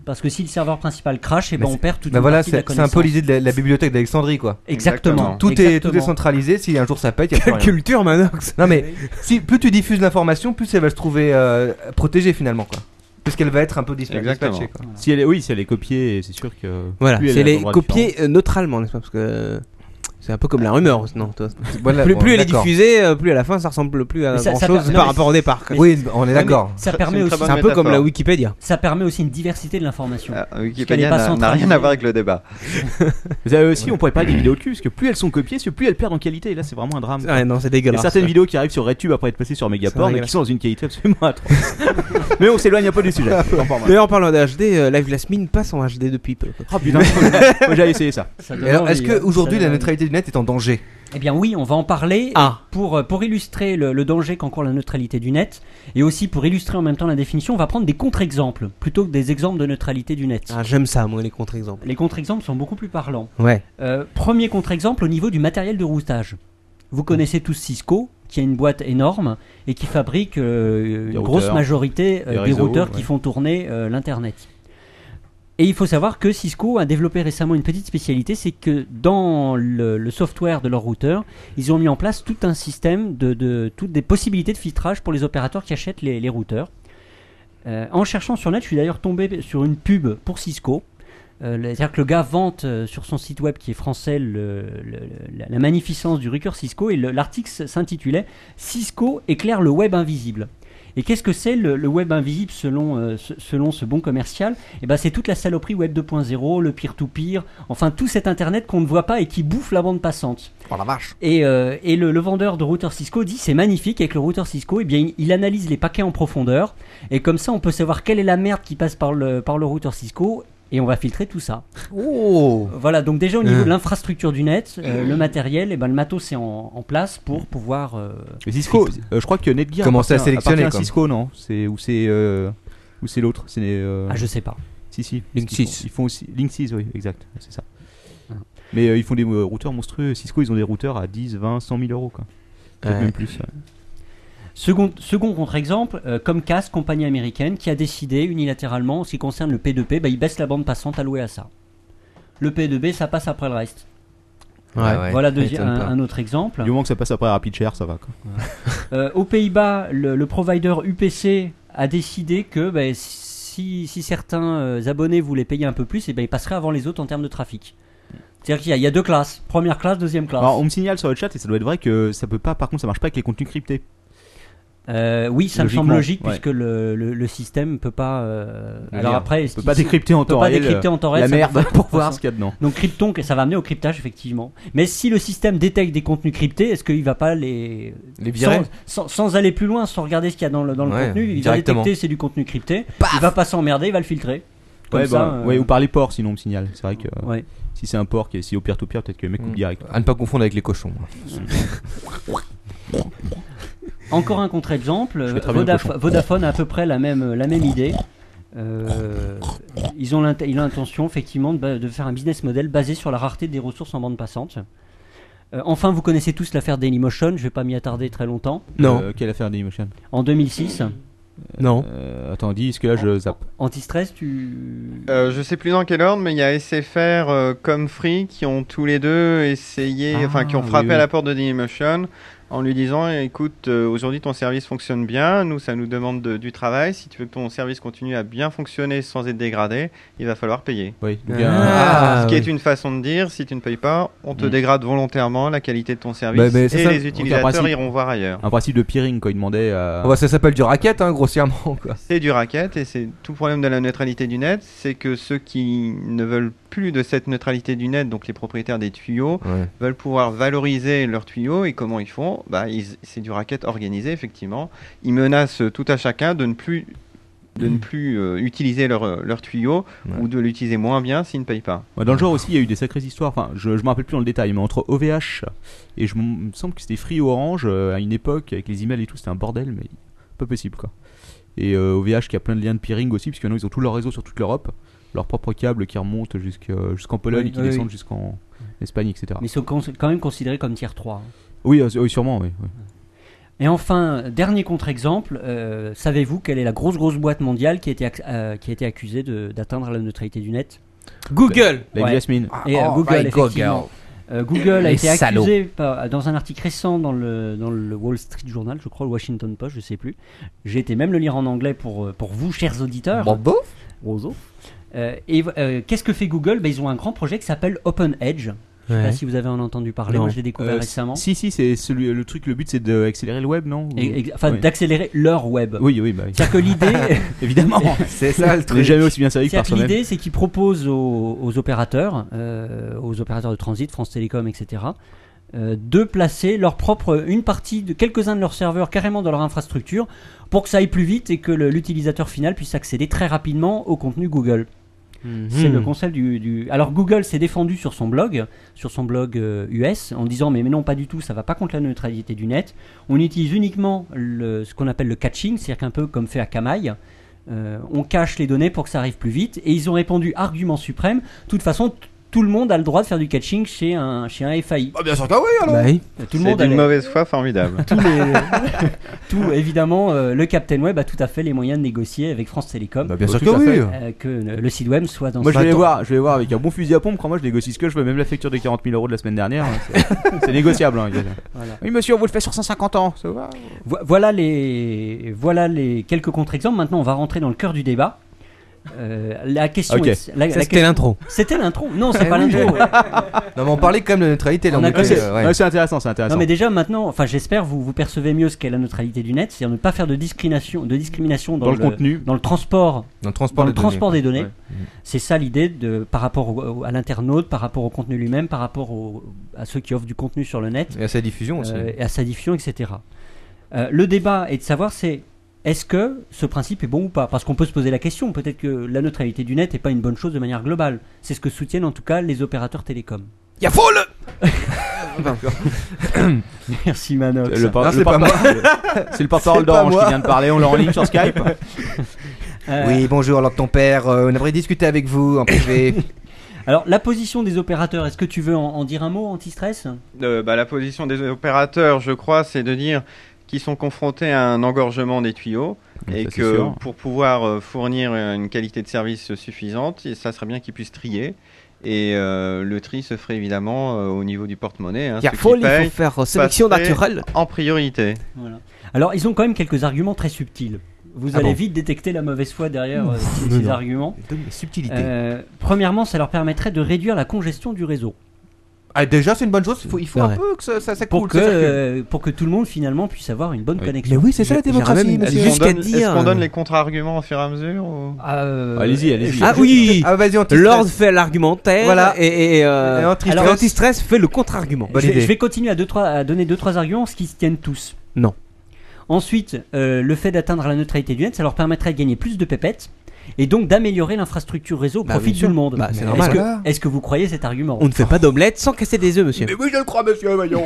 Speaker 5: Parce que si le serveur principal crash, eh ben
Speaker 2: Mais
Speaker 5: on perd toute
Speaker 2: Bah
Speaker 5: une
Speaker 2: voilà,
Speaker 5: partie de la
Speaker 2: c'est c'est un peu
Speaker 5: connaissance.
Speaker 2: l'idée de la, la bibliothèque d'Alexandrie, quoi.
Speaker 5: Exactement.
Speaker 2: Tout est, tout est
Speaker 5: Exactement.
Speaker 2: centralisé, si un jour ça pète, il y a plus rien.
Speaker 7: Culture Manox
Speaker 2: Non mais si plus tu diffuses l'information, plus elle va se trouver euh, protégée finalement quoi. Puisqu'elle va être un peu dis-
Speaker 10: Exactement.
Speaker 2: dispatchée quoi.
Speaker 3: Si elle est, oui, si elle est copiée, c'est sûr que.
Speaker 7: Voilà,
Speaker 3: plus elle
Speaker 7: c'est
Speaker 3: a
Speaker 7: les
Speaker 3: d'endroits
Speaker 7: copier euh, neutralement, n'est-ce pas Parce que euh, c'est un peu comme la rumeur, non toi.
Speaker 2: Voilà,
Speaker 7: plus,
Speaker 2: Bah, bon,
Speaker 7: plus elle est
Speaker 2: d'accord.
Speaker 7: diffusée, euh, plus à la fin ça ressemble plus à
Speaker 5: Mais ça-
Speaker 7: grand
Speaker 5: ça
Speaker 7: chose
Speaker 5: per- non,
Speaker 7: par
Speaker 5: mais-
Speaker 7: rapport au départ. quoi.
Speaker 5: mais-
Speaker 2: Oui, on est d'accord.
Speaker 5: Ça
Speaker 10: C'est
Speaker 5: permet
Speaker 10: une
Speaker 5: aussi.
Speaker 10: très bonne
Speaker 7: C'est un peu comme
Speaker 10: métaphore.
Speaker 7: la Wikipédia.
Speaker 5: Ça permet aussi une diversité de l'information.
Speaker 10: Ah,
Speaker 5: qu'elle est
Speaker 10: Wikipédia
Speaker 5: pas
Speaker 10: n'a- n'a
Speaker 5: centralisée.
Speaker 10: rien à voir avec le débat.
Speaker 3: Mais ça aussi, on pourrait parler des vidéos de cul, parce que plus elles sont copiées, c'est plus elles perdent en qualité. Et là, c'est vraiment un drame.
Speaker 7: Ouais, non, c'est
Speaker 3: Il y a
Speaker 7: dégueulasse.
Speaker 3: certaines vidéos qui arrivent sur RedTube après être passées sur Megaporn et qui
Speaker 7: dégueulasse.
Speaker 3: sont dans une qualité absolument atroce. [laughs] Mais on s'éloigne un peu du sujet.
Speaker 7: D'ailleurs, en parlant d'HD, euh, Live Last Mine passe en HD depuis peu.
Speaker 3: Oh putain, moi j'avais essayé ça.
Speaker 5: Ça
Speaker 2: Et
Speaker 5: donne
Speaker 2: alors,
Speaker 5: envie,
Speaker 2: est-ce
Speaker 5: hein.
Speaker 2: que aujourd'hui
Speaker 5: Ça
Speaker 2: la
Speaker 5: donne-
Speaker 2: neutralité du net est en danger.
Speaker 5: Eh bien oui, on va en parler
Speaker 2: Ah.
Speaker 5: pour, euh, pour illustrer le, le danger qu'encourt la neutralité du net et aussi pour illustrer en même temps la définition, on va prendre des contre-exemples plutôt que des exemples de neutralité du net.
Speaker 7: Ah, j'aime ça, moi, les contre-exemples.
Speaker 5: Les contre-exemples sont beaucoup plus parlants.
Speaker 7: Ouais.
Speaker 5: Euh, premier contre-exemple au niveau du matériel de routage. Vous connaissez tous Cisco, qui a une boîte énorme et qui fabrique euh, une
Speaker 3: routeurs,
Speaker 5: grosse majorité euh,
Speaker 3: des
Speaker 5: des,
Speaker 3: réseaux,
Speaker 5: routeurs qui
Speaker 3: ouais.
Speaker 5: font tourner euh, l'Internet. Et il faut savoir que Cisco a développé récemment une petite spécialité, c'est que dans le, le software de leur routeur, ils ont mis en place tout un système de, de- toutes des possibilités de filtrage pour les opérateurs qui achètent les, les routeurs. Euh, en cherchant sur net, je suis d'ailleurs tombé sur une pub pour Cisco. Euh, C'est-à-dire que le gars vante euh, sur son site web qui est français le- le- la, la magnificence du Rucker Cisco et le- l'article s- s'intitulait Cisco éclaire le web invisible. Et qu'est-ce que c'est le, le web invisible selon, euh, ce- selon ce bon commercial Eh ben, C'est toute la saloperie web 2.0, le peer-to-peer, enfin tout cet internet qu'on ne voit pas et qui bouffe la bande passante.
Speaker 2: Oh la vache
Speaker 5: Et, euh, et le, le vendeur de routeur Cisco dit c'est magnifique avec le routeur Cisco, eh bien il, il analyse les paquets en profondeur et comme ça on peut savoir quelle est la merde qui passe par le par le routeur Cisco et on va filtrer tout ça.
Speaker 2: Oh
Speaker 5: Voilà donc déjà au niveau
Speaker 2: Euh.
Speaker 5: de l'infrastructure du net, euh, le matériel, et ben le matos est en, en place pour pouvoir. euh,
Speaker 3: Mais Cisco, euh, je crois que Netgear
Speaker 2: Commencer à
Speaker 3: appartient-
Speaker 2: sélectionner,
Speaker 3: appartient
Speaker 2: quoi.
Speaker 3: à Cisco, non C'est ou c'est euh, ou c'est l'autre C'est euh,
Speaker 5: Ah je sais pas.
Speaker 3: si si.
Speaker 2: Link
Speaker 3: Ils font-
Speaker 2: 6.
Speaker 3: Ils font aussi Link 6, oui, exact, c'est ça.
Speaker 5: Ah.
Speaker 3: Mais euh, ils font des euh, routeurs monstrueux. Cisco, ils ont des routeurs à 10, 20, 100 000 euros, quoi. Peut-être
Speaker 7: Ouais.
Speaker 3: même plus. ouais.
Speaker 5: Second, second contre-exemple, euh, Comcast, compagnie américaine, qui a décidé unilatéralement, en ce qui concerne le P2P, bah, il baisse la bande passante allouée à ça. Le P2B, ça passe après le reste.
Speaker 2: Ah ouais,
Speaker 5: voilà
Speaker 2: ça
Speaker 5: deuxi-
Speaker 2: m'étonne
Speaker 5: un,
Speaker 2: pas.
Speaker 5: un autre exemple.
Speaker 3: Du moment que ça passe après à RapidShare, ça va. Quoi.
Speaker 5: Euh, aux Pays-Bas, le, le provider UPC a décidé que ben, si, si certains euh, abonnés voulaient payer un peu plus, et ben, ils passeraient avant les autres en termes de trafic. C'est-à-dire qu'il y, a- il y a deux classes, première classe, deuxième classe.
Speaker 3: Alors, on me signale sur le chat et ça doit être vrai que ça peut pas. Par contre, ça marche pas avec les contenus cryptés.
Speaker 5: Euh, oui, ça me
Speaker 3: Logiquement,
Speaker 5: semble logique
Speaker 3: ouais.
Speaker 5: puisque le, le, le système ne peut pas. euh,
Speaker 3: Ah,
Speaker 5: alors
Speaker 3: merde.
Speaker 5: après,
Speaker 3: On
Speaker 5: est-ce
Speaker 3: peut
Speaker 5: qu'il-
Speaker 3: pas décrypter en
Speaker 5: peut
Speaker 3: temps
Speaker 5: pas
Speaker 3: réel,
Speaker 5: décrypter en temps réel,
Speaker 3: euh, la
Speaker 5: ça peut
Speaker 3: merde
Speaker 5: faire
Speaker 3: [laughs] pour
Speaker 5: de
Speaker 3: voir
Speaker 5: façon.
Speaker 3: ce qu'il y a dedans.
Speaker 5: Donc Krypton, que ça va amener au cryptage effectivement. Mais si le système détecte des contenus cryptés, est-ce qu'il va pas les
Speaker 2: Les virer
Speaker 5: sans, sans- sans aller plus loin, sans regarder ce qu'il y a dans le, dans le
Speaker 2: Ouais,
Speaker 5: contenu, il va
Speaker 2: directement.
Speaker 5: détecter c'est du contenu crypté. il va pas s'emmerder, il va le filtrer. Comme
Speaker 3: Ouais,
Speaker 5: ça,
Speaker 3: bah,
Speaker 5: euh,
Speaker 3: ouais, ou par les ports, sinon on me signale. C'est vrai que euh,
Speaker 5: ouais.
Speaker 3: si c'est un port qui est si au pire tout pire, peut-être que le mec coupe
Speaker 2: Mm.
Speaker 3: direct.
Speaker 2: À ne pas confondre avec les cochons. hein.
Speaker 5: Encore un contre-exemple.
Speaker 3: Je fais travailler le
Speaker 5: Vodaf-
Speaker 3: cochon.
Speaker 5: Vodafone a à peu près la même, la même idée. Euh, ils ont l'int- ils ont l'intention effectivement de, ba- de faire un business model basé sur la rareté des ressources en bande passante. Euh, enfin, vous connaissez tous l'affaire Dailymotion. Je vais pas m'y attarder très longtemps.
Speaker 7: Non,
Speaker 3: Euh, quelle affaire Dailymotion
Speaker 5: En 2006,
Speaker 7: non.
Speaker 3: Euh, Attends, dis, est-ce que là je zappe
Speaker 5: Antistress, tu
Speaker 10: Euh, je sais plus dans quel ordre, mais il y a SFR euh, comme Free qui ont tous les deux essayé, enfin qui ont
Speaker 3: oui,
Speaker 10: frappé
Speaker 3: oui.
Speaker 10: à la porte de Dailymotion en lui disant écoute, euh, aujourd'hui ton service fonctionne bien, nous ça nous demande de- du travail, si tu veux que ton service continue à bien fonctionner sans être dégradé, il va falloir payer.
Speaker 3: Oui. donc, il
Speaker 7: Ah.
Speaker 3: y a un-
Speaker 7: Ah,
Speaker 10: Ce qui
Speaker 7: oui.
Speaker 10: est une façon de dire, si tu ne payes pas, on te
Speaker 3: Mm.
Speaker 10: dégrade volontairement la qualité de ton service
Speaker 2: Bah, mais c'est
Speaker 10: et
Speaker 2: ça,
Speaker 10: les utilisateurs
Speaker 3: principe.
Speaker 10: iront voir ailleurs.
Speaker 3: un principe de peering quand il demandait à.
Speaker 2: Oh, bah, ça s'appelle du racket, hein, grossièrement. [laughs] Quoi.
Speaker 10: C'est du racket et c'est tout le problème de la neutralité du net, c'est que ceux qui ne veulent plus de cette neutralité du net, donc les propriétaires des tuyaux,
Speaker 2: Ouais.
Speaker 10: veulent pouvoir valoriser leurs tuyaux et comment ils font bah, ils- C'est du racket organisé effectivement. Ils menacent tout à chacun de ne plus, de ne plus euh, utiliser leur, euh, leurs tuyaux
Speaker 2: Ouais.
Speaker 10: ou de l'utiliser moins bien s'ils ne payent pas.
Speaker 3: Ouais, Dans le genre aussi, il y a eu des sacrées histoires. Enfin, je, je me rappelle plus dans le détail, mais entre OVH et je m- il me semble que c'était Free Orange euh, à une époque avec les emails et tout, c'était un bordel, mais pas possible quoi. Et euh, OVH qui a plein de liens de peering aussi, parce que maintenant ils ont tout leur réseau sur toute l'Europe, leur propre câble qui remonte jusqu'à- jusqu'en Pologne
Speaker 5: Oui,
Speaker 3: et qui
Speaker 5: oui,
Speaker 3: descendent
Speaker 5: oui.
Speaker 3: jusqu'en Espagne, etc.
Speaker 5: mais ils sont cons- quand même considérés comme tier 3.
Speaker 3: Oui, euh, oui, sûrement, oui. oui.
Speaker 5: Et enfin, dernier contre-exemple, euh, savez-vous quelle est la grosse grosse boîte mondiale qui a été, ac- euh, qui a été accusée de- d'atteindre la neutralité du net
Speaker 7: Google
Speaker 3: Like
Speaker 5: Ouais.
Speaker 3: Jasmine.
Speaker 5: Et euh,
Speaker 2: Oh
Speaker 5: Google,
Speaker 2: my God,
Speaker 5: effectivement. Euh, Google a
Speaker 2: Les
Speaker 5: été
Speaker 2: salauds.
Speaker 5: accusé par- dans un article récent dans le, dans le Wall Street Journal, je crois, le Washington Post, je sais plus. J'ai été même le lire en anglais pour, euh, pour vous, chers auditeurs.
Speaker 2: Bon, bon.
Speaker 5: Roseau. Euh, et euh, qu'est-ce que fait Google Ben, Ils ont un grand projet qui s'appelle Open Edge. Je sais
Speaker 7: Ouais.
Speaker 5: pas si vous avez en entendu parler,
Speaker 7: Non.
Speaker 5: moi je l'ai découvert
Speaker 3: Euh,
Speaker 5: bah, récemment.
Speaker 3: Si, si, c'est celui, le truc, le but c'est d'accélérer le web, non Ou-
Speaker 5: Et- et- enfin,
Speaker 3: oui.
Speaker 5: d'accélérer leur web.
Speaker 3: oui, oui, bah, oui.
Speaker 5: C'est-à-dire que l'idée. [laughs]
Speaker 3: évidemment.
Speaker 2: C'est ça le
Speaker 3: On n'est
Speaker 2: truc.
Speaker 3: jamais aussi bien servi que par
Speaker 5: C'est-à-dire que
Speaker 3: soi-même.
Speaker 5: l'idée, c'est qu'ils proposent aux, aux opérateurs, euh, aux opérateurs de transit, France Télécom, etc., euh, de placer leur propre, une partie de quelques-uns de leurs serveurs carrément dans leur infrastructure pour que ça aille plus vite et que le- l'utilisateur final puisse accéder très rapidement au contenu Google. C'est le concept du, du- Alors Google s'est défendu sur son blog, sur son blog euh, US, en disant mais, mais non pas du tout, ça va pas contre la neutralité du net. On utilise uniquement le- ce qu'on appelle le catching, c'est-à-dire qu'un peu comme fait Akamai. euh, on cache les données pour que ça arrive plus vite. Et ils ont répondu argument suprême. De toute façon, t- tout le monde a le droit de faire du catching chez un, chez un FAI.
Speaker 2: bien sûr que oui, alors.
Speaker 10: Bah oui.
Speaker 5: Tout le
Speaker 10: C'est
Speaker 5: monde
Speaker 10: d'une
Speaker 5: a-
Speaker 10: mauvaise foi formidable.
Speaker 5: tous les- [laughs] tout, évidemment, euh, le Captain Web a tout à fait les moyens de négocier avec France Télécom.
Speaker 3: Bah, bien sûr Tout que à oui. fait.
Speaker 5: Euh, que le site web soit dans
Speaker 3: Moi
Speaker 5: ce-
Speaker 3: je vais les
Speaker 5: Attends.
Speaker 3: voir, je vais les voir avec un bon fusil à pompe. Quand moi je négocie ce que je veux, même la facture des 40 000 euros de la semaine dernière, hein, c'est- c'est négociable. hein, gars. Oui, monsieur, on vous le fait sur 150 ans, ça va
Speaker 5: Vo- voilà, les, voilà les quelques contre-exemples. Maintenant, on va rentrer dans le cœur du débat. Euh, la question
Speaker 3: Ok.
Speaker 5: est- la-
Speaker 3: Ça,
Speaker 5: la
Speaker 3: c'était
Speaker 5: question-
Speaker 3: l'intro.
Speaker 5: C'était l'intro. Non, c'est
Speaker 2: Eh
Speaker 5: pas
Speaker 2: oui.
Speaker 3: [laughs]
Speaker 5: l'intro.
Speaker 2: Non, mais on parlait quand même de la neutralité. Là,
Speaker 5: On
Speaker 2: on
Speaker 5: a
Speaker 2: était,
Speaker 5: que-
Speaker 2: euh, ouais.
Speaker 3: Ah, C'est intéressant, c'est intéressant.
Speaker 5: Non mais déjà maintenant, enfin j'espère vous vous percevez mieux ce qu'est la neutralité du net, c'est-à-dire ne pas faire de discrimination, de discrimination dans,
Speaker 3: Dans le contenu.
Speaker 5: dans le transport,
Speaker 2: Dans le transport
Speaker 5: dans
Speaker 2: des
Speaker 5: le transport
Speaker 2: données.
Speaker 5: des données.
Speaker 2: Ouais. Mm.
Speaker 5: C'est ça l'idée de par rapport au- au- à l'internaute, par rapport au contenu lui-même, par rapport au- à ceux qui offrent du contenu sur le net
Speaker 2: Et à sa diffusion aussi.
Speaker 5: euh, et à sa diffusion, etc. Euh, le débat est de savoir c'est est-ce que ce principe est bon ou pas Parce qu'on peut se poser la question. Peut-être que la neutralité du net n'est pas une bonne chose de manière globale. C'est ce que soutiennent en tout cas les opérateurs télécoms.
Speaker 2: Y'a
Speaker 5: [laughs]
Speaker 2: foule
Speaker 5: Merci Manox.
Speaker 3: Euh, Le par- le porte-parole- [laughs] c'est le porte-parole
Speaker 2: C'est pas
Speaker 3: d'Orange
Speaker 2: moi.
Speaker 3: qui vient de parler, on l'a en ligne sur Skype.
Speaker 5: Euh,
Speaker 2: Oui, bonjour, alors ton père, euh, on aimerait discuter avec vous en
Speaker 5: [laughs]
Speaker 2: privé.
Speaker 5: Alors, la position des opérateurs, est-ce que tu veux en, en dire un mot anti-stress
Speaker 10: Euh, bah, la position des opérateurs, je crois, c'est de dire qu'ils sont confrontés à un engorgement des tuyaux
Speaker 3: Donc
Speaker 10: et
Speaker 3: ça, c'est
Speaker 10: que
Speaker 3: sûr.
Speaker 10: pour pouvoir euh, fournir euh, une qualité de service suffisante, ça serait bien qu'ils puissent trier. Et euh, le tri se ferait évidemment euh, au niveau du porte-monnaie. hein.
Speaker 7: Il y a
Speaker 10: Ceux qui
Speaker 7: folle, il faut
Speaker 10: payent
Speaker 7: faire sélection
Speaker 10: passeraient
Speaker 7: naturelle.
Speaker 10: En priorité.
Speaker 5: Voilà. Alors, ils ont quand même quelques arguments très subtils. Vous
Speaker 2: Ah
Speaker 5: allez
Speaker 2: bon
Speaker 5: vite détecter la mauvaise foi derrière
Speaker 2: Ouh,
Speaker 5: euh, ces,
Speaker 2: non,
Speaker 5: ces
Speaker 2: non.
Speaker 5: arguments.
Speaker 2: Subtilité.
Speaker 5: Euh, premièrement, ça leur permettrait de réduire la congestion du réseau
Speaker 2: Ah, déjà, c'est une bonne chose, il faut, il faut
Speaker 7: C'est
Speaker 2: un
Speaker 7: vrai.
Speaker 2: peu que ça, ça, ça
Speaker 5: pour
Speaker 2: coule,
Speaker 5: que
Speaker 2: ça circule.
Speaker 5: euh, pour que tout le monde finalement puisse avoir une bonne
Speaker 3: Oui.
Speaker 5: connexion.
Speaker 2: oui, c'est ça la
Speaker 7: démocratie,
Speaker 10: Est-ce
Speaker 7: monsieur.
Speaker 10: qu'on
Speaker 7: Jusqu'à
Speaker 10: donne, est-ce
Speaker 7: dire,
Speaker 10: qu'on
Speaker 7: euh,
Speaker 10: donne les contre-arguments au fur et à mesure ou-
Speaker 5: Euh,
Speaker 3: Allez-y, allez-y.
Speaker 7: Ah oui
Speaker 2: Ah, vas-y, on te
Speaker 7: Lord fait l'argumentaire
Speaker 2: Voilà.
Speaker 7: et, et, euh,
Speaker 2: Et anti-stress.
Speaker 7: alors, anti-stress fait le contre-argument.
Speaker 2: Bonne
Speaker 5: je, vais,
Speaker 2: idée.
Speaker 5: je vais continuer à, deux, trois, à donner deux trois arguments, ce qui se tiennent tous.
Speaker 7: Non.
Speaker 5: Ensuite, euh, le fait d'atteindre la neutralité du net, ça leur permettrait de gagner plus de pépettes et donc d'améliorer l'infrastructure réseau au
Speaker 7: Bah
Speaker 5: profit
Speaker 7: oui.
Speaker 5: de tout le monde.
Speaker 7: Bah, c'est
Speaker 5: Est-ce
Speaker 7: normal.
Speaker 5: que-
Speaker 2: Voilà.
Speaker 5: Est-ce que vous croyez cet argument
Speaker 7: On ne fait pas d'omelette sans casser des œufs, monsieur.
Speaker 2: Mais oui, je le crois, monsieur, voyons.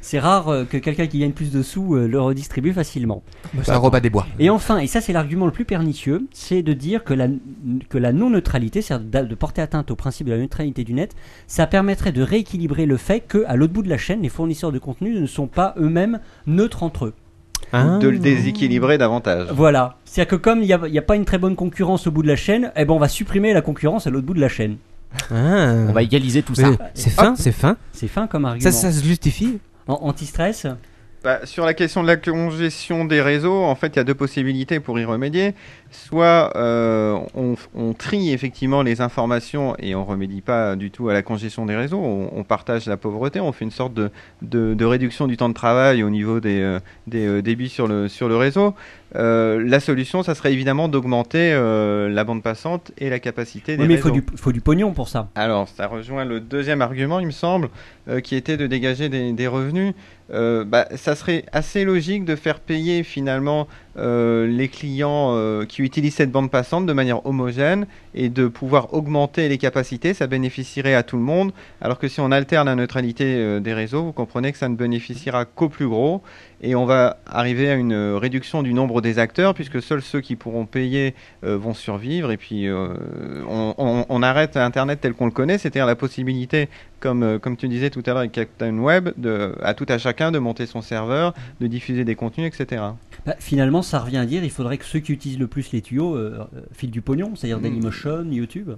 Speaker 5: C'est rare euh, que quelqu'un qui gagne plus de sous euh, le redistribue facilement.
Speaker 2: C'est un repas des bois.
Speaker 5: Et enfin, et ça c'est l'argument le plus pernicieux, c'est de dire que la, que la non-neutralité, c'est-à-dire d'a- de porter atteinte au principe de la neutralité du net, ça permettrait de rééquilibrer le fait que, à l'autre bout de la chaîne, les fournisseurs de contenu ne sont pas eux-mêmes neutres entre eux.
Speaker 7: Hein
Speaker 10: de le déséquilibrer davantage
Speaker 5: Voilà. C'est-à-dire que comme il n'y a, il y a pas une très bonne concurrence au bout de la chaîne, eh ben on va supprimer la concurrence à l'autre bout de la chaîne.
Speaker 7: Ah.
Speaker 3: On va égaliser tout ça.
Speaker 7: Mais C'est fin, c'est fin.
Speaker 5: C'est fin comme argument.
Speaker 7: Ça, ça se justifie.
Speaker 5: En- Anti-stress
Speaker 10: Bah, Sur la question de la congestion des réseaux, en fait, il y a deux possibilités pour y remédier. Soit euh, on, on trie effectivement les informations et on remédie pas du tout à la congestion des réseaux, on, on partage la pauvreté, on fait une sorte de, de- de réduction du temps de travail au niveau des, euh, des, euh, débits sur le, sur le réseau. Euh, la solution, ça serait évidemment d'augmenter euh, la bande passante et la capacité des
Speaker 5: Oui, mais il
Speaker 10: réseaux.
Speaker 5: faut du, faut du pognon pour ça.
Speaker 10: Alors, ça rejoint le deuxième argument, il me semble, euh, qui était de dégager des, des revenus. Euh, bah, ça serait assez logique de faire payer finalement euh, les clients euh, qui utilisent cette bande passante de manière homogène et de pouvoir augmenter les capacités. Ça bénéficierait à tout le monde. Alors que si on alterne la neutralité euh, des réseaux, vous comprenez que ça ne bénéficiera qu'aux plus gros. Et on va arriver à une euh, réduction du nombre des acteurs, puisque seuls ceux qui pourront payer euh, vont survivre et puis euh, on, on- on arrête Internet tel qu'on le connaît, c'est-à-dire la possibilité, comme, euh, comme tu disais tout à l'heure avec Captain Web, de, à tout à chacun de monter son serveur, de diffuser des contenus, etc.
Speaker 5: Bah, finalement, ça revient à dire il faudrait que ceux qui utilisent le plus les tuyaux euh, euh, filent du pognon, c'est-à-dire Dailymotion, YouTube.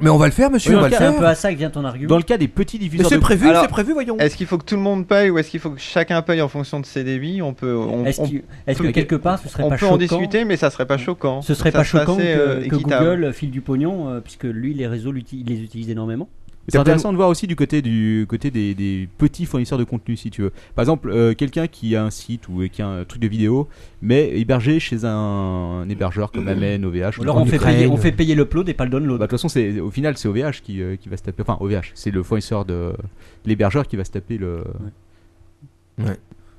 Speaker 2: Mais on va le faire, monsieur,
Speaker 5: Oui,
Speaker 2: on va le
Speaker 5: c'est un peu
Speaker 2: faire.
Speaker 5: à ça que vient ton argument.
Speaker 3: Dans le cas des petits
Speaker 2: Mais
Speaker 3: diffuseurs
Speaker 2: c'est
Speaker 3: de
Speaker 2: prévu,
Speaker 10: Alors-
Speaker 2: c'est prévu, voyons.
Speaker 10: Est-ce qu'il faut que tout le monde paye ou est-ce qu'il faut que chacun paye en fonction de ses débits On peut, on,
Speaker 5: Est-ce
Speaker 10: on-
Speaker 5: qu'il- est-ce que quelque part ce serait
Speaker 10: on
Speaker 5: pas
Speaker 10: peut
Speaker 5: choquant
Speaker 10: en discuter, mais ça serait pas choquant.
Speaker 5: Ce serait
Speaker 10: Ça
Speaker 5: pas
Speaker 10: serait
Speaker 5: choquant
Speaker 10: assez, euh,
Speaker 5: que, que
Speaker 10: équitable.
Speaker 5: Google file du pognon, euh, puisque lui, les réseaux, l'uti- il les utilise énormément.
Speaker 3: C'est intéressant de voir aussi du côté, du côté des, des petits fournisseurs de contenu, si tu veux. Par exemple, euh, quelqu'un qui a un site ou qui a un truc de vidéo, mais hébergé chez un, un hébergeur comme Amen, OVH.
Speaker 5: Alors
Speaker 3: ou
Speaker 5: on fait,
Speaker 3: Ukraine.
Speaker 5: payer, on fait payer l'upload et pas le download.
Speaker 3: Bah, de toute façon, c'est au final, c'est OVH qui, euh, qui va se taper. Enfin, OVH, c'est le fournisseur de l'hébergeur qui va se taper le.
Speaker 5: Mais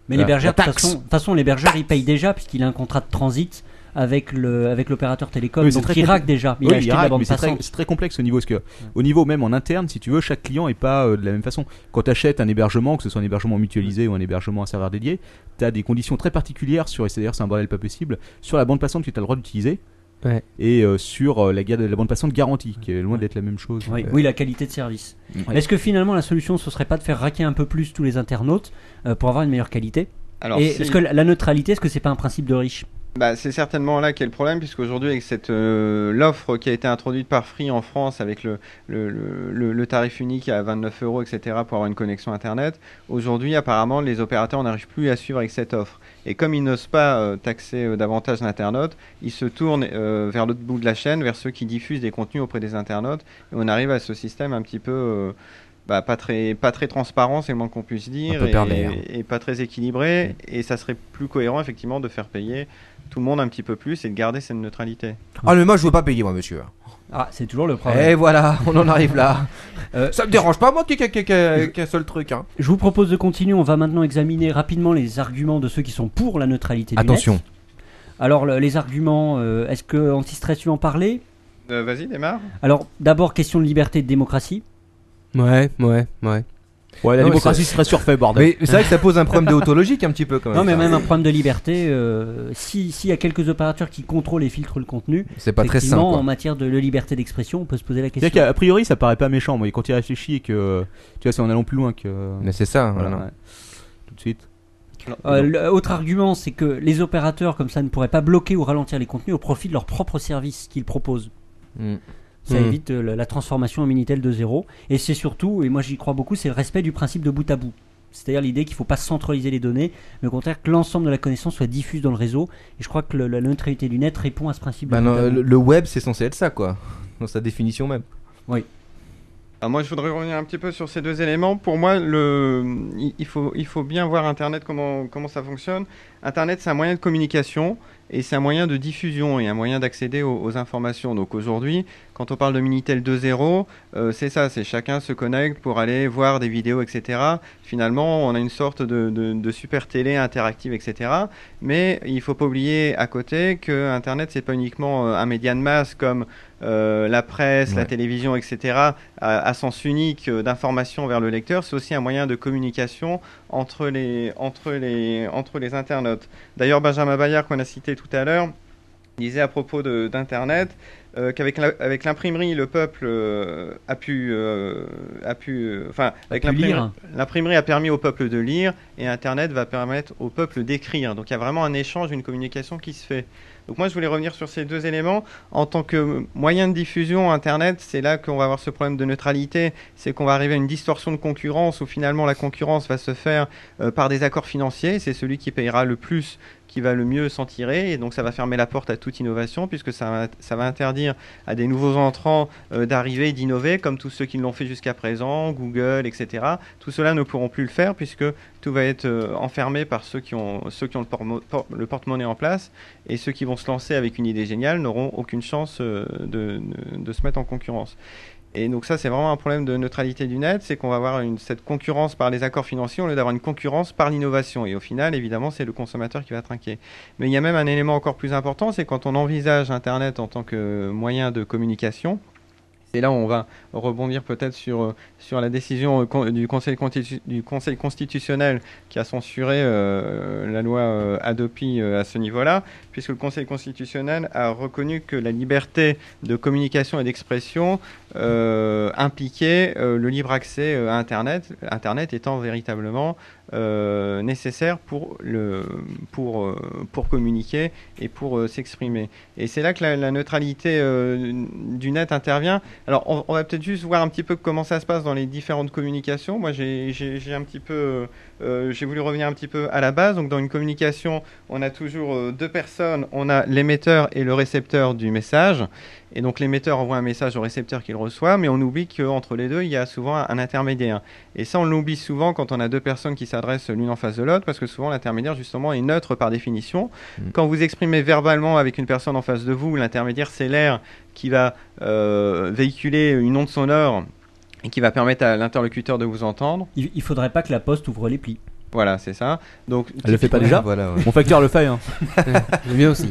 Speaker 10: la-
Speaker 5: les bergères,
Speaker 10: la
Speaker 5: de toute
Speaker 10: taxe.
Speaker 5: façon, de toute façon, les bergères, ils payent déjà puisqu'il a un contrat de transit avec le avec l'opérateur télécom.
Speaker 3: Oui, c'est
Speaker 5: donc
Speaker 3: très
Speaker 5: il rack
Speaker 3: compli-
Speaker 5: déjà. Il
Speaker 3: Oui,
Speaker 5: a acheté
Speaker 3: rack,
Speaker 5: la bande
Speaker 3: mais c'est très,
Speaker 5: passante.
Speaker 3: c'est très complexe au niveau, parce que au niveau même en interne, si tu veux, chaque client est pas euh, de la même façon. Quand tu achètes un hébergement, que ce soit un hébergement mutualisé ou un hébergement à serveur dédié, tu as des conditions très particulières sur, et c'est d'ailleurs c'est un bordel pas possible, sur la bande passante que tu as le droit d'utiliser.
Speaker 7: Ouais.
Speaker 3: Et euh, sur euh, la, ga- la bande passante garantie, qui est loin d'être la même chose.
Speaker 5: Oui,
Speaker 3: Euh,
Speaker 5: oui, la qualité de service.
Speaker 3: Ouais.
Speaker 5: Est-ce que finalement la solution ce serait pas de faire raquer un peu plus tous les internautes euh, pour avoir une meilleure qualité
Speaker 10: Alors,
Speaker 5: Et
Speaker 10: si-
Speaker 5: est-ce que la la neutralité, est-ce que c'est pas un principe de riche
Speaker 10: Bah, c'est certainement là qu'est le problème, puisqu'aujourd'hui, avec cette, euh, l'offre qui a été introduite par Free en France, avec le, le, le- le- le tarif unique à 29 euros, etc., pour avoir une connexion Internet, aujourd'hui, apparemment, les opérateurs n'arrivent plus à suivre avec cette offre. Et comme ils n'osent pas euh, taxer euh, davantage l'internaute, ils se tournent euh, vers l'autre bout de la chaîne, vers ceux qui diffusent des contenus auprès des internautes, et on arrive à ce système un petit peu... euh, bah, pas très pas très transparent c'est le moins qu'on puisse dire
Speaker 2: peu
Speaker 10: et-
Speaker 2: pervers.
Speaker 10: et, pas très équilibré et ça serait plus cohérent effectivement de faire payer tout le monde un petit peu plus et de garder cette neutralité.
Speaker 2: Ah, mais moi, je veux pas payer, moi, monsieur.
Speaker 5: Ah, c'est toujours le problème.
Speaker 2: Et Eh, voilà, [laughs] on en arrive là. Euh, Ça me dérange pas, moi, qu'il y ait- qu'il y ait- qu'il y ait-
Speaker 5: Je-
Speaker 2: qu'un seul truc. Hein.
Speaker 5: Je vous propose de continuer. On va maintenant examiner rapidement les arguments de ceux qui sont pour la neutralité. du
Speaker 2: Attention.
Speaker 5: net. Alors le- les arguments, euh, est-ce que Antistress tu veux en parler
Speaker 10: Euh, Vas-y, démarre.
Speaker 5: Alors d'abord question de liberté et de démocratie.
Speaker 7: Ouais, ouais, ouais.
Speaker 3: Ouais,
Speaker 2: Non, mais
Speaker 3: démocratie
Speaker 2: c'est-
Speaker 3: serait surfait, bordel.
Speaker 2: Mais c'est vrai que ça pose un problème déontologique un petit peu quand même.
Speaker 5: Non mais
Speaker 2: ça.
Speaker 5: même un problème de liberté. euh, si- S'il y a quelques opérateurs qui contrôlent et filtrent le contenu,
Speaker 2: C'est pas très
Speaker 5: effectivement,
Speaker 2: simple.
Speaker 5: en matière de, de liberté d'expression, on peut se poser la
Speaker 3: C'est-à-dire
Speaker 5: question.
Speaker 3: qu'à a priori, ça paraît pas méchant, mais quand il réfléchit et que. Tu vois, c'est en allant plus loin que.
Speaker 2: Mais c'est ça.
Speaker 3: Voilà,
Speaker 2: non.
Speaker 3: ouais. Tout de [laughs] suite.
Speaker 5: Euh, le- autre argument, c'est que les opérateurs comme ça ne pourraient pas bloquer ou ralentir les contenus au profit de leurs propres services qu'ils proposent.
Speaker 2: Mm.
Speaker 5: Ça
Speaker 7: Mm.
Speaker 5: évite euh, la la transformation en Minitel de zéro. Et c'est surtout, et moi j'y crois beaucoup, c'est le respect du principe de bout à bout. C'est-à-dire l'idée qu'il ne faut pas centraliser les données, mais au contraire que l'ensemble de la connaissance soit diffuse dans le réseau. Et je crois que le- la neutralité du net répond à ce principe
Speaker 2: Bah
Speaker 5: de
Speaker 2: non,
Speaker 5: bout à bout.
Speaker 2: le, le web, c'est censé être ça, quoi. Dans sa définition même.
Speaker 10: Alors Ah, moi, je voudrais revenir un petit peu sur ces deux éléments. Pour moi, le... il, il faut, il faut bien voir Internet, comment, comment ça fonctionne. Internet, c'est un moyen de communication et c'est un moyen de diffusion et un moyen d'accéder aux, aux informations. Donc aujourd'hui, quand on parle de Minitel 2.0, euh, c'est ça, c'est chacun se connecte pour aller voir des vidéos, etc. Finalement, on a une sorte de, de- de super télé interactive, etc. Mais il faut pas oublier à côté que Internet, c'est pas uniquement euh, un média de masse comme euh, la presse, la
Speaker 2: Ouais.
Speaker 10: télévision, etc à, à sens unique euh, d'information vers le lecteur, c'est aussi un moyen de communication entre les, entre les, entre les internautes. D'ailleurs, Benjamin Bayard, qu'on a cité tout à l'heure, disait à propos de- d'Internet euh, qu'avec la- avec l'imprimerie, le peuple euh, a pu... euh, a pu euh, enfin, avec
Speaker 5: pu
Speaker 10: l'imprimerie-
Speaker 5: lire.
Speaker 10: l'imprimerie a permis au peuple de lire et Internet va permettre au peuple d'écrire. Donc il y a vraiment un échange, une communication qui se fait. Donc moi, je voulais revenir sur ces deux éléments en tant que moyen de diffusion Internet, c'est là qu'on va avoir ce problème de neutralité, c'est qu'on va arriver à une distorsion de concurrence où finalement la concurrence va se faire euh, par des accords financiers, c'est celui qui payera le plus qui va le mieux s'en tirer, et donc ça va fermer la porte à toute innovation, puisque ça, va- ça va interdire à des nouveaux entrants euh, d'arriver et d'innover, comme tous ceux qui l'ont fait jusqu'à présent, Google, etc. Tout cela ne pourront plus le faire, puisque tout va être euh, enfermé par ceux qui ont, ceux qui ont le pormo- por- le porte-monnaie en place et ceux qui vont se lancer avec une idée géniale n'auront aucune chance euh, de, de- de se mettre en concurrence. Et donc ça, c'est vraiment un problème de neutralité du net, c'est qu'on va avoir une, cette concurrence par les accords financiers au lieu d'avoir une concurrence par l'innovation. Et au final, évidemment, c'est le consommateur qui va trinquer. Mais il y a même un élément encore plus important, c'est quand on envisage Internet en tant que moyen de communication. C'est là où on va rebondir peut-être sur, euh, sur la décision euh, con- du conseil, constitu- du conseil constitutionnel qui a censuré euh, la loi euh, Hadopi euh, à ce niveau-là puisque le Conseil constitutionnel a reconnu que la liberté de communication et d'expression euh, impliquait euh, le libre accès euh, à Internet, Internet étant véritablement euh, nécessaire pour, le, pour, euh, pour communiquer et pour euh, s'exprimer. Et c'est là que la, la neutralité euh, du net intervient. Alors, on, on va peut-être juste voir un petit peu comment ça se passe dans les différentes communications. Moi, j'ai j'ai- j'ai un petit peu, euh, j'ai voulu revenir un petit peu à la base. Donc, dans une communication on a toujours euh, deux personnes, on a l'émetteur et le récepteur du message. Et donc l'émetteur envoie un message au récepteur qu'il reçoit, mais on oublie qu'entre les deux, il y a souvent un intermédiaire. Et ça, on l'oublie souvent quand on a deux personnes qui s'adressent l'une en face de l'autre, parce que souvent l'intermédiaire, justement, est neutre par définition.
Speaker 2: Mm.
Speaker 10: Quand vous exprimez verbalement avec une personne en face de vous, l'intermédiaire, c'est l'air qui va euh, véhiculer une onde sonore et qui va permettre à l'interlocuteur de vous entendre.
Speaker 5: Il, il faudrait pas que la poste ouvre les plis.
Speaker 10: Voilà, c'est ça. Donc,
Speaker 3: Elle le fait pas
Speaker 10: typiquement-
Speaker 3: déjà Mon facteur le fait. Hein.
Speaker 7: bien aussi.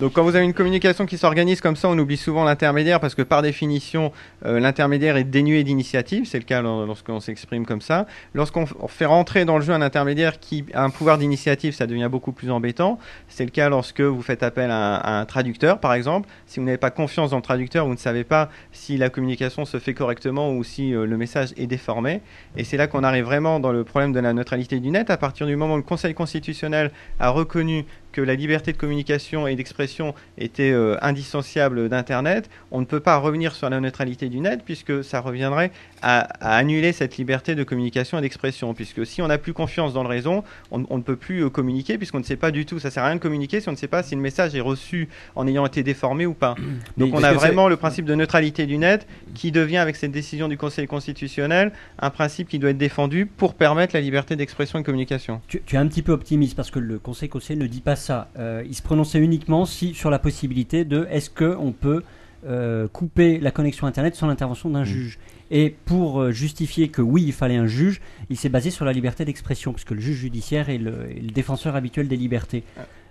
Speaker 10: Donc quand vous avez une communication qui s'organise comme ça, on oublie souvent l'intermédiaire parce que par définition, euh, l'intermédiaire est dénué d'initiative. C'est le cas lor- lorsqu'on s'exprime comme ça. Lorsqu'on f- on fait rentrer dans le jeu un intermédiaire qui a un pouvoir d'initiative, ça devient beaucoup plus embêtant. C'est le cas lorsque vous faites appel à un, à un traducteur, par exemple. Si vous n'avez pas confiance dans le traducteur, vous ne savez pas si la communication se fait correctement ou si euh, le message est déformé. Et c'est là qu'on arrive vraiment dans le problème de la neutralité du net. À partir du moment où le Conseil constitutionnel a reconnu que la liberté de communication et d'expression était euh, indissociable d'Internet, on ne peut pas revenir sur la neutralité du net puisque ça reviendrait à, à annuler cette liberté de communication et d'expression. Puisque si on n'a plus confiance dans le réseau, on, on ne peut plus euh, communiquer puisqu'on ne sait pas du tout. Ça sert à rien de communiquer si on ne sait pas si le message est reçu en ayant été déformé ou pas.
Speaker 3: Mais
Speaker 10: Donc on
Speaker 3: est-ce
Speaker 10: a
Speaker 3: que c'est-
Speaker 10: vraiment le principe de neutralité du net qui devient avec cette décision du Conseil constitutionnel un principe qui doit être défendu pour permettre la liberté d'expression et de communication.
Speaker 5: Tu, tu es un petit peu optimiste parce que le Conseil constitutionnel ne dit pas ça. Euh, il se prononçait uniquement si, sur la possibilité de est-ce qu'on peut euh, couper la connexion Internet sans l'intervention
Speaker 10: Mmh.
Speaker 5: d'un juge. Et pour euh, justifier que oui, il fallait un juge, il s'est basé sur la liberté d'expression, puisque le juge judiciaire est le, est le défenseur habituel des libertés.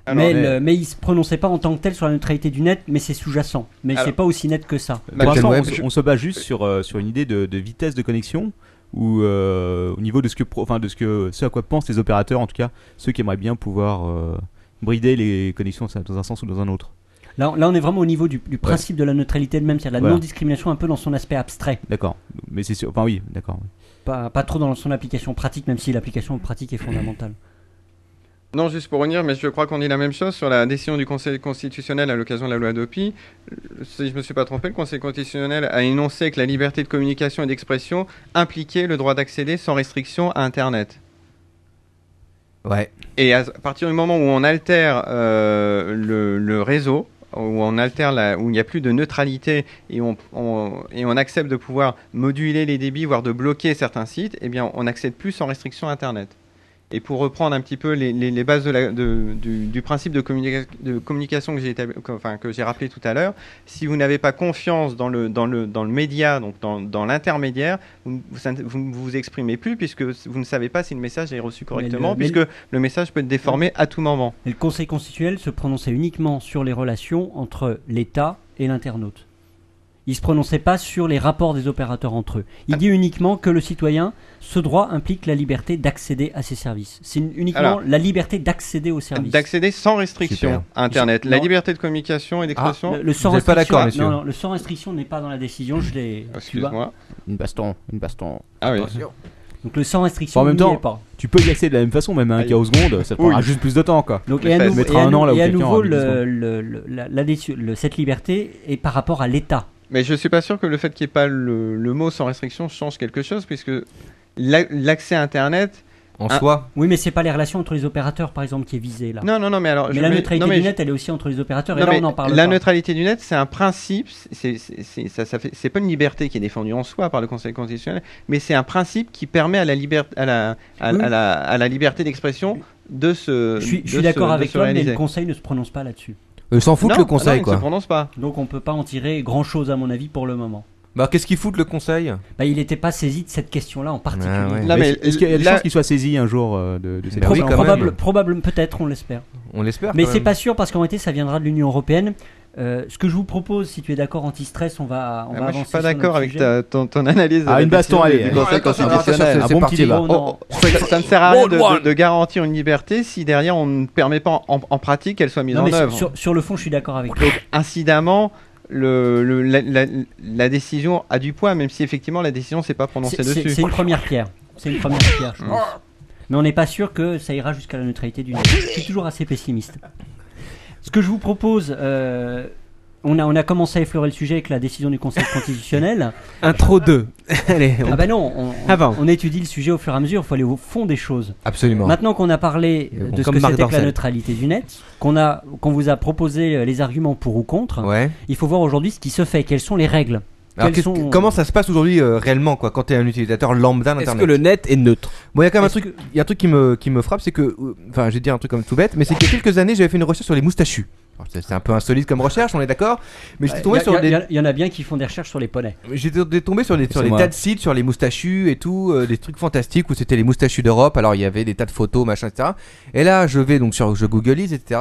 Speaker 10: alors,
Speaker 5: mais,
Speaker 10: mais-
Speaker 5: le- mais il ne se prononçait pas en tant que tel sur la neutralité du net, mais c'est sous-jacent. Mais
Speaker 10: Alors-
Speaker 5: c'est pas aussi net que ça.
Speaker 3: Pour l'instant, on, se- on se bat juste sur, euh, sur une idée de, de vitesse de connexion ou euh, au niveau de ce que, pro- enfin, de ce que, ce à quoi pensent les opérateurs, en tout cas ceux qui aimeraient bien pouvoir euh, brider les connexions dans un sens ou dans un autre.
Speaker 5: Là, on- là, on est vraiment au niveau du, du principe de la neutralité de même, c'est-à-dire la
Speaker 3: Voilà.
Speaker 5: non-discrimination un peu dans son aspect abstrait.
Speaker 3: D'accord. Mais c'est sûr. Enfin oui, d'accord. oui.
Speaker 5: Pas, pas trop dans son application pratique, même si l'application pratique
Speaker 3: [clears throat]
Speaker 5: est fondamentale.
Speaker 10: Non, juste pour revenir, mais je crois qu'on dit la même chose sur la décision du Conseil constitutionnel à l'occasion de la loi DOPI. Euh, Si je ne me suis pas trompé, le Conseil constitutionnel a énoncé que la liberté de communication et d'expression impliquait le droit d'accéder sans restriction à Internet.
Speaker 2: Ouais.
Speaker 10: Et à partir du moment où on altère euh, le, le réseau, où on altère la- où il n'y a plus de neutralité et on, on- et on accepte de pouvoir moduler les débits, voire de bloquer certains sites, eh bien, on n'accède plus sans restriction à Internet. Et pour reprendre un petit peu les, les- les bases de la- de- du, du principe de, communica- de communication que j'ai établi- que- enfin, que j'ai rappelé tout à l'heure, si vous n'avez pas confiance dans le, dans le, dans le média, donc dans, dans l'intermédiaire, vous ne vous, vous, vous exprimez plus puisque vous ne savez pas si le message est reçu correctement,
Speaker 5: mais
Speaker 10: puisque
Speaker 5: le-
Speaker 10: le message peut être déformé à tout moment.
Speaker 5: Et le Conseil constitutionnel se prononçait uniquement sur les relations entre l'État et l'internaute. Il se prononçait pas sur les rapports des opérateurs entre eux.
Speaker 3: Ah.
Speaker 5: Il dit uniquement que le citoyen, ce droit implique la liberté d'accéder à ses services. C'est une- uniquement
Speaker 10: Alors.
Speaker 5: la liberté d'accéder aux services.
Speaker 10: D'accéder sans restriction
Speaker 5: Super.
Speaker 10: à Internet. La
Speaker 5: Non.
Speaker 10: liberté de communication et d'expression.
Speaker 5: le, le sans
Speaker 2: êtes pas
Speaker 5: restriction-
Speaker 2: d'accord, messieurs
Speaker 5: Non, non, le sans restriction n'est pas dans la décision. Je l'ai. tu vois.
Speaker 10: Excuse-moi.
Speaker 3: Une baston, une baston.
Speaker 10: Ah oui.
Speaker 5: Donc le sans
Speaker 3: Bon,
Speaker 5: restriction.
Speaker 3: en même
Speaker 5: n'y
Speaker 3: temps,
Speaker 5: est pas.
Speaker 3: tu peux y accéder de la même façon, même à un
Speaker 5: Aïe.
Speaker 3: chaos seconde, ça te
Speaker 5: Oui.
Speaker 3: prendra juste plus de temps, quoi.
Speaker 5: Donc, et à, nouveau-
Speaker 3: mettre
Speaker 5: et à
Speaker 3: un
Speaker 5: nou-
Speaker 3: an là où
Speaker 5: et à
Speaker 3: quelqu'un
Speaker 5: nouveau,
Speaker 3: aura mis dix secondes.
Speaker 5: le, le- le- la- la déçu- le- cette liberté est par rapport à l'État.
Speaker 10: Mais je suis pas sûr que le fait qu'il n'y ait pas le, le mot sans restriction change quelque chose, puisque la- l'accès à Internet. un-
Speaker 5: Oui, mais c'est pas les relations entre les opérateurs, par exemple, qui est visée là.
Speaker 10: Non, non, non, mais alors.
Speaker 5: Ah. mais
Speaker 10: je
Speaker 5: la
Speaker 10: mets-
Speaker 5: neutralité
Speaker 10: non, mais
Speaker 5: du
Speaker 10: je-
Speaker 5: net, elle est aussi entre les opérateurs. et
Speaker 10: Non,
Speaker 5: là,
Speaker 10: mais
Speaker 5: on en parle.
Speaker 10: la
Speaker 5: pas.
Speaker 10: neutralité du net, c'est un principe, c'est c'est- c'est- ça, ça fait- c'est pas une liberté qui est défendue en soi par le Conseil constitutionnel, mais c'est un principe qui permet à la, liber- à la, à,
Speaker 5: Oui.
Speaker 10: à la, à la liberté d'expression de se.
Speaker 5: Je suis, je
Speaker 10: de
Speaker 5: suis
Speaker 10: se-
Speaker 5: d'accord
Speaker 10: de
Speaker 5: avec
Speaker 10: se
Speaker 5: toi, mais
Speaker 10: réaliser.
Speaker 5: le Conseil ne se prononce pas là-dessus.
Speaker 2: Ils s'en foutent
Speaker 10: Non,
Speaker 2: le
Speaker 10: ah non,
Speaker 2: conseil
Speaker 10: ils ne
Speaker 2: quoi.
Speaker 10: se prononcent pas.
Speaker 5: Donc on peut pas en tirer grand-chose, à mon avis, pour le moment.
Speaker 2: Bah qu'est-ce qu'ils foutent le conseil
Speaker 5: Bah, il n'était pas saisi de cette question-là en particulier.
Speaker 2: Ah ouais.
Speaker 10: Là, mais-
Speaker 3: Est-ce qu'il y a des
Speaker 10: là-
Speaker 3: chances qu'il soit saisi un jour euh, de, de cette
Speaker 5: Ah
Speaker 2: Bah oui,
Speaker 3: façon
Speaker 2: quand même.
Speaker 5: Probable, probable- peut-être, on l'espère.
Speaker 10: Ah,
Speaker 2: On l'espère.
Speaker 5: Mais
Speaker 2: quand
Speaker 5: c'est
Speaker 2: même.
Speaker 5: pas sûr parce qu'en réalité, ça viendra de l'Union européenne. Euh, ce que je vous propose, si tu es d'accord, anti-stress, on va, on
Speaker 10: Ah,
Speaker 5: va
Speaker 10: moi, je
Speaker 5: avancer.
Speaker 10: suis pas
Speaker 5: sur notre
Speaker 10: d'accord avec
Speaker 5: sujet.
Speaker 10: ta- ton, ton analyse. de
Speaker 3: Ah,
Speaker 10: la
Speaker 3: une baston,
Speaker 10: décision
Speaker 3: allez,
Speaker 10: du
Speaker 3: allez.
Speaker 10: Conseil
Speaker 3: Attention, attention,
Speaker 10: constitutionnel.
Speaker 3: attention, c'est parti,
Speaker 10: débat.
Speaker 5: Oh, non.
Speaker 10: Oh, ça, ça ne sert à rien de, de- de garantir une liberté si derrière on ne permet pas en, en pratique qu'elle soit mise
Speaker 5: Non,
Speaker 10: en
Speaker 5: mais sur-
Speaker 10: œuvre.
Speaker 5: sur, sur le fond, je suis d'accord avec toi.
Speaker 10: Donc, incidemment, le, le- la, la- la décision a du poids, même si effectivement la décision s'est pas prononcée
Speaker 5: C'est- C'est
Speaker 10: dessus.
Speaker 5: c'est une première pierre. C'est une première pierre, je pense. Mais on n'est pas sûr que ça ira jusqu'à la neutralité du net. Je suis toujours assez pessimiste. Ce que je vous propose, euh, on, a, on a commencé à effleurer le sujet avec la décision du Conseil
Speaker 7: [laughs]
Speaker 5: constitutionnel.
Speaker 2: [laughs]
Speaker 7: Intro 2. Allez, on-
Speaker 5: Ah bah non, on, on-
Speaker 7: Avant.
Speaker 5: on étudie le sujet au fur et à mesure, il faut aller au fond des choses.
Speaker 2: Absolument.
Speaker 5: Maintenant qu'on a parlé
Speaker 7: Et
Speaker 5: euh,
Speaker 7: bon,
Speaker 5: de ce
Speaker 7: comme
Speaker 5: que
Speaker 7: Marc
Speaker 5: c'était que la
Speaker 7: Dorcel.
Speaker 5: neutralité du net, qu'on a, qu'on vous a proposé euh, les arguments pour ou contre,
Speaker 2: Ouais.
Speaker 5: il faut voir aujourd'hui ce qui se fait, quelles sont les règles.
Speaker 2: Alors,
Speaker 7: Quels
Speaker 2: qu'est-ce
Speaker 7: sont-
Speaker 2: que- comment ça se passe aujourd'hui euh, réellement quoi quand t'es un utilisateur lambda d'internet
Speaker 7: que le net est neutre
Speaker 2: Bon, il y a quand même un truc, il y a un truc qui me qui me frappe, c'est que euh, enfin, j'ai dit un truc comme tout bête, mais c'est qu'il y a quelques années, j'avais fait une recherche sur les moustachus. Alors, C'est c'est un peu insolite comme recherche, on est d'accord, mais j'étais tombé
Speaker 5: Il y a-
Speaker 2: sur
Speaker 5: il y
Speaker 2: des
Speaker 5: a- Il y en a bien qui font des recherches sur les poneys.
Speaker 2: J'étais tombé sur les, sur
Speaker 5: C'est
Speaker 2: les
Speaker 5: moi.
Speaker 2: tas de sites, sur les moustachus et tout, euh, des trucs fantastiques où c'était les moustachus d'Europe. Alors il y avait des tas de photos, machin, etc. Et là, je vais donc sur, je googleise, etc.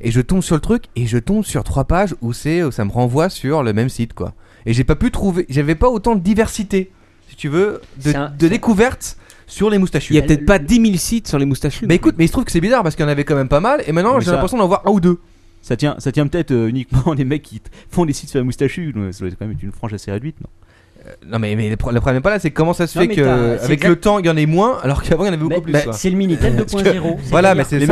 Speaker 2: Et je tombe sur le truc et je tombe sur trois pages où c'est, où ça me renvoie sur le même site, quoi. Et j'ai pas pu trouver, j'avais pas autant de diversité, si tu veux, de, de découvertes sur les moustachus.
Speaker 7: Il y a peut-être
Speaker 2: pas 10 000 sites sur les moustachus. Mais écoute, mais il se trouve que c'est bizarre parce qu'il y en avait quand même pas mal et maintenant j'ai l'impression d'en voir un ou deux.
Speaker 3: Ça tient, ça tient peut-être euh, uniquement [laughs] des mecs qui t- font des sites sur la moustachu. mais Ça doit être quand même une frange assez réduite, non
Speaker 2: Non mais, mais le pro- le problème pas là, c'est comment ça se
Speaker 3: Non,
Speaker 2: fait
Speaker 3: mais
Speaker 2: que
Speaker 3: t'as-
Speaker 2: euh,
Speaker 3: c'est
Speaker 2: avec
Speaker 3: exact-
Speaker 2: le temps il y en ait moins alors qu'avant il y en avait beaucoup plus.
Speaker 5: bah,
Speaker 2: quoi.
Speaker 5: c'est le Minitel
Speaker 2: Parce que-
Speaker 5: 2.0.
Speaker 2: Voilà, mais c'est ça.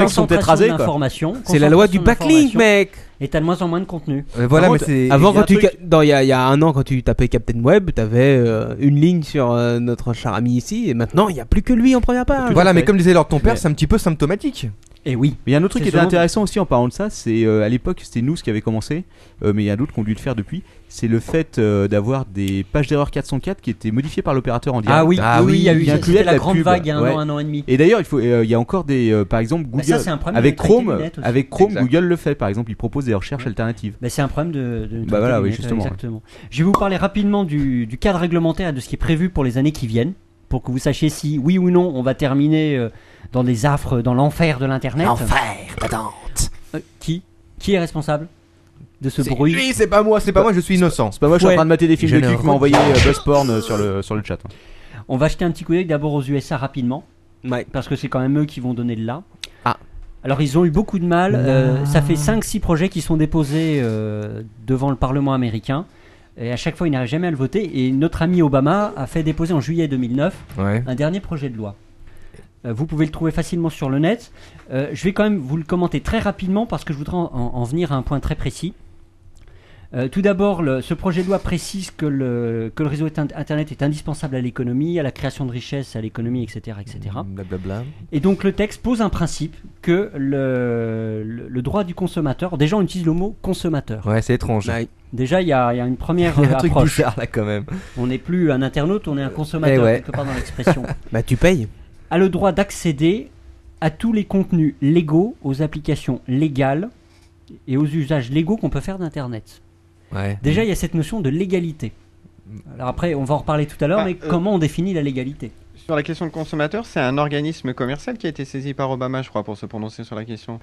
Speaker 5: Information,
Speaker 7: C'est la loi du backlink, mec.
Speaker 5: Et t'as de moins en moins de contenu.
Speaker 7: Avant, Avant, quand tu ca- dans- il y, a- il y a un an, quand tu tapais Captain Web, t'avais euh, une ligne sur euh, notre cher ami ici, et maintenant il n'y a plus que lui en première page.
Speaker 2: Voilà, mais comme disait Lord ton père,
Speaker 3: Mais-
Speaker 2: c'est un petit peu symptomatique.
Speaker 5: Et oui.
Speaker 3: Mais il y a un autre truc
Speaker 2: C'est
Speaker 3: qui était
Speaker 2: selon-
Speaker 3: intéressant aussi en parlant de ça, c'est euh, à l'époque c'était nous qui avait commencé, euh, mais il y a d'autres qui ont dû le faire depuis. C'est le fait euh, d'avoir des pages d'erreur 404 qui étaient modifiées par l'opérateur en direct.
Speaker 5: Ah oui, oui, oui, il y a eu-
Speaker 3: Qui
Speaker 5: c'était
Speaker 3: incluaient
Speaker 5: la grande
Speaker 3: pub.
Speaker 5: vague il y a un an, un an et demi. Bah,
Speaker 3: Et d'ailleurs, il faut, euh, il y a encore des, euh, par exemple, Google
Speaker 5: ça, c'est un problème
Speaker 3: avec
Speaker 5: avec les
Speaker 3: Chrome,
Speaker 5: lunettes aussi.
Speaker 3: avec Chrome,
Speaker 5: Exact.
Speaker 3: Google le fait. Par exemple, il propose des recherches
Speaker 5: Ouais.
Speaker 3: alternatives.
Speaker 5: Mais c'est un problème de. de- de
Speaker 3: Bah voilà, oui,
Speaker 5: Internet,
Speaker 3: justement,
Speaker 5: Exactement. Je vais vous parler rapidement du, du cadre réglementaire et de ce qui est prévu pour les années qui viennent, pour que vous sachiez si, oui ou non, on va terminer euh, dans des affres, dans l'enfer de l'internet.
Speaker 7: L'enfer, patente.
Speaker 5: Euh, qui Qui est responsable de ce
Speaker 2: C'est
Speaker 5: bruit
Speaker 2: lui, c'est pas moi, c'est pas moi, je suis innocent.
Speaker 3: C'est pas moi, je suis
Speaker 5: Ouais.
Speaker 3: en train de mater des films
Speaker 5: Je
Speaker 3: de
Speaker 5: ne
Speaker 3: cul qui m'a envoyé euh, Buzzporn euh, sur le sur le chat.
Speaker 5: On va jeter un petit coup d'œil d'abord aux USA rapidement. Parce que c'est quand même eux qui vont donner le là. Alors ils ont eu beaucoup de mal. euh, ça fait 5-6 projets qui sont déposés euh, devant le Parlement américain. Et à chaque fois, ils n'arrivent jamais à le voter. Et notre ami Obama a fait déposer en juillet 2009
Speaker 2: Ouais.
Speaker 5: un dernier projet de loi. Euh, Vous pouvez le trouver facilement sur le net. Euh, je vais quand même vous le commenter très rapidement parce que je voudrais en, en venir à un point très précis. Euh, tout d'abord, le- ce projet de loi précise que le, que le réseau est in- Internet est indispensable à l'économie, à la création de richesses, à l'économie, etc. etc.
Speaker 2: Blablabla.
Speaker 5: Et donc le texte pose un principe que le, le, le droit du consommateur, déjà on utilise le mot consommateur.
Speaker 2: Ouais, c'est étrange.
Speaker 5: Déjà il y, a il y a une première
Speaker 2: Il y a [laughs] un
Speaker 5: euh,
Speaker 2: truc
Speaker 5: approche.
Speaker 2: bizarre, là, quand même.
Speaker 5: On n'est plus un internaute, on est un consommateur
Speaker 2: Eh ouais.
Speaker 5: quelque part dans l'expression.
Speaker 7: bah tu payes.
Speaker 5: a le droit d'accéder à tous les contenus légaux, aux applications légales et aux usages légaux qu'on peut faire d'Internet.
Speaker 2: Ouais.
Speaker 5: Déjà il y a cette notion de légalité. Alors après on va en reparler tout à l'heure,
Speaker 10: Bah,
Speaker 5: mais
Speaker 10: euh,
Speaker 5: comment on définit la légalité
Speaker 10: Sur la question de consommateur, c'est un organisme commercial qui a été saisi par Obama, je crois, pour se prononcer sur la question.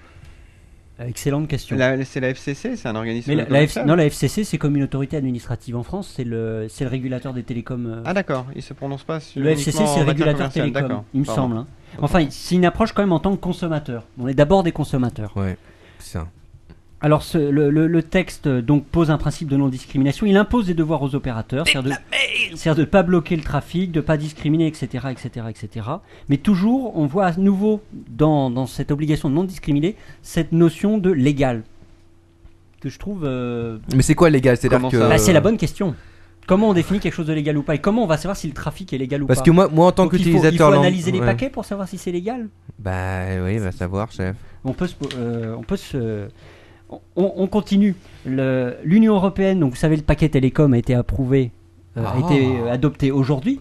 Speaker 5: Euh, Excellente question.
Speaker 10: La- c'est la FCC, c'est un organisme
Speaker 5: Mais la, la F-
Speaker 10: commercial.
Speaker 5: non, la FCC, c'est comme une autorité administrative en France, c'est le, c'est le régulateur des télécoms. euh,
Speaker 10: Ah d'accord, il se prononce pas sur
Speaker 5: le FCC,
Speaker 10: uniquement en
Speaker 5: c'est le
Speaker 10: matière
Speaker 5: régulateur
Speaker 10: commerciale,
Speaker 5: télécom,
Speaker 10: d'accord.
Speaker 5: il me
Speaker 10: Pardon.
Speaker 5: semble. hein. Enfin, c'est une approche quand même en tant que consommateur. On est d'abord des consommateurs.
Speaker 2: Ouais, c'est ça.
Speaker 5: Alors, ce- le, le- le texte euh, donc pose un principe de non-discrimination. Il impose des devoirs aux opérateurs, c'est-à-dire de ne pas bloquer le trafic, de ne pas discriminer, etc., etc., etc. Mais toujours, on voit à nouveau dans, dans cette obligation de non-discriminer cette notion de légal que je trouve. euh,
Speaker 2: Mais c'est quoi légal C'est-à-dire que.
Speaker 5: Bah, c'est la bonne question. Comment on définit quelque chose de légal ou pas Et comment on va savoir si le trafic est légal ou
Speaker 2: Parce
Speaker 5: pas
Speaker 2: que moi- moi, en tant
Speaker 5: Donc, il faut- Il
Speaker 2: qu'utilisateur
Speaker 5: faut
Speaker 2: lambda-
Speaker 5: analyser les
Speaker 2: ouais.
Speaker 5: paquets pour savoir si c'est légal.
Speaker 2: Bah oui, va savoir, chef.
Speaker 5: On peut se, po- euh, on peut se, on, on continue. Le- L'Union européenne, donc vous savez, le paquet télécom a été approuvé, euh, a
Speaker 7: Ah. Hmm.
Speaker 5: été euh, adopté aujourd'hui.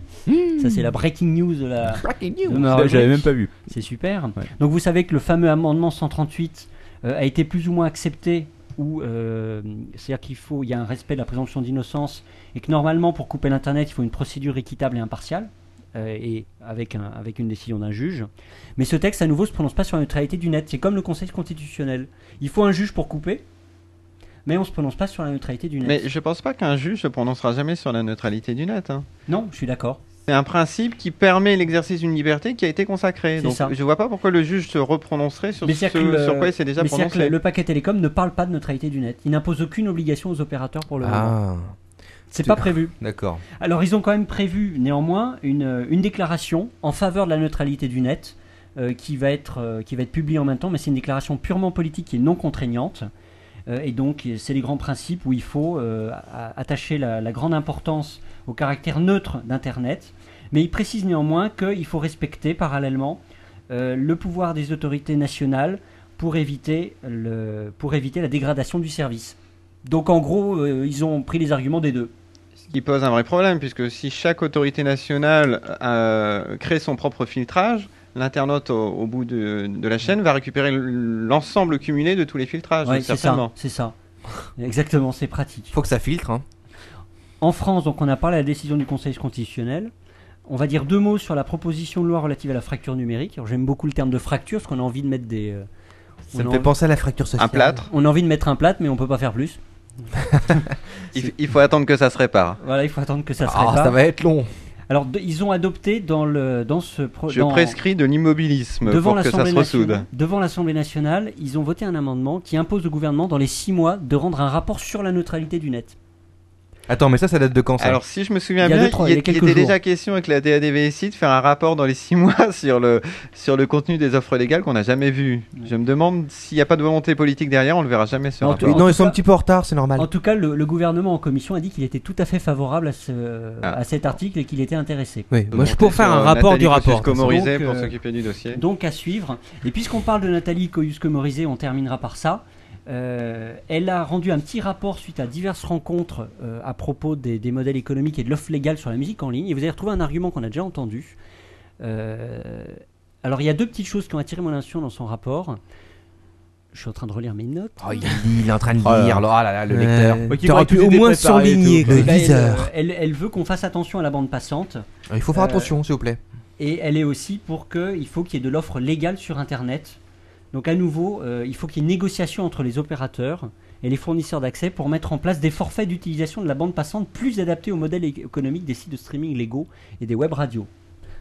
Speaker 5: Ça c'est la breaking news de la.
Speaker 7: Breaking
Speaker 5: de
Speaker 7: news.
Speaker 5: ma
Speaker 7: Ça,
Speaker 5: rubrique.
Speaker 7: j'avais même pas vu.
Speaker 5: C'est super. Donc vous savez que le fameux amendement 138 euh, a été plus ou moins accepté. Où, euh, c'est-à-dire qu'il faut, il y a un respect de la présomption d'innocence et que normalement pour couper l'internet, il faut une procédure équitable et impartiale euh, et avec un, avec une décision d'un juge. Mais ce texte à nouveau se prononce pas sur la neutralité du net. C'est comme le Conseil constitutionnel. Il faut un juge pour couper, mais on se prononce pas sur la neutralité du net.
Speaker 10: Mais je pense pas qu'un juge se prononcera jamais sur la neutralité du net. hein.
Speaker 5: Non, je suis d'accord.
Speaker 10: C'est un principe qui permet l'exercice d'une liberté qui a été consacrée.
Speaker 5: C'est
Speaker 10: Donc
Speaker 5: ça.
Speaker 10: je vois pas pourquoi le juge se reprononcerait sur
Speaker 5: Mais
Speaker 10: ce
Speaker 5: c'est-à-dire que le-
Speaker 10: sur quoi il s'est déjà
Speaker 5: mais c'est-à-dire que
Speaker 10: prononcé.
Speaker 5: le, le paquet télécom ne parle pas de neutralité du net. Il n'impose aucune obligation aux opérateurs pour le moment. C'est
Speaker 2: Ah, Tu-
Speaker 5: pas prévu.
Speaker 2: D'accord.
Speaker 5: Alors ils ont quand même prévu néanmoins une, euh, une déclaration en faveur de la neutralité du net euh, qui, va être, euh, qui va être publiée en même temps, mais c'est une déclaration purement politique et non contraignante. Euh, et donc et c'est les grands principes où il faut euh, a- attacher la, la grande importance au caractère neutre d'Internet. Mais il précise néanmoins qu'il faut respecter parallèlement euh, le pouvoir des autorités nationales pour éviter, le, pour éviter la dégradation du service. Donc en gros, euh, ils ont pris les arguments des deux.
Speaker 10: Ce qui pose un vrai problème, puisque si chaque autorité nationale euh, crée son propre filtrage, l'internaute au, au bout de, de la chaîne va récupérer l'ensemble cumulé de tous les filtrages.
Speaker 5: Ouais, c'est ça, c'est ça. Exactement, c'est pratique.
Speaker 2: Faut que ça filtre. Hein.
Speaker 5: En France, donc on a parlé de la décision du Conseil constitutionnel. On va dire deux mots sur la proposition de loi relative à la fracture numérique. Alors, J'aime beaucoup le terme de fracture, parce qu'on a envie de mettre des. euh,
Speaker 2: Ça
Speaker 5: on
Speaker 2: me
Speaker 5: a
Speaker 2: fait
Speaker 5: envie-
Speaker 2: penser à la fracture sociale.
Speaker 10: Un plâtre,
Speaker 5: On a envie de mettre un plâtre, mais on peut pas faire plus.
Speaker 10: il, il faut attendre que ça se répare.
Speaker 5: Voilà, il faut attendre que ça se
Speaker 2: Ah,
Speaker 5: répare.
Speaker 2: ça va être long.
Speaker 5: Alors, de- ils ont adopté dans, le, dans ce pro-
Speaker 10: Je
Speaker 5: Oh, dans-
Speaker 10: prescris de l'immobilisme
Speaker 5: devant
Speaker 10: pour que ça
Speaker 5: l'Assemblée
Speaker 10: se ressoude.
Speaker 5: nationale. Devant l'Assemblée nationale, ils ont voté un amendement qui impose au gouvernement dans les six mois de rendre un rapport sur la neutralité du net.
Speaker 2: Attends, mais ça, ça date de quand ça
Speaker 10: Alors si je me souviens
Speaker 5: Il y a
Speaker 10: bien,
Speaker 5: deux, trois-
Speaker 10: il,
Speaker 5: il y a
Speaker 10: est- il
Speaker 5: quelques
Speaker 10: était
Speaker 5: jours.
Speaker 10: déjà question avec la DADVSI de faire un rapport dans les six [laughs] mois sur le, sur le contenu des offres légales qu'on n'a jamais vu. Je me demande s'il n'y a pas de volonté politique derrière, on le verra jamais ce
Speaker 5: En
Speaker 10: rapport.
Speaker 5: tout-
Speaker 2: Non, ils sont
Speaker 5: cas-
Speaker 2: un petit peu en retard, c'est normal.
Speaker 5: En tout cas, le, le gouvernement en commission a dit qu'il était tout à fait favorable à, ce,
Speaker 10: Ah.
Speaker 5: à cet article et qu'il était intéressé.
Speaker 7: Oui, moi je suis
Speaker 10: Donc,
Speaker 7: pour faire un
Speaker 10: euh,
Speaker 7: rapport
Speaker 10: Nathalie
Speaker 7: du rapport.
Speaker 10: Kosciusko-Morizet
Speaker 5: Donc,
Speaker 10: pour
Speaker 5: euh,
Speaker 10: s'occuper du dossier.
Speaker 5: Donc à suivre. Et puisqu'on parle de Nathalie Koyusko-Morizet, on terminera par ça. Euh, elle a rendu un petit rapport suite à diverses rencontres euh, à propos des, des modèles économiques et de l'offre légale sur la musique en ligne. Et vous avez retrouvé un argument qu'on a déjà entendu. Euh, alors il y a deux petites choses qui ont attiré mon attention dans son rapport. Je suis en train de relire mes notes.
Speaker 2: Oh, il lit, il est en train de
Speaker 3: Oh là
Speaker 2: lire. là, là, là, le lecteur.
Speaker 7: Euh,
Speaker 3: Ouais, qui
Speaker 7: T'aurais
Speaker 3: aurait
Speaker 7: pu
Speaker 3: tous
Speaker 7: au
Speaker 3: été
Speaker 7: moins
Speaker 3: préparés et tout,
Speaker 7: surligner.
Speaker 3: quoi.
Speaker 7: quoi.
Speaker 2: Le
Speaker 5: Bah, elle,
Speaker 2: viseur.
Speaker 5: euh, elle, elle veut qu'on fasse attention à la bande passante.
Speaker 2: Il faut faire
Speaker 5: Euh,
Speaker 2: attention, s'il vous plaît.
Speaker 5: Et elle est aussi pour qu'il faut qu'il y ait de l'offre légale sur Internet. Donc à nouveau, euh, il faut qu'il y ait une négociation entre les opérateurs et les fournisseurs d'accès pour mettre en place des forfaits d'utilisation de la bande passante plus adaptés au modèle é- économique des sites de streaming légaux et des web radios.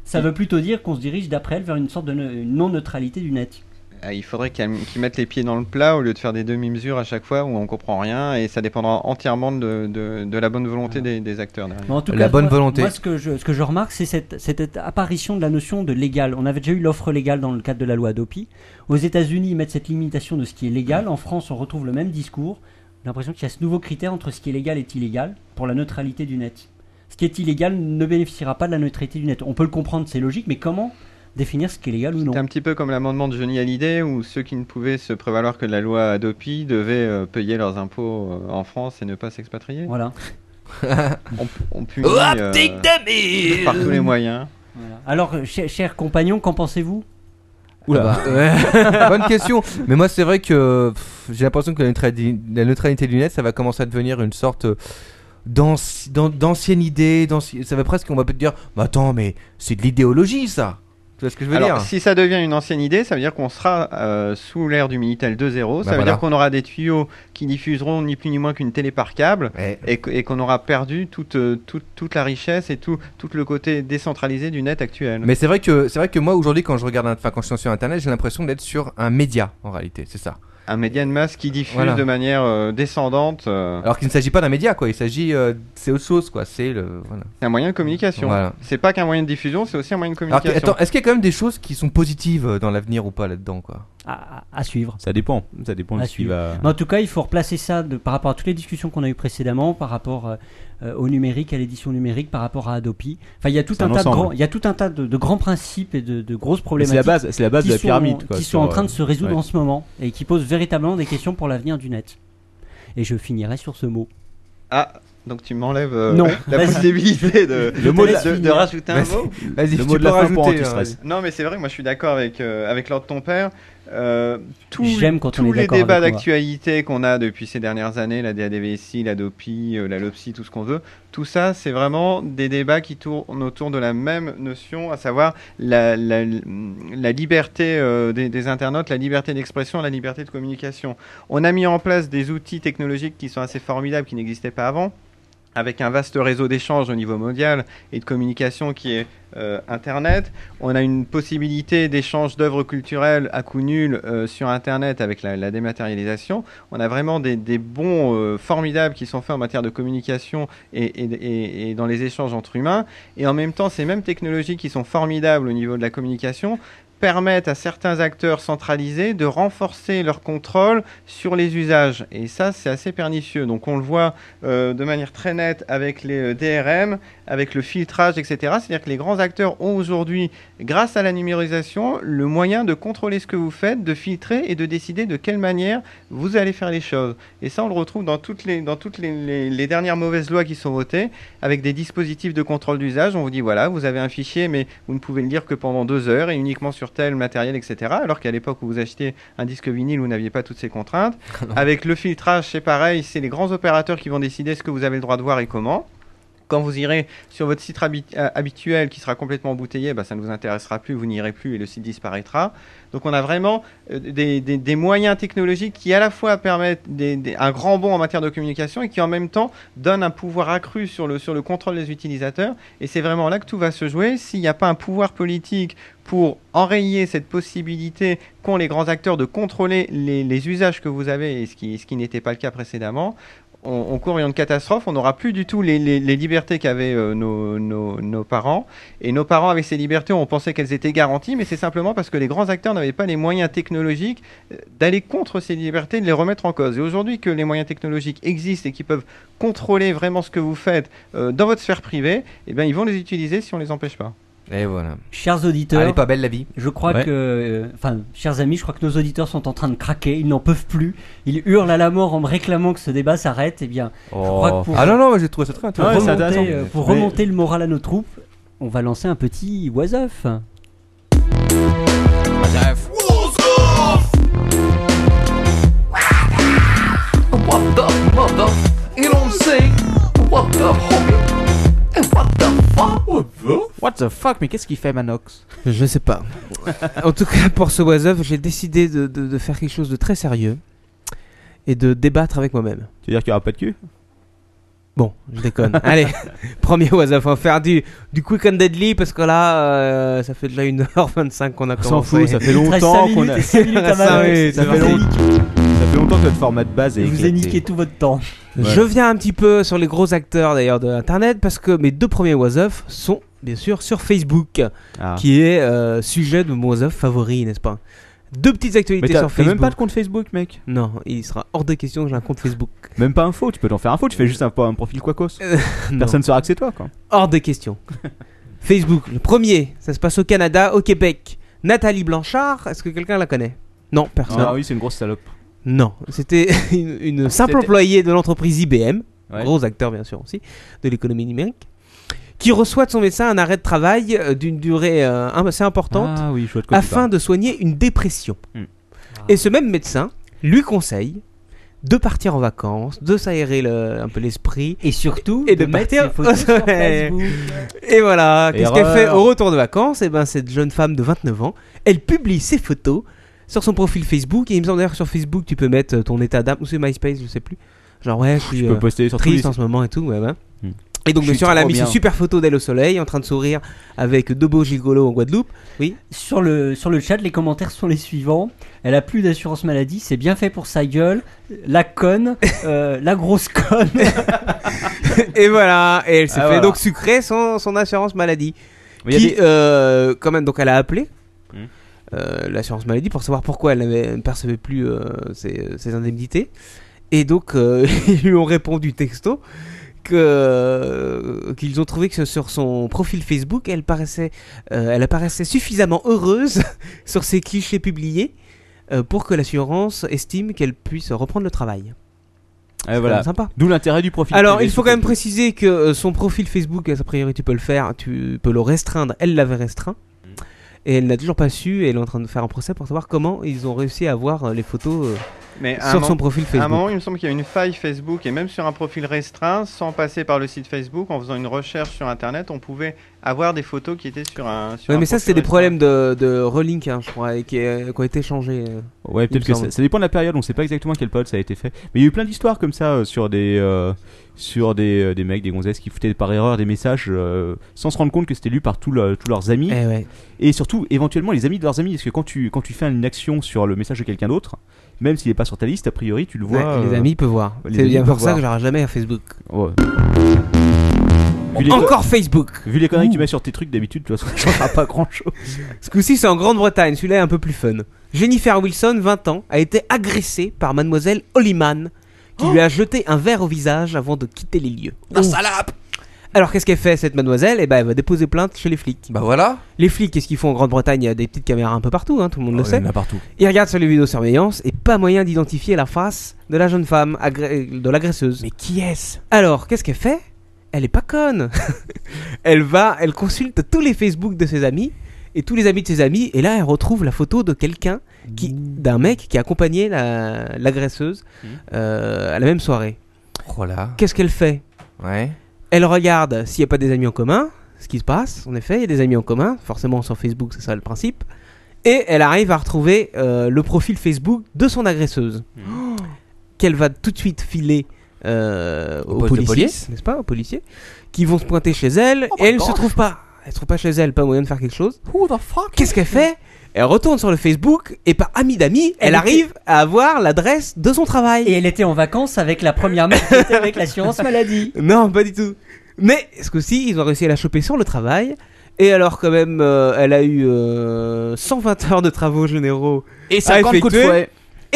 Speaker 5: Ça veut plutôt dire qu'on se dirige d'après elle vers une sorte de ne- une non-neutralité du net.
Speaker 10: Ah, Il faudrait qu'elle- qu'ils mettent les pieds dans le plat au lieu de faire des demi-mesures à chaque fois où on comprend rien et ça dépendra entièrement de, de- de la bonne volonté des, des acteurs. derrière.
Speaker 5: Mais en tout
Speaker 2: La bonne
Speaker 5: moi-
Speaker 2: volonté.
Speaker 5: Moi, ce que je, ce que je remarque, c'est cette, cette apparition de la notion de légal. On avait déjà eu l'offre légale dans le cadre de la loi Adopi. Aux États-Unis, ils mettent cette limitation de ce qui est légal. En France, on retrouve le même discours. J'ai l'impression qu'il y a ce nouveau critère entre ce qui est légal et illégal pour la neutralité du net. Ce qui est illégal ne bénéficiera pas de la neutralité du net. On peut le comprendre, c'est logique, mais comment définir ce qui est légal ou non
Speaker 10: C'est un petit peu comme l'amendement de Johnny Hallyday où ceux qui ne pouvaient se prévaloir que de la loi Adopi devaient euh, payer leurs impôts euh, en France et ne pas s'expatrier.
Speaker 5: Voilà.
Speaker 10: On, on punit euh, par tous les moyens.
Speaker 5: Voilà. Alors, cher- chers compagnons, qu'en pensez-vous
Speaker 2: Oula. Ah bah, [laughs] Bonne question. Mais moi, c'est vrai que pff, j'ai l'impression que la neutrali- la neutralité du net, ça va commencer à devenir une sorte euh, d'anci- d'an- d'ancienne idée. d'anci- Ça va presque, on va peut-être dire, mais attends, mais c'est de l'idéologie, ça. Tu vois ce que je veux
Speaker 10: Alors,
Speaker 2: dire
Speaker 10: si ça devient une ancienne idée, ça veut dire qu'on sera euh, sous l'ère du Minitel 2.0.
Speaker 2: Bah
Speaker 10: ça veut
Speaker 2: voilà.
Speaker 10: dire qu'on aura des tuyaux qui diffuseront ni plus ni moins qu'une télé par câble.
Speaker 2: Ouais.
Speaker 10: et, que- et qu'on aura perdu toute, euh, toute, toute la richesse et tout, tout le côté décentralisé du net actuel.
Speaker 2: Mais c'est vrai que c'est vrai que moi aujourd'hui quand je regarde un- enfin quand je suis sur internet j'ai l'impression d'être sur un média en réalité c'est ça
Speaker 10: Un média de masse qui diffuse
Speaker 2: Voilà.
Speaker 10: de manière euh, descendante, euh,
Speaker 2: alors qu'il ne s'agit pas d'un média quoi il s'agit euh, c'est autre chose quoi c'est le voilà.
Speaker 10: c'est un moyen de communication.
Speaker 2: Voilà.
Speaker 10: C'est pas qu'un moyen de diffusion, c'est aussi un moyen de
Speaker 2: Alors,
Speaker 10: communication.
Speaker 2: attends est-ce qu'il y a quand même des choses qui sont positives euh, dans l'avenir ou pas là dedans quoi
Speaker 5: À- à- à suivre.
Speaker 3: Ça dépend. Ça dépend de
Speaker 5: À
Speaker 3: ce qui va.
Speaker 5: Mais en tout cas, il faut replacer ça de- par rapport à toutes les discussions qu'on a eues précédemment, par rapport euh, euh, au numérique, à l'édition numérique, par rapport à Adopi. Enfin, il y a tout
Speaker 3: C'est
Speaker 5: un,
Speaker 3: un
Speaker 5: tas de
Speaker 3: ensemble.
Speaker 5: grands, il y a tout un tas de, de grands principes et de, de grosses
Speaker 3: Mais C'est la
Speaker 5: problématiques
Speaker 3: base, c'est la base
Speaker 5: qui
Speaker 3: de la
Speaker 5: sont-
Speaker 3: pyramide. quoi,
Speaker 5: qui
Speaker 3: sur,
Speaker 5: sont en train de
Speaker 3: euh,
Speaker 5: se résoudre
Speaker 3: ouais.
Speaker 5: en ce moment et qui posent véritablement des questions pour l'avenir du net. Et je finirai sur ce mot.
Speaker 10: Ah, donc tu m'enlèves euh,
Speaker 5: Non,
Speaker 10: la
Speaker 5: vas-y.
Speaker 10: possibilité de,
Speaker 3: Le mot de la-
Speaker 10: de- de rajouter un
Speaker 2: Vas-y.
Speaker 10: mot.
Speaker 2: vas-y
Speaker 3: euh, Le
Speaker 2: tu
Speaker 3: mot de
Speaker 2: peux
Speaker 3: la fin pour
Speaker 2: rajouter hein,
Speaker 3: anti-stress.
Speaker 7: euh,
Speaker 10: Non, mais c'est vrai que moi je suis d'accord avec, euh, avec Lord Ton Père. Euh, tous
Speaker 5: J'aime quand on
Speaker 10: tous
Speaker 5: est
Speaker 10: les
Speaker 5: d'accord
Speaker 10: débats
Speaker 5: avec moi.
Speaker 10: d'actualité qu'on a depuis ces dernières années, la DADVSI, la DOPI, euh, la LOPSI, tout ce qu'on veut, tout ça, c'est vraiment des débats qui tournent autour de la même notion, à savoir la, la- la liberté euh, des, des internautes, la liberté d'expression, la liberté de communication. On a mis en place des outils technologiques qui sont assez formidables, qui n'existaient pas avant, avec un vaste réseau d'échanges au niveau mondial et de communication qui est euh, Internet. On a une possibilité d'échange d'œuvres culturelles à coût nul euh, sur Internet avec la, la dématérialisation. On a vraiment des, des bons euh, formidables qui sont faits en matière de communication et, et- et- et dans les échanges entre humains. Et en même temps, ces mêmes technologies qui sont formidables au niveau de la communication permettent à certains acteurs centralisés de renforcer leur contrôle sur les usages. Et ça, c'est assez pernicieux. Donc on le voit euh, de manière très nette avec les euh, DRM, avec le filtrage, etc. C'est-à-dire que les grands acteurs ont aujourd'hui, grâce à la numérisation, le moyen de contrôler ce que vous faites, de filtrer et de décider de quelle manière vous allez faire les choses. Et ça, on le retrouve dans toutes les, dans toutes les, les- les dernières mauvaises lois qui sont votées, avec des dispositifs de contrôle d'usage. On vous dit, voilà, vous avez un fichier, mais vous ne pouvez le lire que pendant deux heures et uniquement sur tel matériel, etc. Alors qu'à l'époque où vous achetiez un disque vinyle, vous n'aviez pas toutes ces contraintes. avec le filtrage, c'est pareil, c'est les grands opérateurs qui vont décider ce que vous avez le droit de voir et comment quand vous irez sur votre site habi- euh, habituel qui sera complètement embouteillé, bah, ça ne vous intéressera plus, vous n'irez plus et le site disparaîtra. Donc on a vraiment euh, des, des- des moyens technologiques qui à la fois permettent des- des- un grand bond en matière de communication et qui en même temps donnent un pouvoir accru sur le, sur le contrôle des utilisateurs. Et c'est vraiment là que tout va se jouer. S'il n'y a pas un pouvoir politique pour enrayer cette possibilité qu'ont les grands acteurs de contrôler les, les usages que vous avez, et ce qui, ce qui n'était pas le cas précédemment, on, on court vers une catastrophe, on n'aura plus du tout les, les- les libertés qu'avaient euh, nos, nos- nos parents. Et nos parents, avec ces libertés, on pensait qu'elles étaient garanties, mais c'est simplement parce que les grands acteurs n'avaient pas les moyens technologiques euh, d'aller contre ces libertés, de les remettre en cause. Et aujourd'hui que les moyens technologiques existent et qui peuvent contrôler vraiment ce que vous faites euh, dans votre sphère privée, eh bien, ils vont les utiliser si on les empêche pas.
Speaker 2: Et Eh, voilà.
Speaker 5: Chers auditeurs,
Speaker 2: Elle est pas belle la vie.
Speaker 5: Je crois
Speaker 2: Ouais.
Speaker 5: que, euh, enfin, chers amis, je crois que nos auditeurs sont en train de craquer. Ils n'en peuvent plus. Ils hurlent à la mort en me réclamant que ce débat s'arrête. Eh bien, je crois que pour
Speaker 2: Ah non, non, moi, j'ai trouvé ça très
Speaker 5: pour
Speaker 2: intéressant.
Speaker 5: remonter,
Speaker 2: Ouais, c'est intéressant.
Speaker 5: euh, pour
Speaker 2: Mais-
Speaker 5: remonter le moral à nos troupes, on va lancer un petit was off.
Speaker 1: What the mother? It don't say what the homie. And what the fuck? What the?
Speaker 11: What the fuck, mais qu'est-ce qu'il fait Manox
Speaker 3: hein.
Speaker 7: Je
Speaker 3: [laughs]
Speaker 7: sais pas. en tout cas, pour ce was Up, j'ai décidé de, de- de faire quelque chose de très sérieux et de débattre avec moi-même.
Speaker 3: Tu veux dire qu'il n'y aura pas de cul
Speaker 7: Bon, je
Speaker 3: [laughs]
Speaker 7: déconne. Allez, premier was Up, on va faire du, du quick and deadly parce que là, euh, ça fait déjà 1h25 qu'on a
Speaker 3: On
Speaker 7: commencé.
Speaker 3: s'en fout, ça fait longtemps qu'on a. Ça fait long- ça fait longtemps que notre format de base est. éclaté. Ouais.
Speaker 7: Je viens un petit peu sur les gros acteurs d'ailleurs de Internet parce que mes deux premiers was Up sont bien sûr sur Facebook,
Speaker 3: Ah.
Speaker 7: qui est euh, sujet de mon was Up favori, n'est-ce pas Deux petites
Speaker 3: Mais
Speaker 7: actualités
Speaker 3: t'as-
Speaker 7: sur
Speaker 3: t'as
Speaker 7: Facebook.
Speaker 3: même pas de compte Facebook, mec
Speaker 7: Non, il sera hors de question que j'ai un
Speaker 3: [laughs]
Speaker 7: compte Facebook.
Speaker 3: Même pas un faux, tu peux t'en faire un faux, tu fais juste un, un profil Quacos.
Speaker 7: non.
Speaker 3: Personne ne saura que c'est toi, quoi.
Speaker 7: Hors
Speaker 3: [laughs]
Speaker 7: de question. Facebook, le premier, ça se passe au Canada, au Québec. Nathalie Blanchard, est-ce que quelqu'un la connaît Non, personne.
Speaker 3: Ah oui, c'est une grosse salope.
Speaker 7: Non, c'était [laughs] une, une simple
Speaker 3: C'était-
Speaker 7: employée de l'entreprise IBM,
Speaker 3: Ouais.
Speaker 7: gros acteur bien sûr aussi, de l'économie numérique, qui reçoit de son médecin un arrêt de travail euh, d'une durée euh, im- assez importante
Speaker 3: Ah oui, je vois de quoi tu
Speaker 7: afin
Speaker 3: parles.
Speaker 7: de soigner une dépression.
Speaker 3: Hmm.
Speaker 7: Et ce même médecin lui conseille de partir en vacances, de s'aérer le- un peu l'esprit.
Speaker 5: Et surtout,
Speaker 7: et de,
Speaker 5: de mettre
Speaker 7: partir
Speaker 5: ses photos sur Facebook.
Speaker 7: Et voilà, qu'est-ce qu'elle
Speaker 5: Erreur.
Speaker 7: fait au retour de vacances Eh ben, cette jeune femme de 29 ans, elle publie ses photos sur son profil Facebook. Et il me semble d'ailleurs que sur Facebook, tu peux mettre euh, ton état d'âme, ou c'est MySpace, je sais plus. Genre, ouais, je suis
Speaker 3: Tu peux
Speaker 7: euh,
Speaker 3: poster sur tous
Speaker 7: triste
Speaker 3: les-
Speaker 7: en ce moment et tout, ouais, ouais.
Speaker 3: Hmm.
Speaker 7: Et donc,
Speaker 3: Je
Speaker 7: bien
Speaker 3: suis
Speaker 7: sûr, elle a
Speaker 3: trop
Speaker 7: mis
Speaker 3: bien.
Speaker 7: ses super photos d'elle au soleil, en train de sourire avec deux beaux gigolos en
Speaker 3: [laughs]
Speaker 7: Guadeloupe. Oui.
Speaker 5: Sur le, sur le chat, les commentaires sont les suivants. Elle a plus d'assurance maladie, c'est bien fait pour sa gueule. La conne, euh, la grosse conne.
Speaker 7: et voilà, et elle s'est
Speaker 5: Ah,
Speaker 7: fait
Speaker 5: voilà.
Speaker 7: donc sucrer son, son assurance maladie.
Speaker 5: Mais
Speaker 7: qui,
Speaker 5: y a des-
Speaker 7: euh, quand même, donc elle a appelé
Speaker 3: Hmm.
Speaker 7: euh, l'assurance maladie pour savoir pourquoi elle n'avait- elle ne percevait plus euh, ses, ses indemnités. Et donc, euh, [laughs] ils lui ont répondu texto que qu'ils ont trouvé que sur son profil Facebook, elle paraissait, euh, elle apparaissait suffisamment heureuse [laughs] sur ses clichés publiés euh, pour que l'assurance estime qu'elle puisse reprendre le travail.
Speaker 3: Ouais, voilà.
Speaker 7: même sympa.
Speaker 3: D'où l'intérêt du profil.
Speaker 7: Alors,
Speaker 3: privé
Speaker 7: il faut
Speaker 3: sur
Speaker 7: quand même
Speaker 3: Facebook.
Speaker 7: préciser que euh, son profil Facebook, a priori, tu peux le faire, tu peux le restreindre. Elle l'avait restreint. Et elle n'a toujours pas su, et elle est en train de faire un procès pour savoir comment ils ont réussi à avoir euh, les photos euh,
Speaker 10: Mais à un
Speaker 7: sur
Speaker 10: moment-
Speaker 7: son profil
Speaker 10: À un
Speaker 7: Facebook.
Speaker 10: moment, il me semble qu'il y a une faille Facebook et même sur un profil restreint, sans passer par le site Facebook, en faisant une recherche sur Internet, on pouvait avoir des photos qui étaient sur un. Sur
Speaker 7: Ouais,
Speaker 10: un
Speaker 7: mais ça,
Speaker 10: profil
Speaker 7: c'était des
Speaker 10: restreint.
Speaker 7: problèmes de, de relink, hein, je crois, et qui, euh, qui ont été changés. euh,
Speaker 3: Ouais,
Speaker 7: il
Speaker 3: peut-être
Speaker 7: me
Speaker 3: que
Speaker 7: semble.
Speaker 3: ça, ça dépend de la période, on sait pas exactement à quelle période ça a été fait. Mais il y a eu plein d'histoires comme ça euh, sur des euh, sur des, euh, des mecs, des gonzesses qui foutaient par erreur des messages euh, sans se rendre compte que c'était lu par tout le- tous leurs amis.
Speaker 7: Eh ouais.
Speaker 3: Et surtout, éventuellement, les amis de leurs amis. Parce que quand tu, quand tu fais une action sur le message de quelqu'un d'autre, même s'il est pas sur ta liste, a priori, tu le vois. euh,
Speaker 7: Ouais, euh, les amis peuvent voir.
Speaker 3: les
Speaker 7: C'est
Speaker 3: amis
Speaker 7: bien
Speaker 3: peuvent
Speaker 7: pour ça
Speaker 3: voir.
Speaker 7: que j'aurai jamais un Facebook.
Speaker 3: Ouais. les-
Speaker 7: Encore Facebook.
Speaker 3: Vu les conneries que tu mets sur tes trucs d'habitude, tu vois, [laughs] ça changera pas grand chose.
Speaker 7: Ce coup-ci, c'est en Grande-Bretagne. Celui-là est un peu plus fun. Jennifer Wilson, 20 ans, a été agressée par mademoiselle Holliman, qui lui a jeté un verre au visage avant de quitter les lieux.
Speaker 2: Ah,
Speaker 7: La salope Alors qu'est-ce qu'elle fait cette mademoiselle Eh ben, elle va déposer plainte chez les flics.
Speaker 2: Bah voilà.
Speaker 7: Les flics, qu'est-ce qu'ils font en Grande-Bretagne Il y a des petites caméras un peu partout, hein, tout le monde
Speaker 2: Oh,
Speaker 7: le
Speaker 2: il y
Speaker 7: sait.
Speaker 2: en a partout.
Speaker 7: Ils regardent sur les vidéosurveillances et pas moyen d'identifier la face de la jeune femme, agré- de l'agresseuse. Mais qui est-ce Alors, qu'est-ce qu'elle fait Elle est pas conne. [laughs] elle va, elle consulte tous les Facebook de ses amis et tous les amis de ses amis et là elle retrouve la photo de quelqu'un qui, d'un mec qui accompagnait la- l'agresseuse euh, à la même soirée.
Speaker 2: Oh
Speaker 7: Qu'est-ce qu'elle fait Elle regarde s'il n'y a pas des amis en commun, ce qui se passe. En effet, il y a des amis en commun. Forcément, sur Facebook, c'est ça le principe. Et elle arrive à retrouver euh, le profil Facebook de son agresseuse.
Speaker 2: Oh.
Speaker 7: Qu'elle va tout de suite filer euh, aux
Speaker 2: poste de
Speaker 7: policiers,
Speaker 2: police. Oh
Speaker 7: n'est-ce pas, aux policiers, qui vont se pointer chez elle. et elle ne se trouve pas. Elle ne se trouve pas chez elle, pas moyen de faire quelque chose. Qu'est-ce qu'elle fait Elle retourne sur le Facebook et par ami d'amis,
Speaker 5: Elle
Speaker 7: elle,
Speaker 5: était-
Speaker 7: arrive à avoir l'adresse de son travail. Et
Speaker 5: elle était en vacances avec la première meuf qui était avec l'assurance maladie.
Speaker 7: Non, pas du tout. Mais ce coup-ci, ils ont réussi à la choper sur le travail. Et alors, quand même, euh, elle a eu euh, 120 heures de travaux généraux.
Speaker 11: Et
Speaker 2: Ah,
Speaker 7: à
Speaker 11: 50 coups de
Speaker 7: effectuer.
Speaker 11: fouet.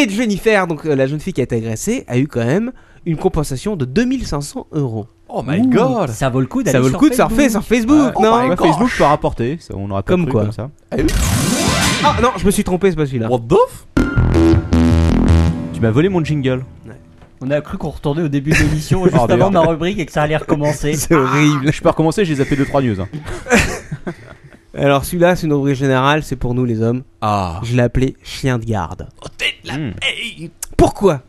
Speaker 7: Et Jennifer, donc euh, la jeune fille qui a été agressée, a eu quand même une compensation de 2500 euros.
Speaker 2: Oh my Ouh, God.
Speaker 5: Ça vaut le coup
Speaker 7: Ça vaut le coup de surfer sur Facebook, Ah, oh
Speaker 3: Ouais.
Speaker 7: non
Speaker 3: Euh, Ouais, Facebook peut rapporter, ça, on aura pas
Speaker 7: Comme
Speaker 3: cru
Speaker 7: quoi.
Speaker 3: comme ça.
Speaker 7: Ah non, je me suis trompé, c'est pas celui-là.
Speaker 2: What the f
Speaker 3: Tu m'as volé mon jingle.
Speaker 5: On a cru qu'on retournait au début de
Speaker 7: [laughs]
Speaker 5: l'émission,
Speaker 3: Oh,
Speaker 5: juste
Speaker 3: merde.
Speaker 5: avant ma rubrique, et que ça allait recommencer.
Speaker 7: [laughs] C'est horrible.
Speaker 3: Ah. Je peux recommencer, j'ai zappé 2-3 news. hein.
Speaker 7: Alors celui-là, c'est une rubrique générale, c'est pour nous les hommes. Je l'ai appelé chien de garde.
Speaker 3: Hmm.
Speaker 7: Pourquoi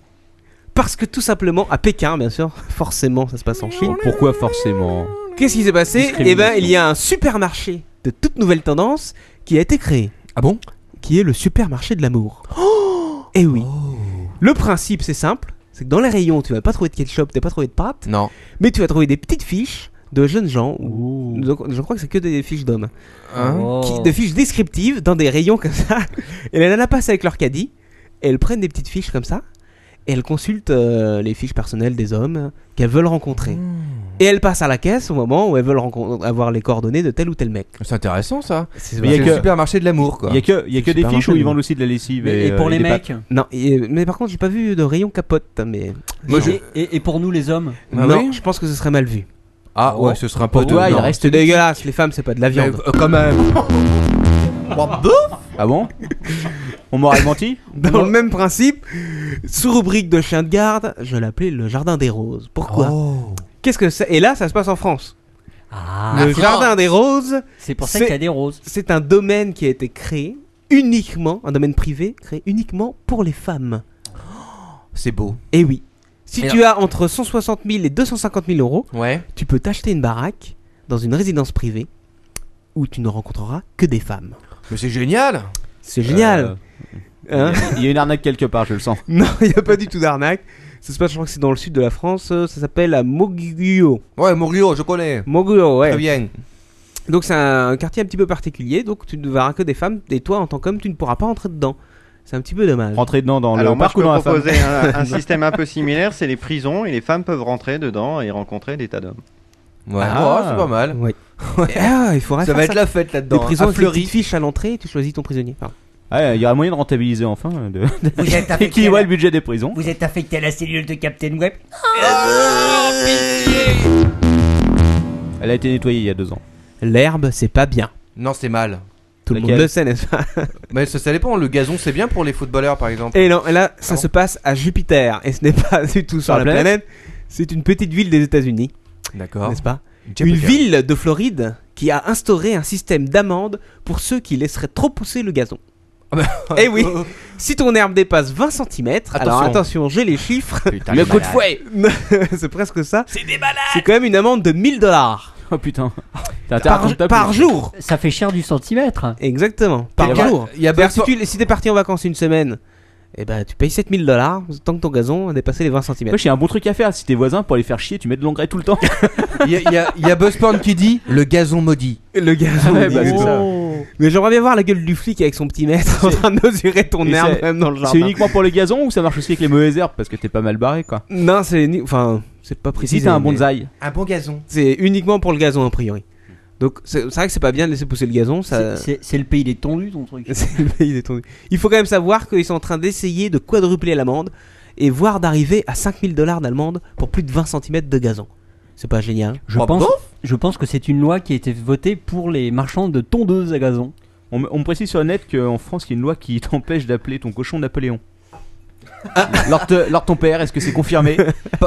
Speaker 7: Parce que tout simplement, à Pékin, bien sûr, forcément, ça se passe en Chine.
Speaker 3: Pourquoi forcément
Speaker 7: Qu'est-ce qui s'est passé Eh
Speaker 3: Discrimination.
Speaker 7: ben, il y a un supermarché de toute nouvelle tendance qui a été créé.
Speaker 2: Ah bon
Speaker 7: Qui est le supermarché de l'amour. Eh oui. Le principe, c'est simple. C'est que dans les rayons, tu vas pas trouver de ketchup, tu vas pas trouver de pâtes.
Speaker 2: Non.
Speaker 7: Mais tu vas trouver des petites fiches de jeunes gens. ou- donc, Je crois que c'est que des fiches d'hommes.
Speaker 2: Hein
Speaker 5: Oh.
Speaker 7: Qui- de fiches descriptives dans des rayons comme ça. Et les nanas passent avec leur caddie. Et elles prennent des petites fiches comme ça. Et elles consultent euh, les fiches personnelles des hommes qu'elles veulent rencontrer. Et elles passent à la caisse au moment où elles veulent rencon- avoir les coordonnées de tel ou tel mec.
Speaker 2: C'est intéressant ça.
Speaker 7: C'est
Speaker 2: Mais il y a
Speaker 7: c'est
Speaker 2: que-
Speaker 7: le supermarché de l'amour quoi.
Speaker 2: il y a que-
Speaker 3: il y a que des fiches où ils vendent aussi de la lessive
Speaker 7: Mais-
Speaker 3: et, euh, et des pâtes.
Speaker 7: Non, et- mais par contre j'ai pas vu de rayon capote mais.
Speaker 5: et, et- et pour nous les hommes
Speaker 7: non, je pense que ce serait mal vu.
Speaker 2: Ah ouais, ce serait un peu
Speaker 7: Ah toi,
Speaker 2: drôle,
Speaker 7: il
Speaker 2: non.
Speaker 7: reste dégueulasse. Les femmes, c'est pas de la viande.
Speaker 2: Mais, euh, quand même.
Speaker 3: Ah bon On m'aurait menti
Speaker 7: Dans le même principe, sous rubrique de chien de garde, je l'appelais le jardin des roses. Pourquoi
Speaker 2: Oh,
Speaker 7: Qu'est-ce que c'est Et là, ça se passe en France.
Speaker 2: Ah.
Speaker 5: La
Speaker 7: le
Speaker 5: France.
Speaker 7: jardin des roses.
Speaker 5: Ah, C'est pour ça qu'il y a des roses.
Speaker 7: [laughs] C'est un domaine qui a été créé uniquement, un domaine privé créé uniquement pour les femmes.
Speaker 2: C'est beau.
Speaker 7: Et oui. Si
Speaker 2: Mais
Speaker 7: tu
Speaker 2: non.
Speaker 7: as entre 160 000 et 250 000 euros, tu peux t'acheter une baraque dans une résidence privée où tu ne rencontreras que des femmes.
Speaker 2: Mais c'est génial. Euh,
Speaker 7: C'est génial. Hein
Speaker 3: Euh,
Speaker 7: [laughs]
Speaker 3: Il y a une arnaque quelque part, je le sens.
Speaker 7: Non, il n'y a pas du tout d'arnaque. Ça se passe, je crois que c'est dans le sud de la France. euh, Ça s'appelle à Moguyo.
Speaker 2: Ouais, Moguyo, je connais.
Speaker 7: Moguyo, ouais.
Speaker 2: Très bien.
Speaker 7: Donc c'est un quartier un petit peu particulier. Donc tu ne verras que des femmes. Et toi, en tant qu'homme, tu ne pourras pas entrer dedans. C'est un petit peu dommage.
Speaker 3: Rentrer dedans dans
Speaker 10: Alors
Speaker 3: le
Speaker 10: moi je
Speaker 3: parc ou
Speaker 10: peux
Speaker 3: dans la
Speaker 10: proposer
Speaker 3: femme
Speaker 10: un,
Speaker 7: [laughs]
Speaker 10: un système un peu similaire, c'est les prisons et les femmes peuvent rentrer dedans et rencontrer des tas d'hommes.
Speaker 2: Ouais,
Speaker 10: Ah.
Speaker 2: ouais, c'est pas mal.
Speaker 7: [laughs] Ouais. Ah, il faudrait
Speaker 2: Ça
Speaker 7: faire
Speaker 2: va être la fête là-dedans.
Speaker 7: Des
Speaker 2: hein. À
Speaker 7: prisons avec des
Speaker 2: Fleury.
Speaker 7: petites fiches à l'entrée. Tu choisis ton prisonnier. Pardon.
Speaker 3: Ouais, il y aura moyen de rentabiliser enfin. De...
Speaker 5: Vous êtes
Speaker 3: [laughs]
Speaker 5: affecté
Speaker 3: Équilibrer
Speaker 5: à
Speaker 3: le
Speaker 5: la-
Speaker 3: budget des prisons.
Speaker 5: Vous êtes affecté à la cellule de Captain Web
Speaker 3: Elle a été nettoyée il y a deux ans.
Speaker 7: L'herbe, c'est pas bien.
Speaker 2: Non, c'est mal.
Speaker 7: Tout le
Speaker 3: Laquelle
Speaker 7: monde le sait, n'est-ce pas
Speaker 2: Mais ça, ça dépend. Le gazon, c'est bien pour les footballeurs, par exemple.
Speaker 7: Et non, et là, ça se passe à Jupiter. Et ce n'est pas du tout
Speaker 2: Sur
Speaker 7: sur la
Speaker 2: la planète
Speaker 7: planète. C'est une petite ville des États-Unis.
Speaker 2: D'accord.
Speaker 7: N'est-ce pas
Speaker 2: Jupiter.
Speaker 7: Une ville de Floride qui a instauré un système d'amende pour ceux qui laisseraient trop pousser le gazon. [laughs] Eh oui Si ton herbe dépasse 20 cm,
Speaker 2: Attention.
Speaker 7: alors attention, j'ai les chiffres. [laughs]
Speaker 2: Putain, Le les coup de
Speaker 7: fouet C'est presque ça. C'est des malades C'est quand même une amende de 1000 dollars.
Speaker 3: Oh putain. T'as intérêt à prendre ta
Speaker 7: Par, par
Speaker 3: place.
Speaker 7: jour
Speaker 5: Ça fait cher du centimètre.
Speaker 7: Exactement, par
Speaker 2: Il y a-
Speaker 7: jour.
Speaker 2: il y a
Speaker 7: C'est-à-dire, Eh ben, si,
Speaker 2: Belfort-
Speaker 7: tu, si t'es parti en vacances une semaine, eh ben, tu payes 7000 dollars tant que ton gazon a dépassé les 20 cm.
Speaker 3: Wesh, il y a un bon truc à faire. Si tes voisins, pour les faire chier, tu mets de l'engrais tout le temps.
Speaker 2: Il y a, il y a- il y a Buzzporn qui dit le gazon maudit.
Speaker 7: Le gazon.
Speaker 3: Ouais,
Speaker 7: dis
Speaker 3: bah,
Speaker 7: donc.
Speaker 3: c'est ça.
Speaker 7: Mais j'aimerais bien voir la gueule du flic avec son petit mètre en train de mesurer ton
Speaker 3: Et
Speaker 7: herbe
Speaker 3: c'est-
Speaker 7: même dans le jardin.
Speaker 3: C'est uniquement pour le gazon ou ça marche aussi avec les mauvaises herbes Parce que t'es pas mal barré quoi.
Speaker 7: Non, c'est ni- enfin C'est pas
Speaker 11: Et si
Speaker 7: précis.
Speaker 11: t'as un bonsaï
Speaker 2: Un bon gazon.
Speaker 7: C'est uniquement pour le gazon, a priori. Donc c'est c'est vrai que c'est pas bien de laisser pousser le gazon. Ça...
Speaker 5: C'est- c'est- c'est le pays des tondus, ton truc.
Speaker 7: [laughs] c'est le pays des tondus. Il faut quand même savoir qu'ils sont en train d'essayer de quadrupler l'amende et voire d'arriver à 5000 dollars d'amende pour plus de 20 cm de gazon. C'est pas génial.
Speaker 5: Je pense, je pense que c'est une loi qui a été votée pour les marchands de tondeuses à gazon.
Speaker 3: On, me- on me précise sur le net qu'en France, il y a une loi qui [laughs] t'empêche d'appeler ton cochon
Speaker 7: [laughs]
Speaker 3: Napoléon.
Speaker 11: Lors, te- lors ton père, est-ce que c'est
Speaker 7: [laughs]
Speaker 11: confirmé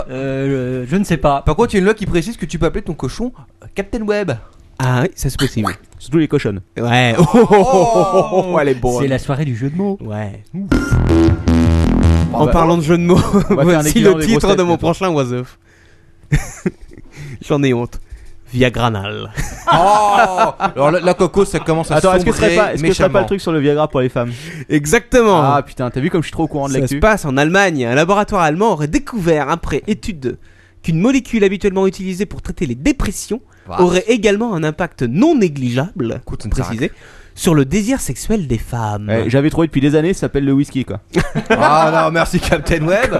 Speaker 5: Euh, Je ne sais pas.
Speaker 2: Par contre, il y a une loi qui précise que tu peux appeler ton cochon euh, Captain Web.
Speaker 7: Ah oui, ça c'est possible.
Speaker 3: Surtout les cochonnes.
Speaker 7: Ouais. [laughs] Oh,
Speaker 3: Oh.
Speaker 2: Oh.
Speaker 7: elle est bonne.
Speaker 5: C'est la soirée du jeu de mots.
Speaker 7: Ouais.
Speaker 5: Ouf.
Speaker 7: En
Speaker 11: bah,
Speaker 7: parlant de jeu de mots,
Speaker 11: va faire un
Speaker 7: voici
Speaker 11: équivalent
Speaker 7: le
Speaker 11: des
Speaker 7: titre
Speaker 11: grosses
Speaker 7: de
Speaker 11: têtes,
Speaker 7: mon
Speaker 11: maintenant.
Speaker 7: prochain Was Off. [laughs] J'en ai honte. Via Granal.
Speaker 2: Oh Alors la, la coco, ça commence à
Speaker 3: Attends, est-ce que ce
Speaker 2: sombrer
Speaker 3: serait pas, est-ce que ce serait
Speaker 2: méchamment.
Speaker 3: pas le truc sur le Viagra pour les femmes
Speaker 7: Exactement.
Speaker 3: Ah putain, t'as vu comme je suis trop au courant de
Speaker 7: Ça se
Speaker 3: l'actu
Speaker 7: passe en Allemagne. Un laboratoire allemand aurait découvert, après étude, qu'une molécule habituellement utilisée pour traiter les dépressions
Speaker 11: Bah.
Speaker 2: Voilà.
Speaker 7: aurait également un impact non négligeable,
Speaker 2: Écoute,
Speaker 7: faut
Speaker 2: une baraque.
Speaker 7: préciser, sur le désir sexuel des femmes.
Speaker 11: Eh,
Speaker 3: Ouais, Eh, J'avais trouvé depuis des années, ça s'appelle le whisky
Speaker 7: [laughs]
Speaker 3: quoi.
Speaker 2: Ah non, merci Captain Web.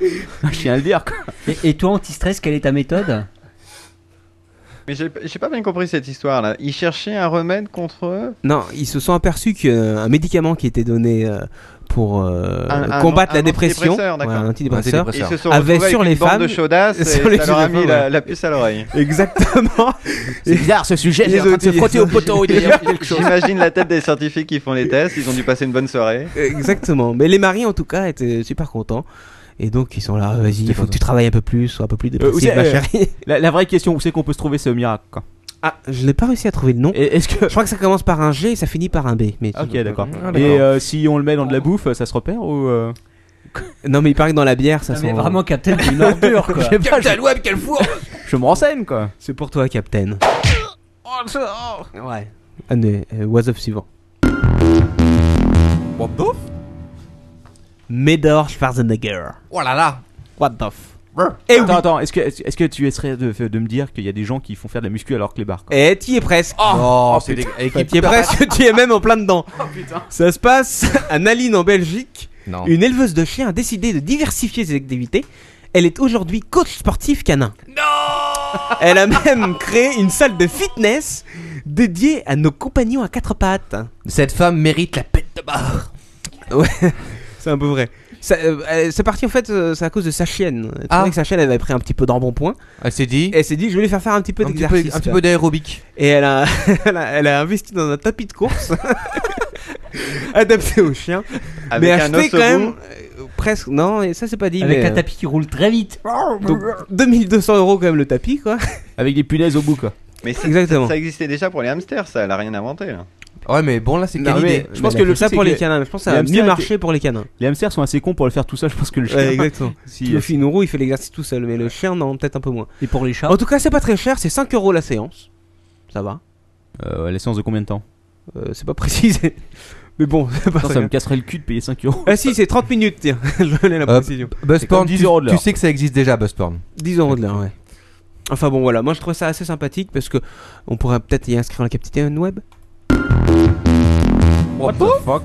Speaker 3: je tiens à le dire quoi.
Speaker 5: Et, et toi, anti-stress, quelle est ta méthode
Speaker 10: Mais j'ai j'ai pas bien compris cette histoire là. Ils cherchaient un remède contre eux
Speaker 7: Non, ils se sont aperçus qu'un médicament qui était donné euh, pour euh,
Speaker 10: Un- un-
Speaker 7: combattre la
Speaker 10: un
Speaker 7: dépression,
Speaker 10: antidépresseur, d'accord.
Speaker 7: un antidépresseur, [laughs]
Speaker 10: et ils se sont
Speaker 7: Avait
Speaker 10: retrouvés avec
Speaker 7: Ah, sur
Speaker 10: une
Speaker 7: les
Speaker 10: bande
Speaker 7: femmes-
Speaker 10: de chaudasses
Speaker 7: [laughs]
Speaker 10: et
Speaker 7: sur les
Speaker 10: ça leur a
Speaker 7: cheveux,
Speaker 10: mis la,
Speaker 7: ouais.
Speaker 10: la puce à l'oreille.
Speaker 7: exactement,
Speaker 11: C'est bizarre ce sujet, il est en train de se frotter au poteau. il est-
Speaker 10: J'imagine la tête des scientifiques qui font les tests, ils ont dû passer une bonne soirée.
Speaker 7: [laughs] exactement. Mais les maris en tout cas étaient super contents. Et donc ils sont là, euh, vas-y, il faut que tu travailles un peu plus, sois un peu plus
Speaker 3: où
Speaker 7: dépressif,
Speaker 3: c'est,
Speaker 7: ma
Speaker 3: euh,
Speaker 7: chérie.
Speaker 3: La, la vraie question, où c'est qu'on peut se trouver ce miracle quoi
Speaker 7: Ah, je n'ai pas réussi à trouver le nom.
Speaker 3: Et Est-ce
Speaker 7: [laughs]
Speaker 3: que.
Speaker 7: Je crois que ça commence par un G et ça finit par un B. Mais
Speaker 3: Ok, d'accord.
Speaker 7: Ah,
Speaker 3: Et euh, si on le met dans de la bouffe, ça se repère ou. euh,
Speaker 7: Non, mais il paraît que dans la bière, ça
Speaker 5: Non,
Speaker 7: sent.
Speaker 5: Ah, mais Vraiment, Captain, t'es une
Speaker 7: [laughs]
Speaker 5: ordure, quoi.
Speaker 11: Je sais pas, je- Je me renseigne quoi.
Speaker 7: C'est pour toi, Captain. Ouais. Allez, euh, what's up suivant.
Speaker 2: What the f-
Speaker 7: Médor Schwarzenegger.
Speaker 2: Oh là là.
Speaker 7: What the f Eh
Speaker 3: attends, attends, est-ce que, est-ce que tu essaierais de, de me dire qu'il y a des gens qui font faire de la muscu alors que les bars quoi
Speaker 7: Eh, t'y es presque. Eh,
Speaker 2: Oh, c'est des... avec
Speaker 7: T'y es presque, tu es même en
Speaker 2: [laughs]
Speaker 7: plein dedans. Ça se passe à Naline en Belgique.
Speaker 2: Non.
Speaker 7: Une éleveuse de chiens a décidé de diversifier ses activités. Elle est aujourd'hui coach sportif canin. Elle a même créé une salle de fitness dédiée à nos compagnons à quatre pattes.
Speaker 2: Cette femme mérite la pète de barre.
Speaker 7: C'est un peu vrai. Ça, euh, euh, c'est parti en fait, euh, c'est à cause de sa chienne. Elle trouvait
Speaker 2: Ah.
Speaker 7: que sa chienne avait pris un petit peu d'embonpoint.
Speaker 2: Elle s'est dit.
Speaker 7: Elle s'est dit, je vais lui faire faire un petit peu
Speaker 2: Un petit peu,
Speaker 7: d'exercice.
Speaker 2: un petit
Speaker 7: quoi.
Speaker 2: peu d'aérobic.
Speaker 7: Et elle a, [laughs] elle, a, elle a investi dans un tapis de course [laughs] adapté aux chiens.
Speaker 10: Avec
Speaker 7: mais
Speaker 10: un
Speaker 7: acheté
Speaker 10: os
Speaker 7: quand
Speaker 10: au
Speaker 7: même
Speaker 10: bout.
Speaker 7: euh, presque. Non, et ça c'est pas dit.
Speaker 5: Avec
Speaker 7: mais,
Speaker 5: un tapis qui roule très vite.
Speaker 7: euh, donc 2200 euros quand même le tapis quoi.
Speaker 3: Avec des punaises au bout quoi.
Speaker 10: Mais ça,
Speaker 7: Exactement.
Speaker 10: ça existait déjà pour les hamsters, ça, elle a rien inventé. Là.
Speaker 2: Ouais, mais bon, là, c'est
Speaker 7: Non,
Speaker 2: quelle
Speaker 7: mais
Speaker 2: idée
Speaker 3: je pense
Speaker 7: mais
Speaker 3: que le
Speaker 7: c'est ça
Speaker 3: truc,
Speaker 7: pour
Speaker 3: c'est
Speaker 7: les
Speaker 3: que
Speaker 7: canins. Je pense que ça
Speaker 3: les
Speaker 7: a
Speaker 3: hamsters
Speaker 7: mieux
Speaker 3: étaient-
Speaker 7: marché pour les canins.
Speaker 3: Les hamsters sont assez cons pour le faire tout seul, je pense que le chien.
Speaker 7: Ouais, exactement.
Speaker 3: si,
Speaker 7: le finoro il fait l'exercice tout seul, mais le chien non, peut-être un peu moins.
Speaker 5: Et pour les chats
Speaker 3: Oh.
Speaker 7: En tout cas, c'est pas très cher, c'est 5 euros la séance. Ça va.
Speaker 3: euh, la séance de combien de temps
Speaker 7: Euh, c'est pas précisé. [laughs] Mais bon, c'est
Speaker 3: Attends,
Speaker 7: pas très
Speaker 3: Ça
Speaker 7: grave.
Speaker 3: me casserait le cul de payer 5 euros.
Speaker 7: Ah si, c'est 30 minutes, tiens. [laughs] Je voulais la
Speaker 2: Euh,
Speaker 7: précision.
Speaker 3: comme
Speaker 2: Buzzporn,
Speaker 3: 10
Speaker 2: tu,
Speaker 3: euros de
Speaker 2: tu
Speaker 3: l'heure.
Speaker 2: sais que ça existe déjà, Buzzporn.
Speaker 7: 10 euros de l'heure, ouais. Enfin bon, voilà, moi je trouve ça assez sympathique parce que on pourrait peut-être y inscrire la capitaine web.
Speaker 3: What the fuck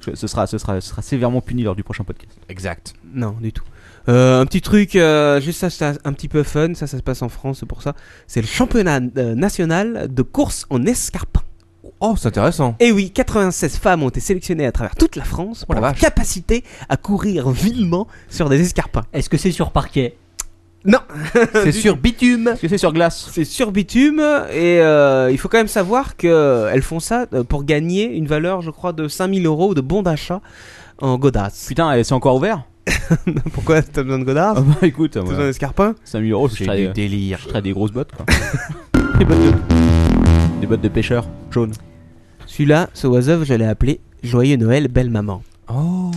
Speaker 3: Je- ce sera, ce, sera, ce sera sévèrement puni lors du prochain podcast.
Speaker 2: Exact.
Speaker 7: Non, du tout. Euh, un petit truc, euh, juste ça, ça, un petit peu fun, ça, ça se passe en France, c'est pour ça. C'est le championnat euh, national de course en escarpin.
Speaker 2: Oh, c'est intéressant.
Speaker 7: Et oui, 96 femmes ont été sélectionnées à travers toute la France
Speaker 2: Oh
Speaker 7: pour
Speaker 2: la
Speaker 7: leur
Speaker 2: vache.
Speaker 7: capacité à courir vilement sur des escarpins.
Speaker 5: Est-ce que c'est sur parquet
Speaker 7: Non, [laughs]
Speaker 2: C'est sur bitume.
Speaker 3: Est-ce que c'est sur glace
Speaker 7: C'est sur bitume et euh, il faut quand même savoir que elles font ça euh, pour gagner une valeur, je crois, de 5000 euros de bons d'achat en godasses.
Speaker 3: Putain, et c'est encore ouvert
Speaker 7: Pourquoi t'as besoin de
Speaker 3: Ah
Speaker 7: godasses
Speaker 3: bah écoute,
Speaker 7: T'as besoin d'escarpins
Speaker 3: 5000 euros, je
Speaker 2: C'est du
Speaker 3: serais,
Speaker 2: délire.
Speaker 3: je serais des grosses bottes quoi.
Speaker 7: [laughs]
Speaker 3: des, bottes de... des bottes de pêcheurs jaunes.
Speaker 7: Celui-là, ce oiseau, je l'ai appelé Joyeux Noël, belle maman.
Speaker 2: Oh.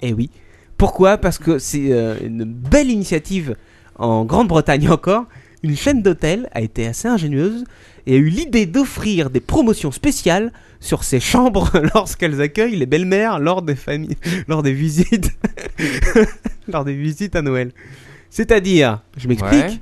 Speaker 7: Eh oui. Pourquoi Parce que c'est euh, une belle initiative en Grande-Bretagne encore. Une chaîne d'hôtels a été assez ingénieuse et a eu l'idée d'offrir des promotions spéciales sur ses chambres [laughs] lorsqu'elles accueillent les belles-mères lors des familles, lors des visites, [laughs] lors des visites à Noël. C'est-à-dire, je m'explique.
Speaker 2: Ouais.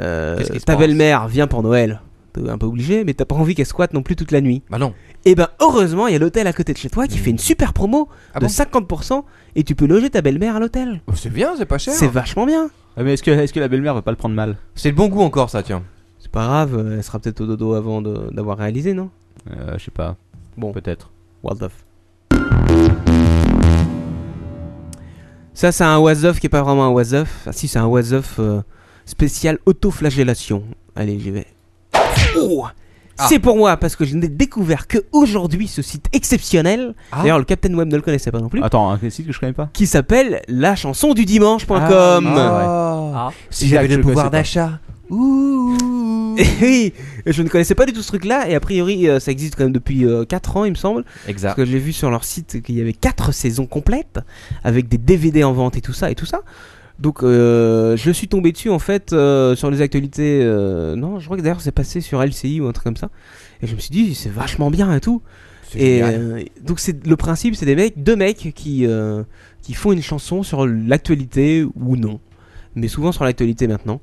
Speaker 7: euh,
Speaker 2: Qu'est-ce qui se
Speaker 7: ta
Speaker 2: passe
Speaker 7: belle-mère vient pour Noël, t'es un peu obligé, mais t'as pas envie qu'elle squatte non plus toute la nuit.
Speaker 2: Bah non.
Speaker 7: Et ben heureusement, il y a l'hôtel à côté de chez toi qui fait une super promo
Speaker 2: Ah
Speaker 7: de
Speaker 2: bon
Speaker 7: 50% et tu peux loger ta belle-mère à l'hôtel.
Speaker 2: Oh, C'est bien, c'est pas cher.
Speaker 7: C'est vachement bien.
Speaker 3: Ah, mais est-ce que, est-ce que la belle-mère va pas le prendre mal
Speaker 2: C'est le bon goût encore, ça, tiens.
Speaker 7: C'est pas grave, euh, elle sera peut-être au dodo avant de- d'avoir réalisé, non
Speaker 3: Euh, Je sais pas.
Speaker 7: Bon.
Speaker 3: Peut-être.
Speaker 7: What of. Ça, c'est un was of qui est pas vraiment un was of. Ah si, c'est un was of euh, spécial autoflagellation. Allez, j'y vais. Oh C'est pour moi parce que je n'ai découvert que aujourd'hui ce site exceptionnel.
Speaker 3: Ah.
Speaker 7: D'ailleurs, le Captain Web ne le connaissait pas non plus.
Speaker 3: Attends, hein, un site que je connais pas
Speaker 7: Qui s'appelle la chanson du dimanche.com. Ah.
Speaker 3: Oh.
Speaker 5: Ah,
Speaker 2: Si j'avais Ah. le pouvoir d'achat.
Speaker 7: Ouh [laughs] Oui, je ne connaissais pas du tout ce truc-là, et a priori, euh, ça existe quand même depuis 4 ans, il me semble.
Speaker 2: Exact.
Speaker 7: Parce que j'ai vu sur leur site qu'il y avait 4 saisons complètes, avec des DVD en vente et tout ça, et tout ça. Donc, euh, je suis tombé dessus en fait euh, sur les actualités. euh, non, je crois que d'ailleurs c'est passé sur LCI ou un truc comme ça. Et je me suis dit, c'est vachement bien et tout. Et
Speaker 2: génial.
Speaker 7: euh, donc c'est le principe, c'est des mecs, deux mecs qui euh, qui font une chanson sur l'actualité ou non, mais souvent sur l'actualité maintenant,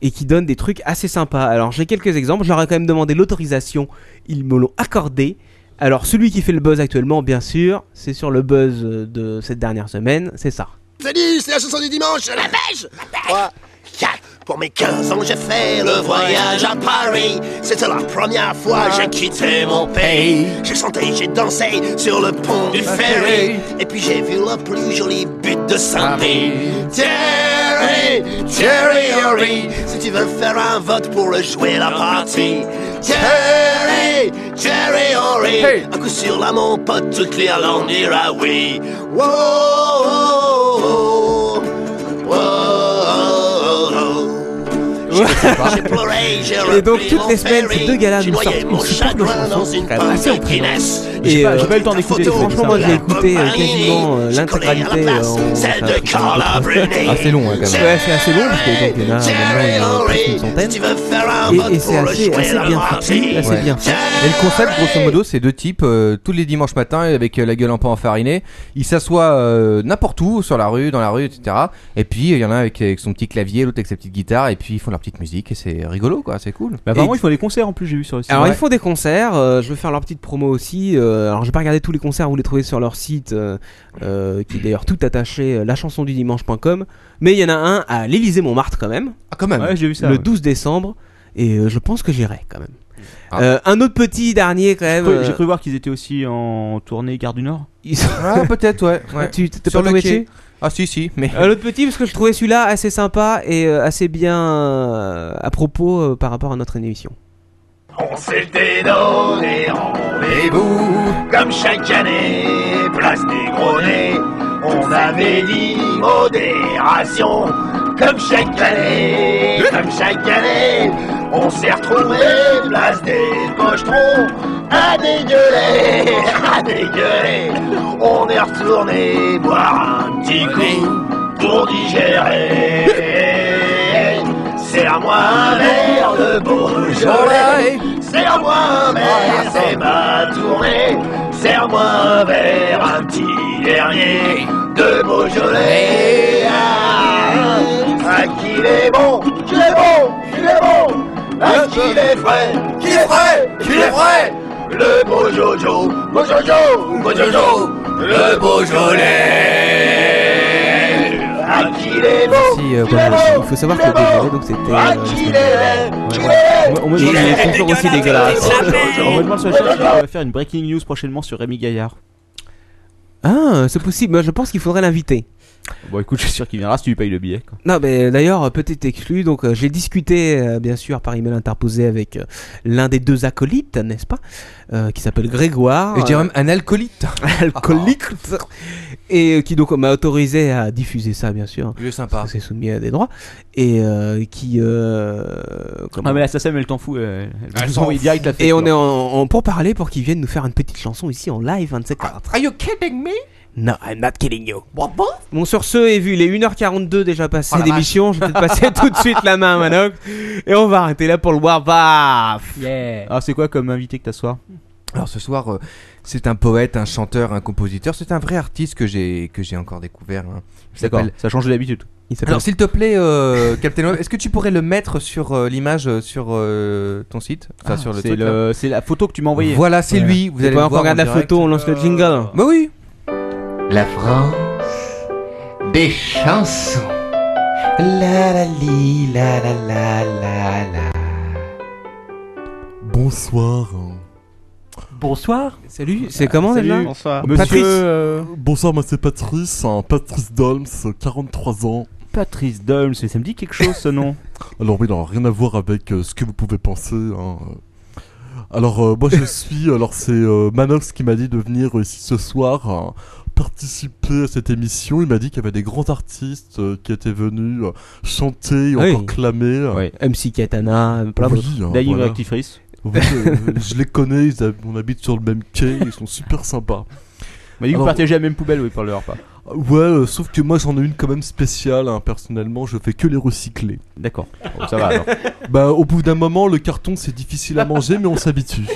Speaker 7: et qui donnent des trucs assez sympas. Alors j'ai quelques exemples. Je leur ai quand même demandé l'autorisation, ils me l'ont accordé. Alors celui qui fait le buzz actuellement, bien sûr, c'est sur le buzz euh, de cette dernière semaine, c'est ça.
Speaker 12: Salut, c'est la chanson du dimanche La pêche Trois, quatre. Pour mes 15 ans, j'ai fait le voyage à Paris. C'était la première fois que j'ai quitté mon pays. J'ai chanté, j'ai dansé sur le pont du ferry. Et puis j'ai vu la plus jolie butte de Saint-Denis. Thierry, Thierry, Henry, si tu veux faire un vote pour le jouer la partie. Thierry, Thierry, Henry, un coup sûr là, mon pote, tout clair, là, on dira oui. Wow, oh, oh, oh, oh, oh. J'ai pleuré, j'ai
Speaker 7: Et donc
Speaker 12: repris
Speaker 7: toutes
Speaker 12: mon
Speaker 7: les semaines,
Speaker 12: ferry.
Speaker 7: ces deux gars-là
Speaker 12: J'ai
Speaker 7: nous sortent
Speaker 12: noyé
Speaker 7: une
Speaker 12: mon
Speaker 7: superbe
Speaker 12: chagrin
Speaker 7: chanson,
Speaker 12: dans
Speaker 7: c'est
Speaker 12: une
Speaker 7: quand même assez
Speaker 12: pinte de
Speaker 7: impressible.
Speaker 12: Guinness.
Speaker 7: Et,
Speaker 12: J'ai pas-
Speaker 7: euh,
Speaker 12: j'ai pas eu le temps
Speaker 7: franchement,
Speaker 12: d'écouter les
Speaker 7: Franchement, moi
Speaker 12: autres,
Speaker 7: j'ai
Speaker 12: ça.
Speaker 7: écouté euh,
Speaker 12: Paganini,
Speaker 7: quasiment euh,
Speaker 12: j'ai collé à la
Speaker 7: l'intégralité.
Speaker 12: place,
Speaker 7: euh, en-
Speaker 12: celle
Speaker 7: enfin,
Speaker 12: de Carla Bruni.
Speaker 7: Ah, c'est long, hein, quand même. Ouais, c'est assez long, parce que donc, il y en a
Speaker 12: Thierry
Speaker 7: maintenant, euh,
Speaker 12: Henry,
Speaker 7: presque une centaine.
Speaker 12: si tu veux faire un vote
Speaker 7: Et, et
Speaker 12: Ah
Speaker 7: c'est
Speaker 12: bah, pour le
Speaker 7: assez,
Speaker 12: jouer,
Speaker 7: assez
Speaker 12: la
Speaker 7: bien
Speaker 12: partie.
Speaker 7: foutu, assez
Speaker 2: Ouais.
Speaker 7: bien.
Speaker 2: Et le concept, grosso modo, c'est deux types, euh, tous les dimanches matins, avec euh, la gueule un peu enfarinée. Ils s'assoient euh, n'importe où, sur la rue, dans la rue, etc. Et puis, il y en a un avec, avec son petit clavier, l'autre avec sa petite guitare, et puis ils font leur petite musique, et c'est rigolo, quoi, c'est cool.
Speaker 3: Bah, apparemment, ils font des concerts en plus, j'ai vu sur le site.
Speaker 7: Alors ils font des concerts, euh, je vais faire leur petite promo aussi. euh, alors j'ai pas regardé tous les concerts, vous les trouvez sur leur site, euh, euh, qui est d'ailleurs tout attaché, euh, lachansondudimanche.com. Mais il y en a un à l'Élysée Montmartre quand même.
Speaker 2: Ah quand même.
Speaker 3: Ouais, j'ai vu ça,
Speaker 7: Le
Speaker 3: ouais.
Speaker 7: 12 décembre, et euh, je pense que j'irai quand même. Euh, un autre petit dernier quand
Speaker 3: J'ai
Speaker 7: même.
Speaker 3: cru- J'ai
Speaker 7: euh,
Speaker 3: cru voir qu'ils étaient aussi en tournée Gare du Nord.
Speaker 7: Ils sont-
Speaker 2: Ah, peut-être, ouais. ouais.
Speaker 7: [laughs] Tu t'es
Speaker 2: Sur
Speaker 7: pas
Speaker 2: le
Speaker 7: tombé
Speaker 2: quai.
Speaker 7: dessus
Speaker 2: Ah, si, si, mais.
Speaker 7: Un autre petit parce que je trouvais celui-là assez sympa et euh, assez bien euh, à propos euh, par rapport à notre émission.
Speaker 12: On s'était donné rendez-vous, comme chaque année, place des gros nez. On avait dit modération, comme chaque année, comme chaque année. On s'est retrouvés, place des pochetrons, à dégueuler, à dégueuler. On est retourné boire un petit coup pour digérer. C'est à moi un verre de Beaujolais. Serre-moi un verre, c'est ma tournée. Serre-moi un verre, un petit dernier de Beaujolais. Ah, ah, qu'il est bon, qu'il est bon, qu'il est bon. Ah, qu'il est frais, qu'il est frais, qu'il est frais. Le beau Jojo, beau Jojo, beau Jojo, le Beaujolais. Ah, qu'il est beau,
Speaker 7: Si, euh,
Speaker 12: qu'il
Speaker 7: bon,
Speaker 12: est beau.
Speaker 7: il faut savoir que le Beaujolais, donc c'était.
Speaker 12: Ah,
Speaker 7: euh,
Speaker 12: qu'il est laid, qu'il est laid.
Speaker 3: On me demande
Speaker 12: qu'il est
Speaker 3: les censures aussi dégueulasses. On me demande sur la chaîne si on va faire une breaking news prochainement sur Rémi Gaillard.
Speaker 7: Ah, c'est possible. Moi, Je pense qu'il faudrait l'inviter.
Speaker 3: Bon, écoute, je suis sûr qu'il viendra si tu lui payes le billet. quoi.
Speaker 7: Non, mais d'ailleurs, euh, petit exclu. Donc, euh, j'ai discuté, euh, bien sûr, par email interposé avec euh, l'un des deux acolytes, n'est-ce pas Euh, Qui s'appelle Grégoire.
Speaker 2: Et je dirais
Speaker 7: euh,
Speaker 2: même un alcoolite.
Speaker 7: [laughs] alcoolique. et euh, qui donc m'a autorisé à diffuser ça, bien sûr.
Speaker 2: Il est sympa.
Speaker 7: C'est soumis à des droits. Et euh, qui. euh, comment-
Speaker 3: Ah, mais la Sassam, elle t'en fout. Elle, elle va nous envoyer direct la
Speaker 7: Et on
Speaker 3: facture.
Speaker 7: est en, en- pour parler pour qu'ils viennent nous faire une petite chanson ici en live, un de ces quatre.
Speaker 2: Ah, Are you kidding me?
Speaker 7: No, I'm not kidding you.
Speaker 2: What the?
Speaker 7: Bon, sur ce, et vu les 1h42 déjà passées
Speaker 2: Oh la
Speaker 7: d'émission, je vais peut-être
Speaker 2: [laughs]
Speaker 7: passer tout de suite la main à Manox. Et on va arrêter là pour le Warbaf.
Speaker 5: Yeah.
Speaker 3: Ah, c'est quoi comme invité que t'as ce soir
Speaker 2: Alors ce soir, euh, c'est un poète, un chanteur, un compositeur, c'est un vrai artiste que j'ai que j'ai encore découvert. hein. Il
Speaker 3: D'accord,
Speaker 2: s'appelle-
Speaker 3: ça change d'habitude.
Speaker 7: Il s'appelle.
Speaker 2: Alors s'il te plaît, euh, [laughs] Captain Web, est-ce que tu pourrais le mettre sur euh, l'image euh, sur euh, ton site, enfin sur le
Speaker 3: Ah, C'est
Speaker 2: truc, là
Speaker 3: le- c'est la photo que tu m'as envoyée.
Speaker 2: Voilà, c'est
Speaker 3: Ouais.
Speaker 2: lui. Vous
Speaker 7: Et
Speaker 2: allez le
Speaker 7: pendant qu'on
Speaker 2: voir en
Speaker 7: regarde la
Speaker 2: direct.
Speaker 7: photo, on lance le jingle.
Speaker 2: Bah oui.
Speaker 4: La France, des chansons,
Speaker 13: La la li, la la la la la.
Speaker 14: Bonsoir.
Speaker 5: Bonsoir.
Speaker 7: Salut, c'est
Speaker 14: Oh
Speaker 7: comment déjà
Speaker 10: Bonsoir.
Speaker 7: Patrice.
Speaker 14: Bonsoir, moi c'est Patrice, hein, Patrice Dolms, 43 ans.
Speaker 3: Patrice Dolms, mais ça me dit quelque chose ce nom.
Speaker 14: Alors oui, non, rien à voir avec euh, ce que vous pouvez penser. hein. Alors euh,
Speaker 7: [laughs]
Speaker 14: moi je suis, alors c'est euh, Manox qui m'a dit de venir euh, ici ce soir hein, participer à cette émission. Il m'a dit qu'il y avait des grands artistes euh, qui étaient venus euh, chanter, et
Speaker 7: Oui.
Speaker 14: encore clamer.
Speaker 7: MC Katana, plein
Speaker 14: Oui,
Speaker 7: d'autres.
Speaker 14: hein,
Speaker 3: D'ailleurs,
Speaker 14: voilà.
Speaker 3: actrice.
Speaker 14: Oui, euh, je les connais, ils hab- on habite sur le même quai, ils
Speaker 7: [laughs]
Speaker 14: sont super sympas.
Speaker 3: Mais vous
Speaker 14: Alors,
Speaker 3: partagez la même poubelle, oui, par le repas.
Speaker 14: Ouais, euh, sauf que moi j'en ai une quand même spéciale, hein, personnellement, je fais que les recycler.
Speaker 3: D'accord, Oh, ça va alors.
Speaker 14: Bah, au bout d'un moment, le carton c'est difficile à manger, mais on s'habitue.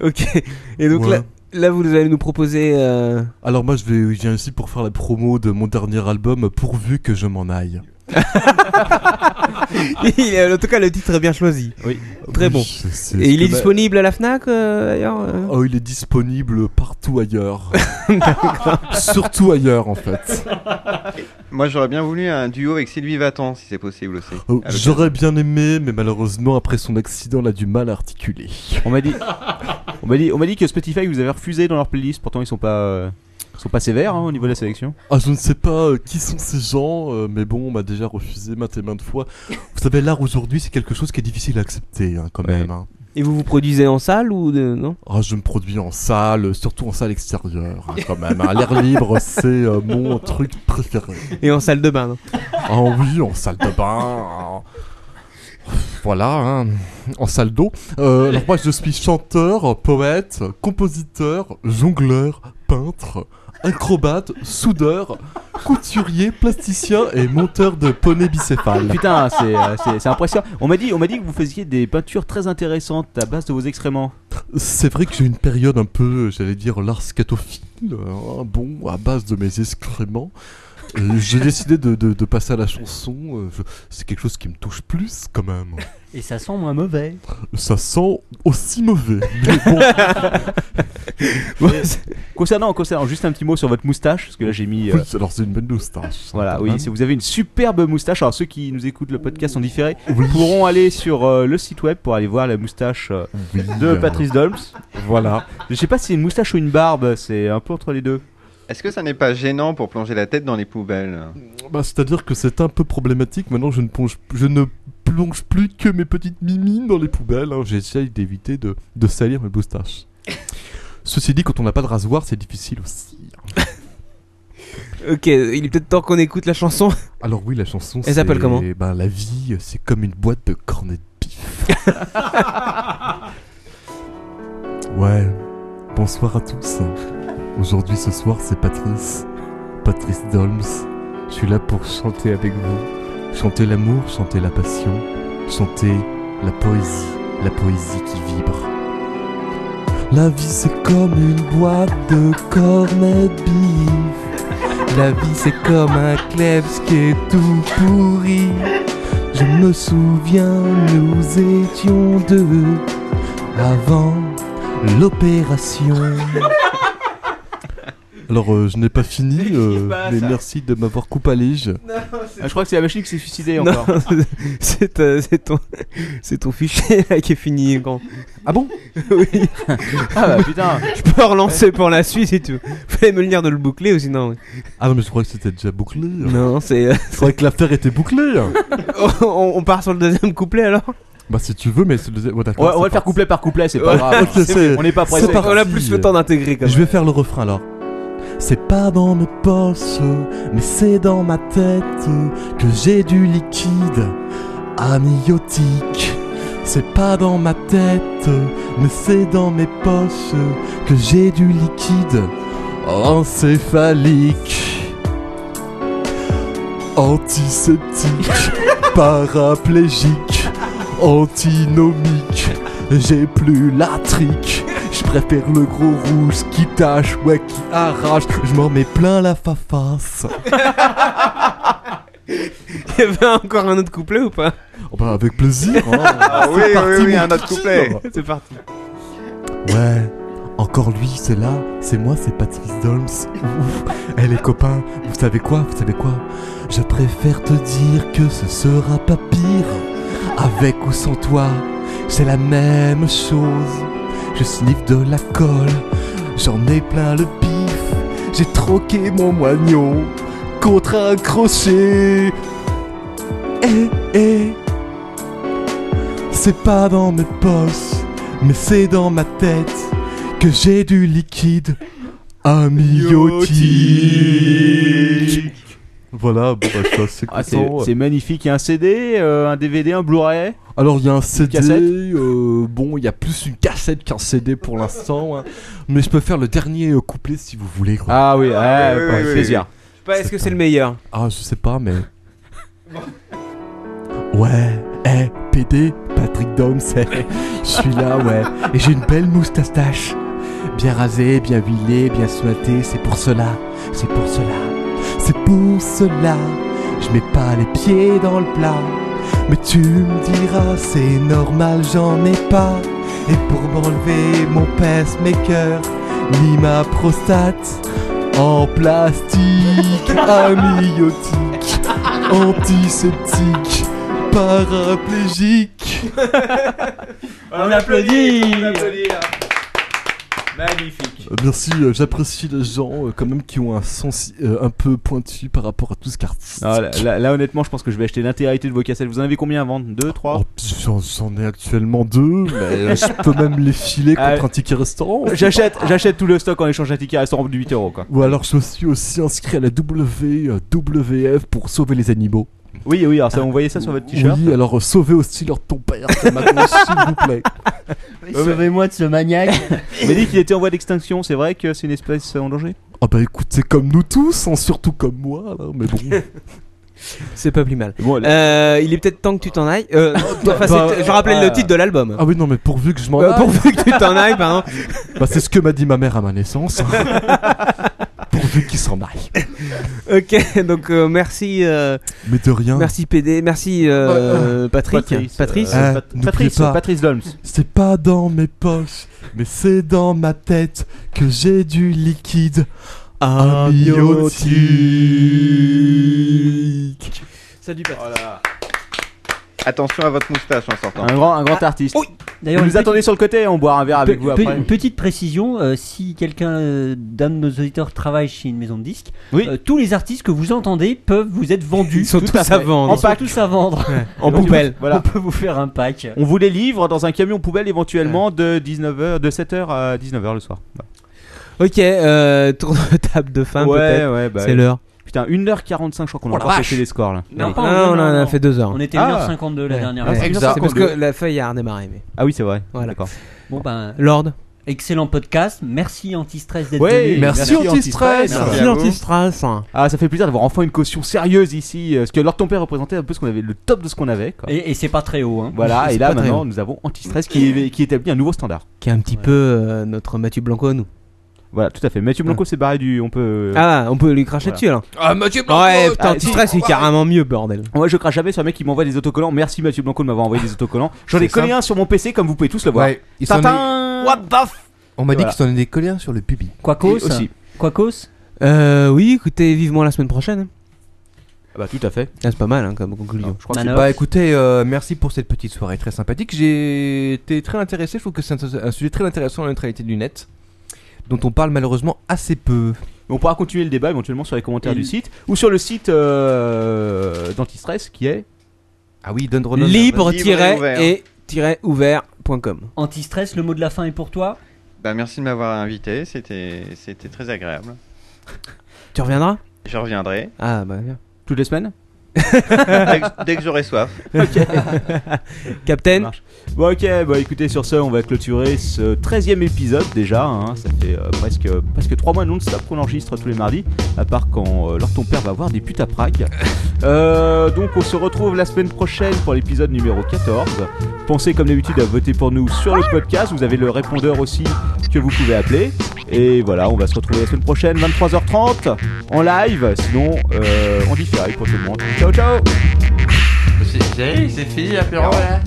Speaker 7: ok, et donc
Speaker 14: Ouais.
Speaker 7: là, là, vous allez nous proposer. euh, [laughs]
Speaker 14: Alors moi je vais, je viens ici pour faire la promo de mon dernier album, pourvu que je m'en aille.
Speaker 7: il est- en tout cas, le titre est bien choisi.
Speaker 3: Oui.
Speaker 7: Très
Speaker 14: Oui,
Speaker 7: bon.
Speaker 14: c'est- c'est-
Speaker 7: Et il est
Speaker 14: bah-
Speaker 7: disponible à la Fnac euh, d'ailleurs euh
Speaker 14: Oh, il est disponible
Speaker 7: [laughs]
Speaker 14: partout ailleurs. Surtout ailleurs en fait.
Speaker 10: Moi, j'aurais bien voulu un duo avec Sylvie Vatan, si c'est possible aussi.
Speaker 7: Ah,
Speaker 14: Oh,
Speaker 10: À l'occasion.
Speaker 14: J'aurais bien aimé, mais malheureusement après son accident, il a du mal à articuler.
Speaker 3: On m'a dit, on m'a dit, on m'a dit que Spotify vous avait refusé dans leur playlist. Pourtant, ils sont pas, euh, ils sont pas sévères hein, au niveau de la sélection.
Speaker 14: Ah, je ne sais pas euh, qui sont ces gens, euh, mais bon, on m'a déjà refusé maintes et maintes fois. Vous savez, l'art aujourd'hui, c'est quelque chose qui est difficile à accepter hein, quand même. hein.
Speaker 7: Et vous vous produisez en salle ou de- non
Speaker 14: Ah, je me produis en salle, surtout en salle extérieure, hein, quand même. hein. L'air libre, c'est euh, mon truc préféré.
Speaker 7: Et en salle de bain, non
Speaker 14: Ah oui, en salle de bain. en- Voilà, hein, en salle d'eau. Euh, alors moi, je suis chanteur, poète, compositeur, jongleur, peintre, acrobate, soudeur, couturier, plasticien et monteur de poney bicéphale.
Speaker 3: Putain, c'est, euh, c'est, c'est impressionnant. On m'a dit, on m'a dit que vous faisiez des peintures très intéressantes à base de vos excréments.
Speaker 14: C'est vrai que j'ai une période un peu, j'allais dire, l'art scatophile, euh, hein, bon, à base de mes excréments. Euh, j'ai décidé de, de- de passer à la chanson, euh, je- c'est quelque chose qui me touche plus quand même.
Speaker 5: Et ça sent moins mauvais.
Speaker 14: Ça sent
Speaker 3: [laughs]
Speaker 14: aussi mauvais, mais bon.
Speaker 3: Bon, c'est- concernant, concernant, juste un petit mot sur votre moustache, parce que là j'ai mis. euh,
Speaker 14: Oui, Ah. alors c'est une belle moustache.
Speaker 3: Voilà, oui, c'est- vous avez une superbe moustache. Alors ceux qui nous écoutent le podcast en différé
Speaker 14: Oui.
Speaker 3: pourront aller sur euh, le site web pour aller voir la moustache euh,
Speaker 14: Oui.
Speaker 3: de Patrice Dolms.
Speaker 14: Voilà.
Speaker 3: Je sais pas si c'est une moustache ou une barbe, c'est un peu entre les deux.
Speaker 10: Est-ce que ça n'est pas gênant pour plonger la tête dans les poubelles
Speaker 14: Bah, C'est-à-dire que c'est un peu problématique. Maintenant, je ne plonge, je ne plonge plus que mes petites mimines dans les poubelles. hein. J'essaye d'éviter de, de salir mes
Speaker 3: [laughs]
Speaker 14: moustaches. Ceci dit, quand on n'a pas de rasoir, c'est difficile aussi. hein.
Speaker 7: Ok, il est peut-être temps qu'on écoute la chanson.
Speaker 14: Alors oui, la chanson.
Speaker 7: Elle s'appelle
Speaker 14: c'est-
Speaker 7: comment
Speaker 14: ben, La vie, c'est comme une boîte de cornets de bif. ouais. Bonsoir à tous. Aujourd'hui, ce soir, c'est Patrice. Patrice Dolms. Je suis là pour chanter avec vous. Chanter l'amour, chanter la passion, chanter la poésie, la poésie qui vibre. La vie c'est comme une boîte de cornets de bif. La vie c'est comme un klebs qui est tout pourri. Je me souviens, nous étions deux avant l'opération. Alors euh, je n'ai pas fini, euh,
Speaker 3: pas,
Speaker 14: mais
Speaker 3: ça.
Speaker 14: merci de m'avoir coupé à lige.
Speaker 3: Ah, je crois que c'est la machine qui s'est suicidée
Speaker 7: Non,
Speaker 3: encore.
Speaker 7: [laughs] c'est euh, c'est ton, c'est ton fichier là, qui est fini. Grand.
Speaker 14: Ah bon
Speaker 7: [laughs] Oui.
Speaker 3: Ah bah putain.
Speaker 7: Je peux relancer pour la suite si tu veux. Fallait me le dire de le boucler ou sinon.
Speaker 14: Ah non mais je croyais que c'était déjà bouclé.
Speaker 7: Non, c'est.
Speaker 14: Je croyais que l'affaire était bouclée.
Speaker 3: [laughs]
Speaker 7: on, on part sur le deuxième couplet alors
Speaker 14: bah si tu veux, mais c'est le deuxième. ouais,
Speaker 3: On
Speaker 14: d'accord,
Speaker 3: va, on va
Speaker 14: c'est
Speaker 3: le faire
Speaker 14: parti. Ah,
Speaker 3: couplet par couplet, [laughs] c'est pas
Speaker 7: [laughs]
Speaker 3: grave.
Speaker 14: Ok, c'est-
Speaker 3: on n'est pas pressé.
Speaker 14: c'est parti.
Speaker 7: On a plus le temps d'intégrer quand même.
Speaker 14: Je vais faire le refrain alors. C'est pas dans mes poches, mais c'est dans ma tête que j'ai du liquide amniotique. C'est pas dans ma tête, mais c'est dans mes poches que j'ai du liquide encéphalique. Antiseptique, paraplégique, antinomique. J'ai plus la trique. Je préfère le gros rouge qui tâche, ouais, qui arrache. Je m'en mets plein la fafasse.
Speaker 7: [laughs] Il y avait encore un autre couplet ou pas
Speaker 14: Oh bah, avec plaisir. hein.
Speaker 10: Ah oui,
Speaker 14: C'est
Speaker 10: oui,
Speaker 14: parti,
Speaker 10: oui,
Speaker 14: mon
Speaker 10: un autre
Speaker 14: petit.
Speaker 10: couplet.
Speaker 7: C'est parti.
Speaker 14: Ouais, Encore lui, c'est là, c'est moi, c'est Patrice Dolms. Ouf, Eh les copains, vous savez quoi, vous savez quoi Je préfère te dire que ce sera pas pire. Avec ou sans toi, c'est la même chose. Je sniffe de la colle, j'en ai plein le pif. J'ai troqué mon moignon contre un crochet. Eh, eh. C'est pas dans mes poches, mais c'est dans ma tête que j'ai du liquide amniotique. Voilà, bon, bah, ça, c'est
Speaker 3: Ah, c'est,
Speaker 14: content.
Speaker 3: c'est magnifique. Il y a un CD, euh, un DVD, un Blu-ray.
Speaker 14: Alors il y a un CD,
Speaker 3: cassette
Speaker 14: euh, bon il y a plus une cassette qu'un CD pour l'instant, hein. mais je peux faire le dernier euh, couplet si vous voulez. quoi.
Speaker 3: Ah oui, ah, ouais, avec plaisir.
Speaker 7: Je sais pas, est-ce que c'est le meilleur
Speaker 14: Ah je sais pas mais... Ouais, eh, PD, Patrick Doms, eh, je suis là, ouais. Et j'ai une belle moustache, bien rasée, bien huilée, bien sointée, c'est pour cela, c'est pour cela, c'est pour cela. Je mets pas les pieds dans le plat, mais tu me diras, c'est normal, j'en ai pas. Et pour m'enlever mon pacemaker, ni ma prostate, en plastique, amniotique, antiseptique, paraplégique.
Speaker 5: On applaudit.
Speaker 10: Magnifique.
Speaker 14: Euh, Merci, euh, j'apprécie les gens euh, quand même qui ont un sens euh, un peu pointu par rapport à tout ce qu'artiste.
Speaker 3: Ah, là, là- là, honnêtement, je pense que je vais acheter l'intégralité de vos cassettes. Vous en avez combien à vendre 2, 3
Speaker 14: Oh, J'en j'en ai actuellement deux, mais euh, je peux même les filer contre
Speaker 3: Ah,
Speaker 14: un ticket restaurant. je
Speaker 3: [laughs]
Speaker 14: sais
Speaker 3: J'achète,
Speaker 14: pas.
Speaker 3: j'achète tout le stock en échange d'un ticket restaurant de 8 euros quoi.
Speaker 14: Ou alors je suis aussi inscrit à la WWF pour sauver les animaux.
Speaker 3: Oui, oui, alors ça, on voyait ça sur votre t-shirt.
Speaker 14: Oui, alors euh, sauvez aussi leur ton père,
Speaker 3: [laughs]
Speaker 14: maintenant, s'il vous plaît.
Speaker 15: Sauvez-moi de ce maniaque.
Speaker 3: Mais dit qu'il était en voie d'extinction, c'est vrai que c'est une espèce euh, en danger
Speaker 14: Ah bah écoute, c'est comme nous tous, hein, surtout comme moi, là, mais bon.
Speaker 7: C'est pas plus mal.
Speaker 3: Bon,
Speaker 7: Euh, il est peut-être temps que tu t'en ailles.
Speaker 3: [laughs]
Speaker 7: Euh, enfin,
Speaker 14: Bah,
Speaker 7: c'est- je rappelle
Speaker 14: euh,
Speaker 7: le titre de l'album.
Speaker 14: Ah oui, non, mais pourvu que je m'en
Speaker 7: Euh,
Speaker 14: aille.
Speaker 7: pourvu [laughs] que tu t'en ailles, pardon.
Speaker 14: Bah, c'est ce que m'a dit ma mère à
Speaker 7: [laughs]
Speaker 14: ma naissance. hein. pourvu qu'il s'en aille.
Speaker 7: Ok, donc euh, merci. euh,
Speaker 14: Mais de rien.
Speaker 7: Merci PD, merci euh, Patrick.
Speaker 3: Patrice, ah,
Speaker 7: Patrice.
Speaker 14: Euh,
Speaker 3: Pat-
Speaker 14: n'oubliez
Speaker 3: Patrice,
Speaker 14: pas,
Speaker 3: Patrice Dolms.
Speaker 14: C'est pas dans mes poches, mais c'est dans ma tête que j'ai du liquide amniotique.
Speaker 7: Salut
Speaker 10: Attention à votre moustache en sortant.
Speaker 3: Un grand, un grand artiste.
Speaker 5: D'ailleurs,
Speaker 3: vous
Speaker 5: une
Speaker 3: nous attendez sur le côté, on boira un verre avec
Speaker 5: Pe-
Speaker 3: vous
Speaker 5: pe-
Speaker 3: après.
Speaker 5: une petite précision, euh, si quelqu'un euh, d'un de nos auditeurs travaille chez une maison de disques,
Speaker 3: Oui.
Speaker 5: euh, tous les artistes que vous entendez peuvent vous être vendus.
Speaker 7: Ils sont
Speaker 5: Tout
Speaker 7: tous
Speaker 5: fait.
Speaker 7: à vendre.
Speaker 5: Ils
Speaker 7: En
Speaker 5: sont
Speaker 7: pack.
Speaker 5: tous à vendre.
Speaker 7: Ouais. En
Speaker 5: Donc,
Speaker 7: poubelle,
Speaker 5: on-
Speaker 3: voilà.
Speaker 5: On peut vous faire un pack.
Speaker 3: On vous les livre dans un camion poubelle éventuellement de 19h, de 7h à 19h le soir. Voilà.
Speaker 7: Ok, euh, tour de table de fin
Speaker 3: ouais,
Speaker 7: peut-être.
Speaker 3: ouais, bah,
Speaker 7: c'est l'heure.
Speaker 3: Putain, 1h45, je crois qu'on
Speaker 7: Oh
Speaker 3: a
Speaker 7: la
Speaker 3: encore
Speaker 7: vache.
Speaker 3: pété les scores là.
Speaker 5: Non,
Speaker 3: Allez.
Speaker 5: pas-
Speaker 7: Ah,
Speaker 5: non,
Speaker 7: on en
Speaker 5: non,
Speaker 7: a
Speaker 5: non.
Speaker 7: fait 2 heures.
Speaker 5: On était
Speaker 3: Ah.
Speaker 5: 1h52 la
Speaker 7: Ouais.
Speaker 5: dernière
Speaker 3: Ah,
Speaker 5: fois.
Speaker 3: c'est
Speaker 7: C'est parce que la feuille a redémarré. Mais...
Speaker 3: Ah oui, c'est vrai.
Speaker 7: Voilà.
Speaker 3: D'accord.
Speaker 5: Bon ben,
Speaker 7: Lord.
Speaker 5: excellent podcast. Merci Antistress d'être
Speaker 3: Ouais,
Speaker 5: venu.
Speaker 3: merci, Merci, Antistress. Antistress.
Speaker 7: Merci
Speaker 3: Bravo.
Speaker 7: Antistress.
Speaker 3: Ah, ça fait plaisir d'avoir enfin une caution sérieuse ici. euh, Parce que alors ton père représentait un peu ce qu'on avait, le top de ce qu'on avait. quoi.
Speaker 5: Et, et c'est pas très haut. Hein.
Speaker 3: Voilà,
Speaker 7: C'est
Speaker 3: et là
Speaker 7: pas très
Speaker 3: maintenant
Speaker 7: haut.
Speaker 3: nous avons Antistress qui, qui établit un nouveau standard.
Speaker 7: Qui est un petit peu euh, notre Mathieu Blanco à nous.
Speaker 3: Voilà, tout à fait. Mathieu Blanco s'est barré du. On peut.
Speaker 7: Ah, on peut lui cracher
Speaker 3: Euh. Voilà.
Speaker 7: dessus alors.
Speaker 2: Ah, Mathieu
Speaker 7: Ouais,
Speaker 3: euh,
Speaker 7: putain, Antistress, c'est
Speaker 2: il
Speaker 7: carrément mieux, bordel.
Speaker 3: Moi je crache jamais sur un mec qui m'envoie des autocollants. Merci Mathieu Blanco de m'avoir envoyé des autocollants. J'en ai
Speaker 2: C'est
Speaker 3: collé
Speaker 2: simple.
Speaker 3: un sur mon PC comme vous pouvez tous le voir.
Speaker 2: Ouais, il s'en est-
Speaker 3: Tintin What the f
Speaker 2: On m'a dit
Speaker 3: Voilà.
Speaker 2: qu'il s'en est décollé un sur le pubis.
Speaker 5: Quacos.
Speaker 3: Aussi.
Speaker 5: Quacos.
Speaker 7: Euh, oui, écoutez vivement la semaine prochaine. hein.
Speaker 3: Ah bah tout à fait.
Speaker 7: Ah, c'est pas mal hein, comme conclusion.
Speaker 3: Je crois que
Speaker 5: Manox.
Speaker 2: Bah écoutez, euh, merci pour cette petite soirée très sympathique. J'ai été très intéressé, je trouve que c'est un, un sujet très intéressant, la neutralité du net, dont on parle malheureusement assez peu.
Speaker 3: Mais On pourra continuer le débat éventuellement sur les commentaires du site ou sur le site euh, d'Antistress qui est.
Speaker 2: Ah oui, donne
Speaker 7: libre-et-ouvert.com.
Speaker 5: Antistress, le mot de la fin est pour toi.
Speaker 14: Hein
Speaker 10: Bah, merci de m'avoir invité, c'était c'était très agréable.
Speaker 7: Tu reviendras
Speaker 10: Je
Speaker 14: [laughs]
Speaker 10: reviendrai
Speaker 7: Ah bah bien.
Speaker 3: Toutes les semaines
Speaker 10: dès que, dès que j'aurai soif.
Speaker 3: Ça
Speaker 7: Captain,
Speaker 3: marche. Bon, ok, bah écoutez, sur ce, on va clôturer ce 13 e épisode déjà. hein. Ça fait euh, presque, presque 3 mois non-stop qu'on enregistre tous les mardis, à part quand euh, Lord ton père va voir des putes à Prague. Euh, donc, on se retrouve la semaine prochaine pour l'épisode numéro 14. Pensez comme d'habitude à voter pour nous sur le podcast. Vous avez le répondeur aussi que vous pouvez appeler. Et voilà, on va se retrouver la semaine prochaine, 23h30, en live. Sinon, euh, en différé pour tout le monde. Ciao, ciao!
Speaker 1: C'est fini l'apéro là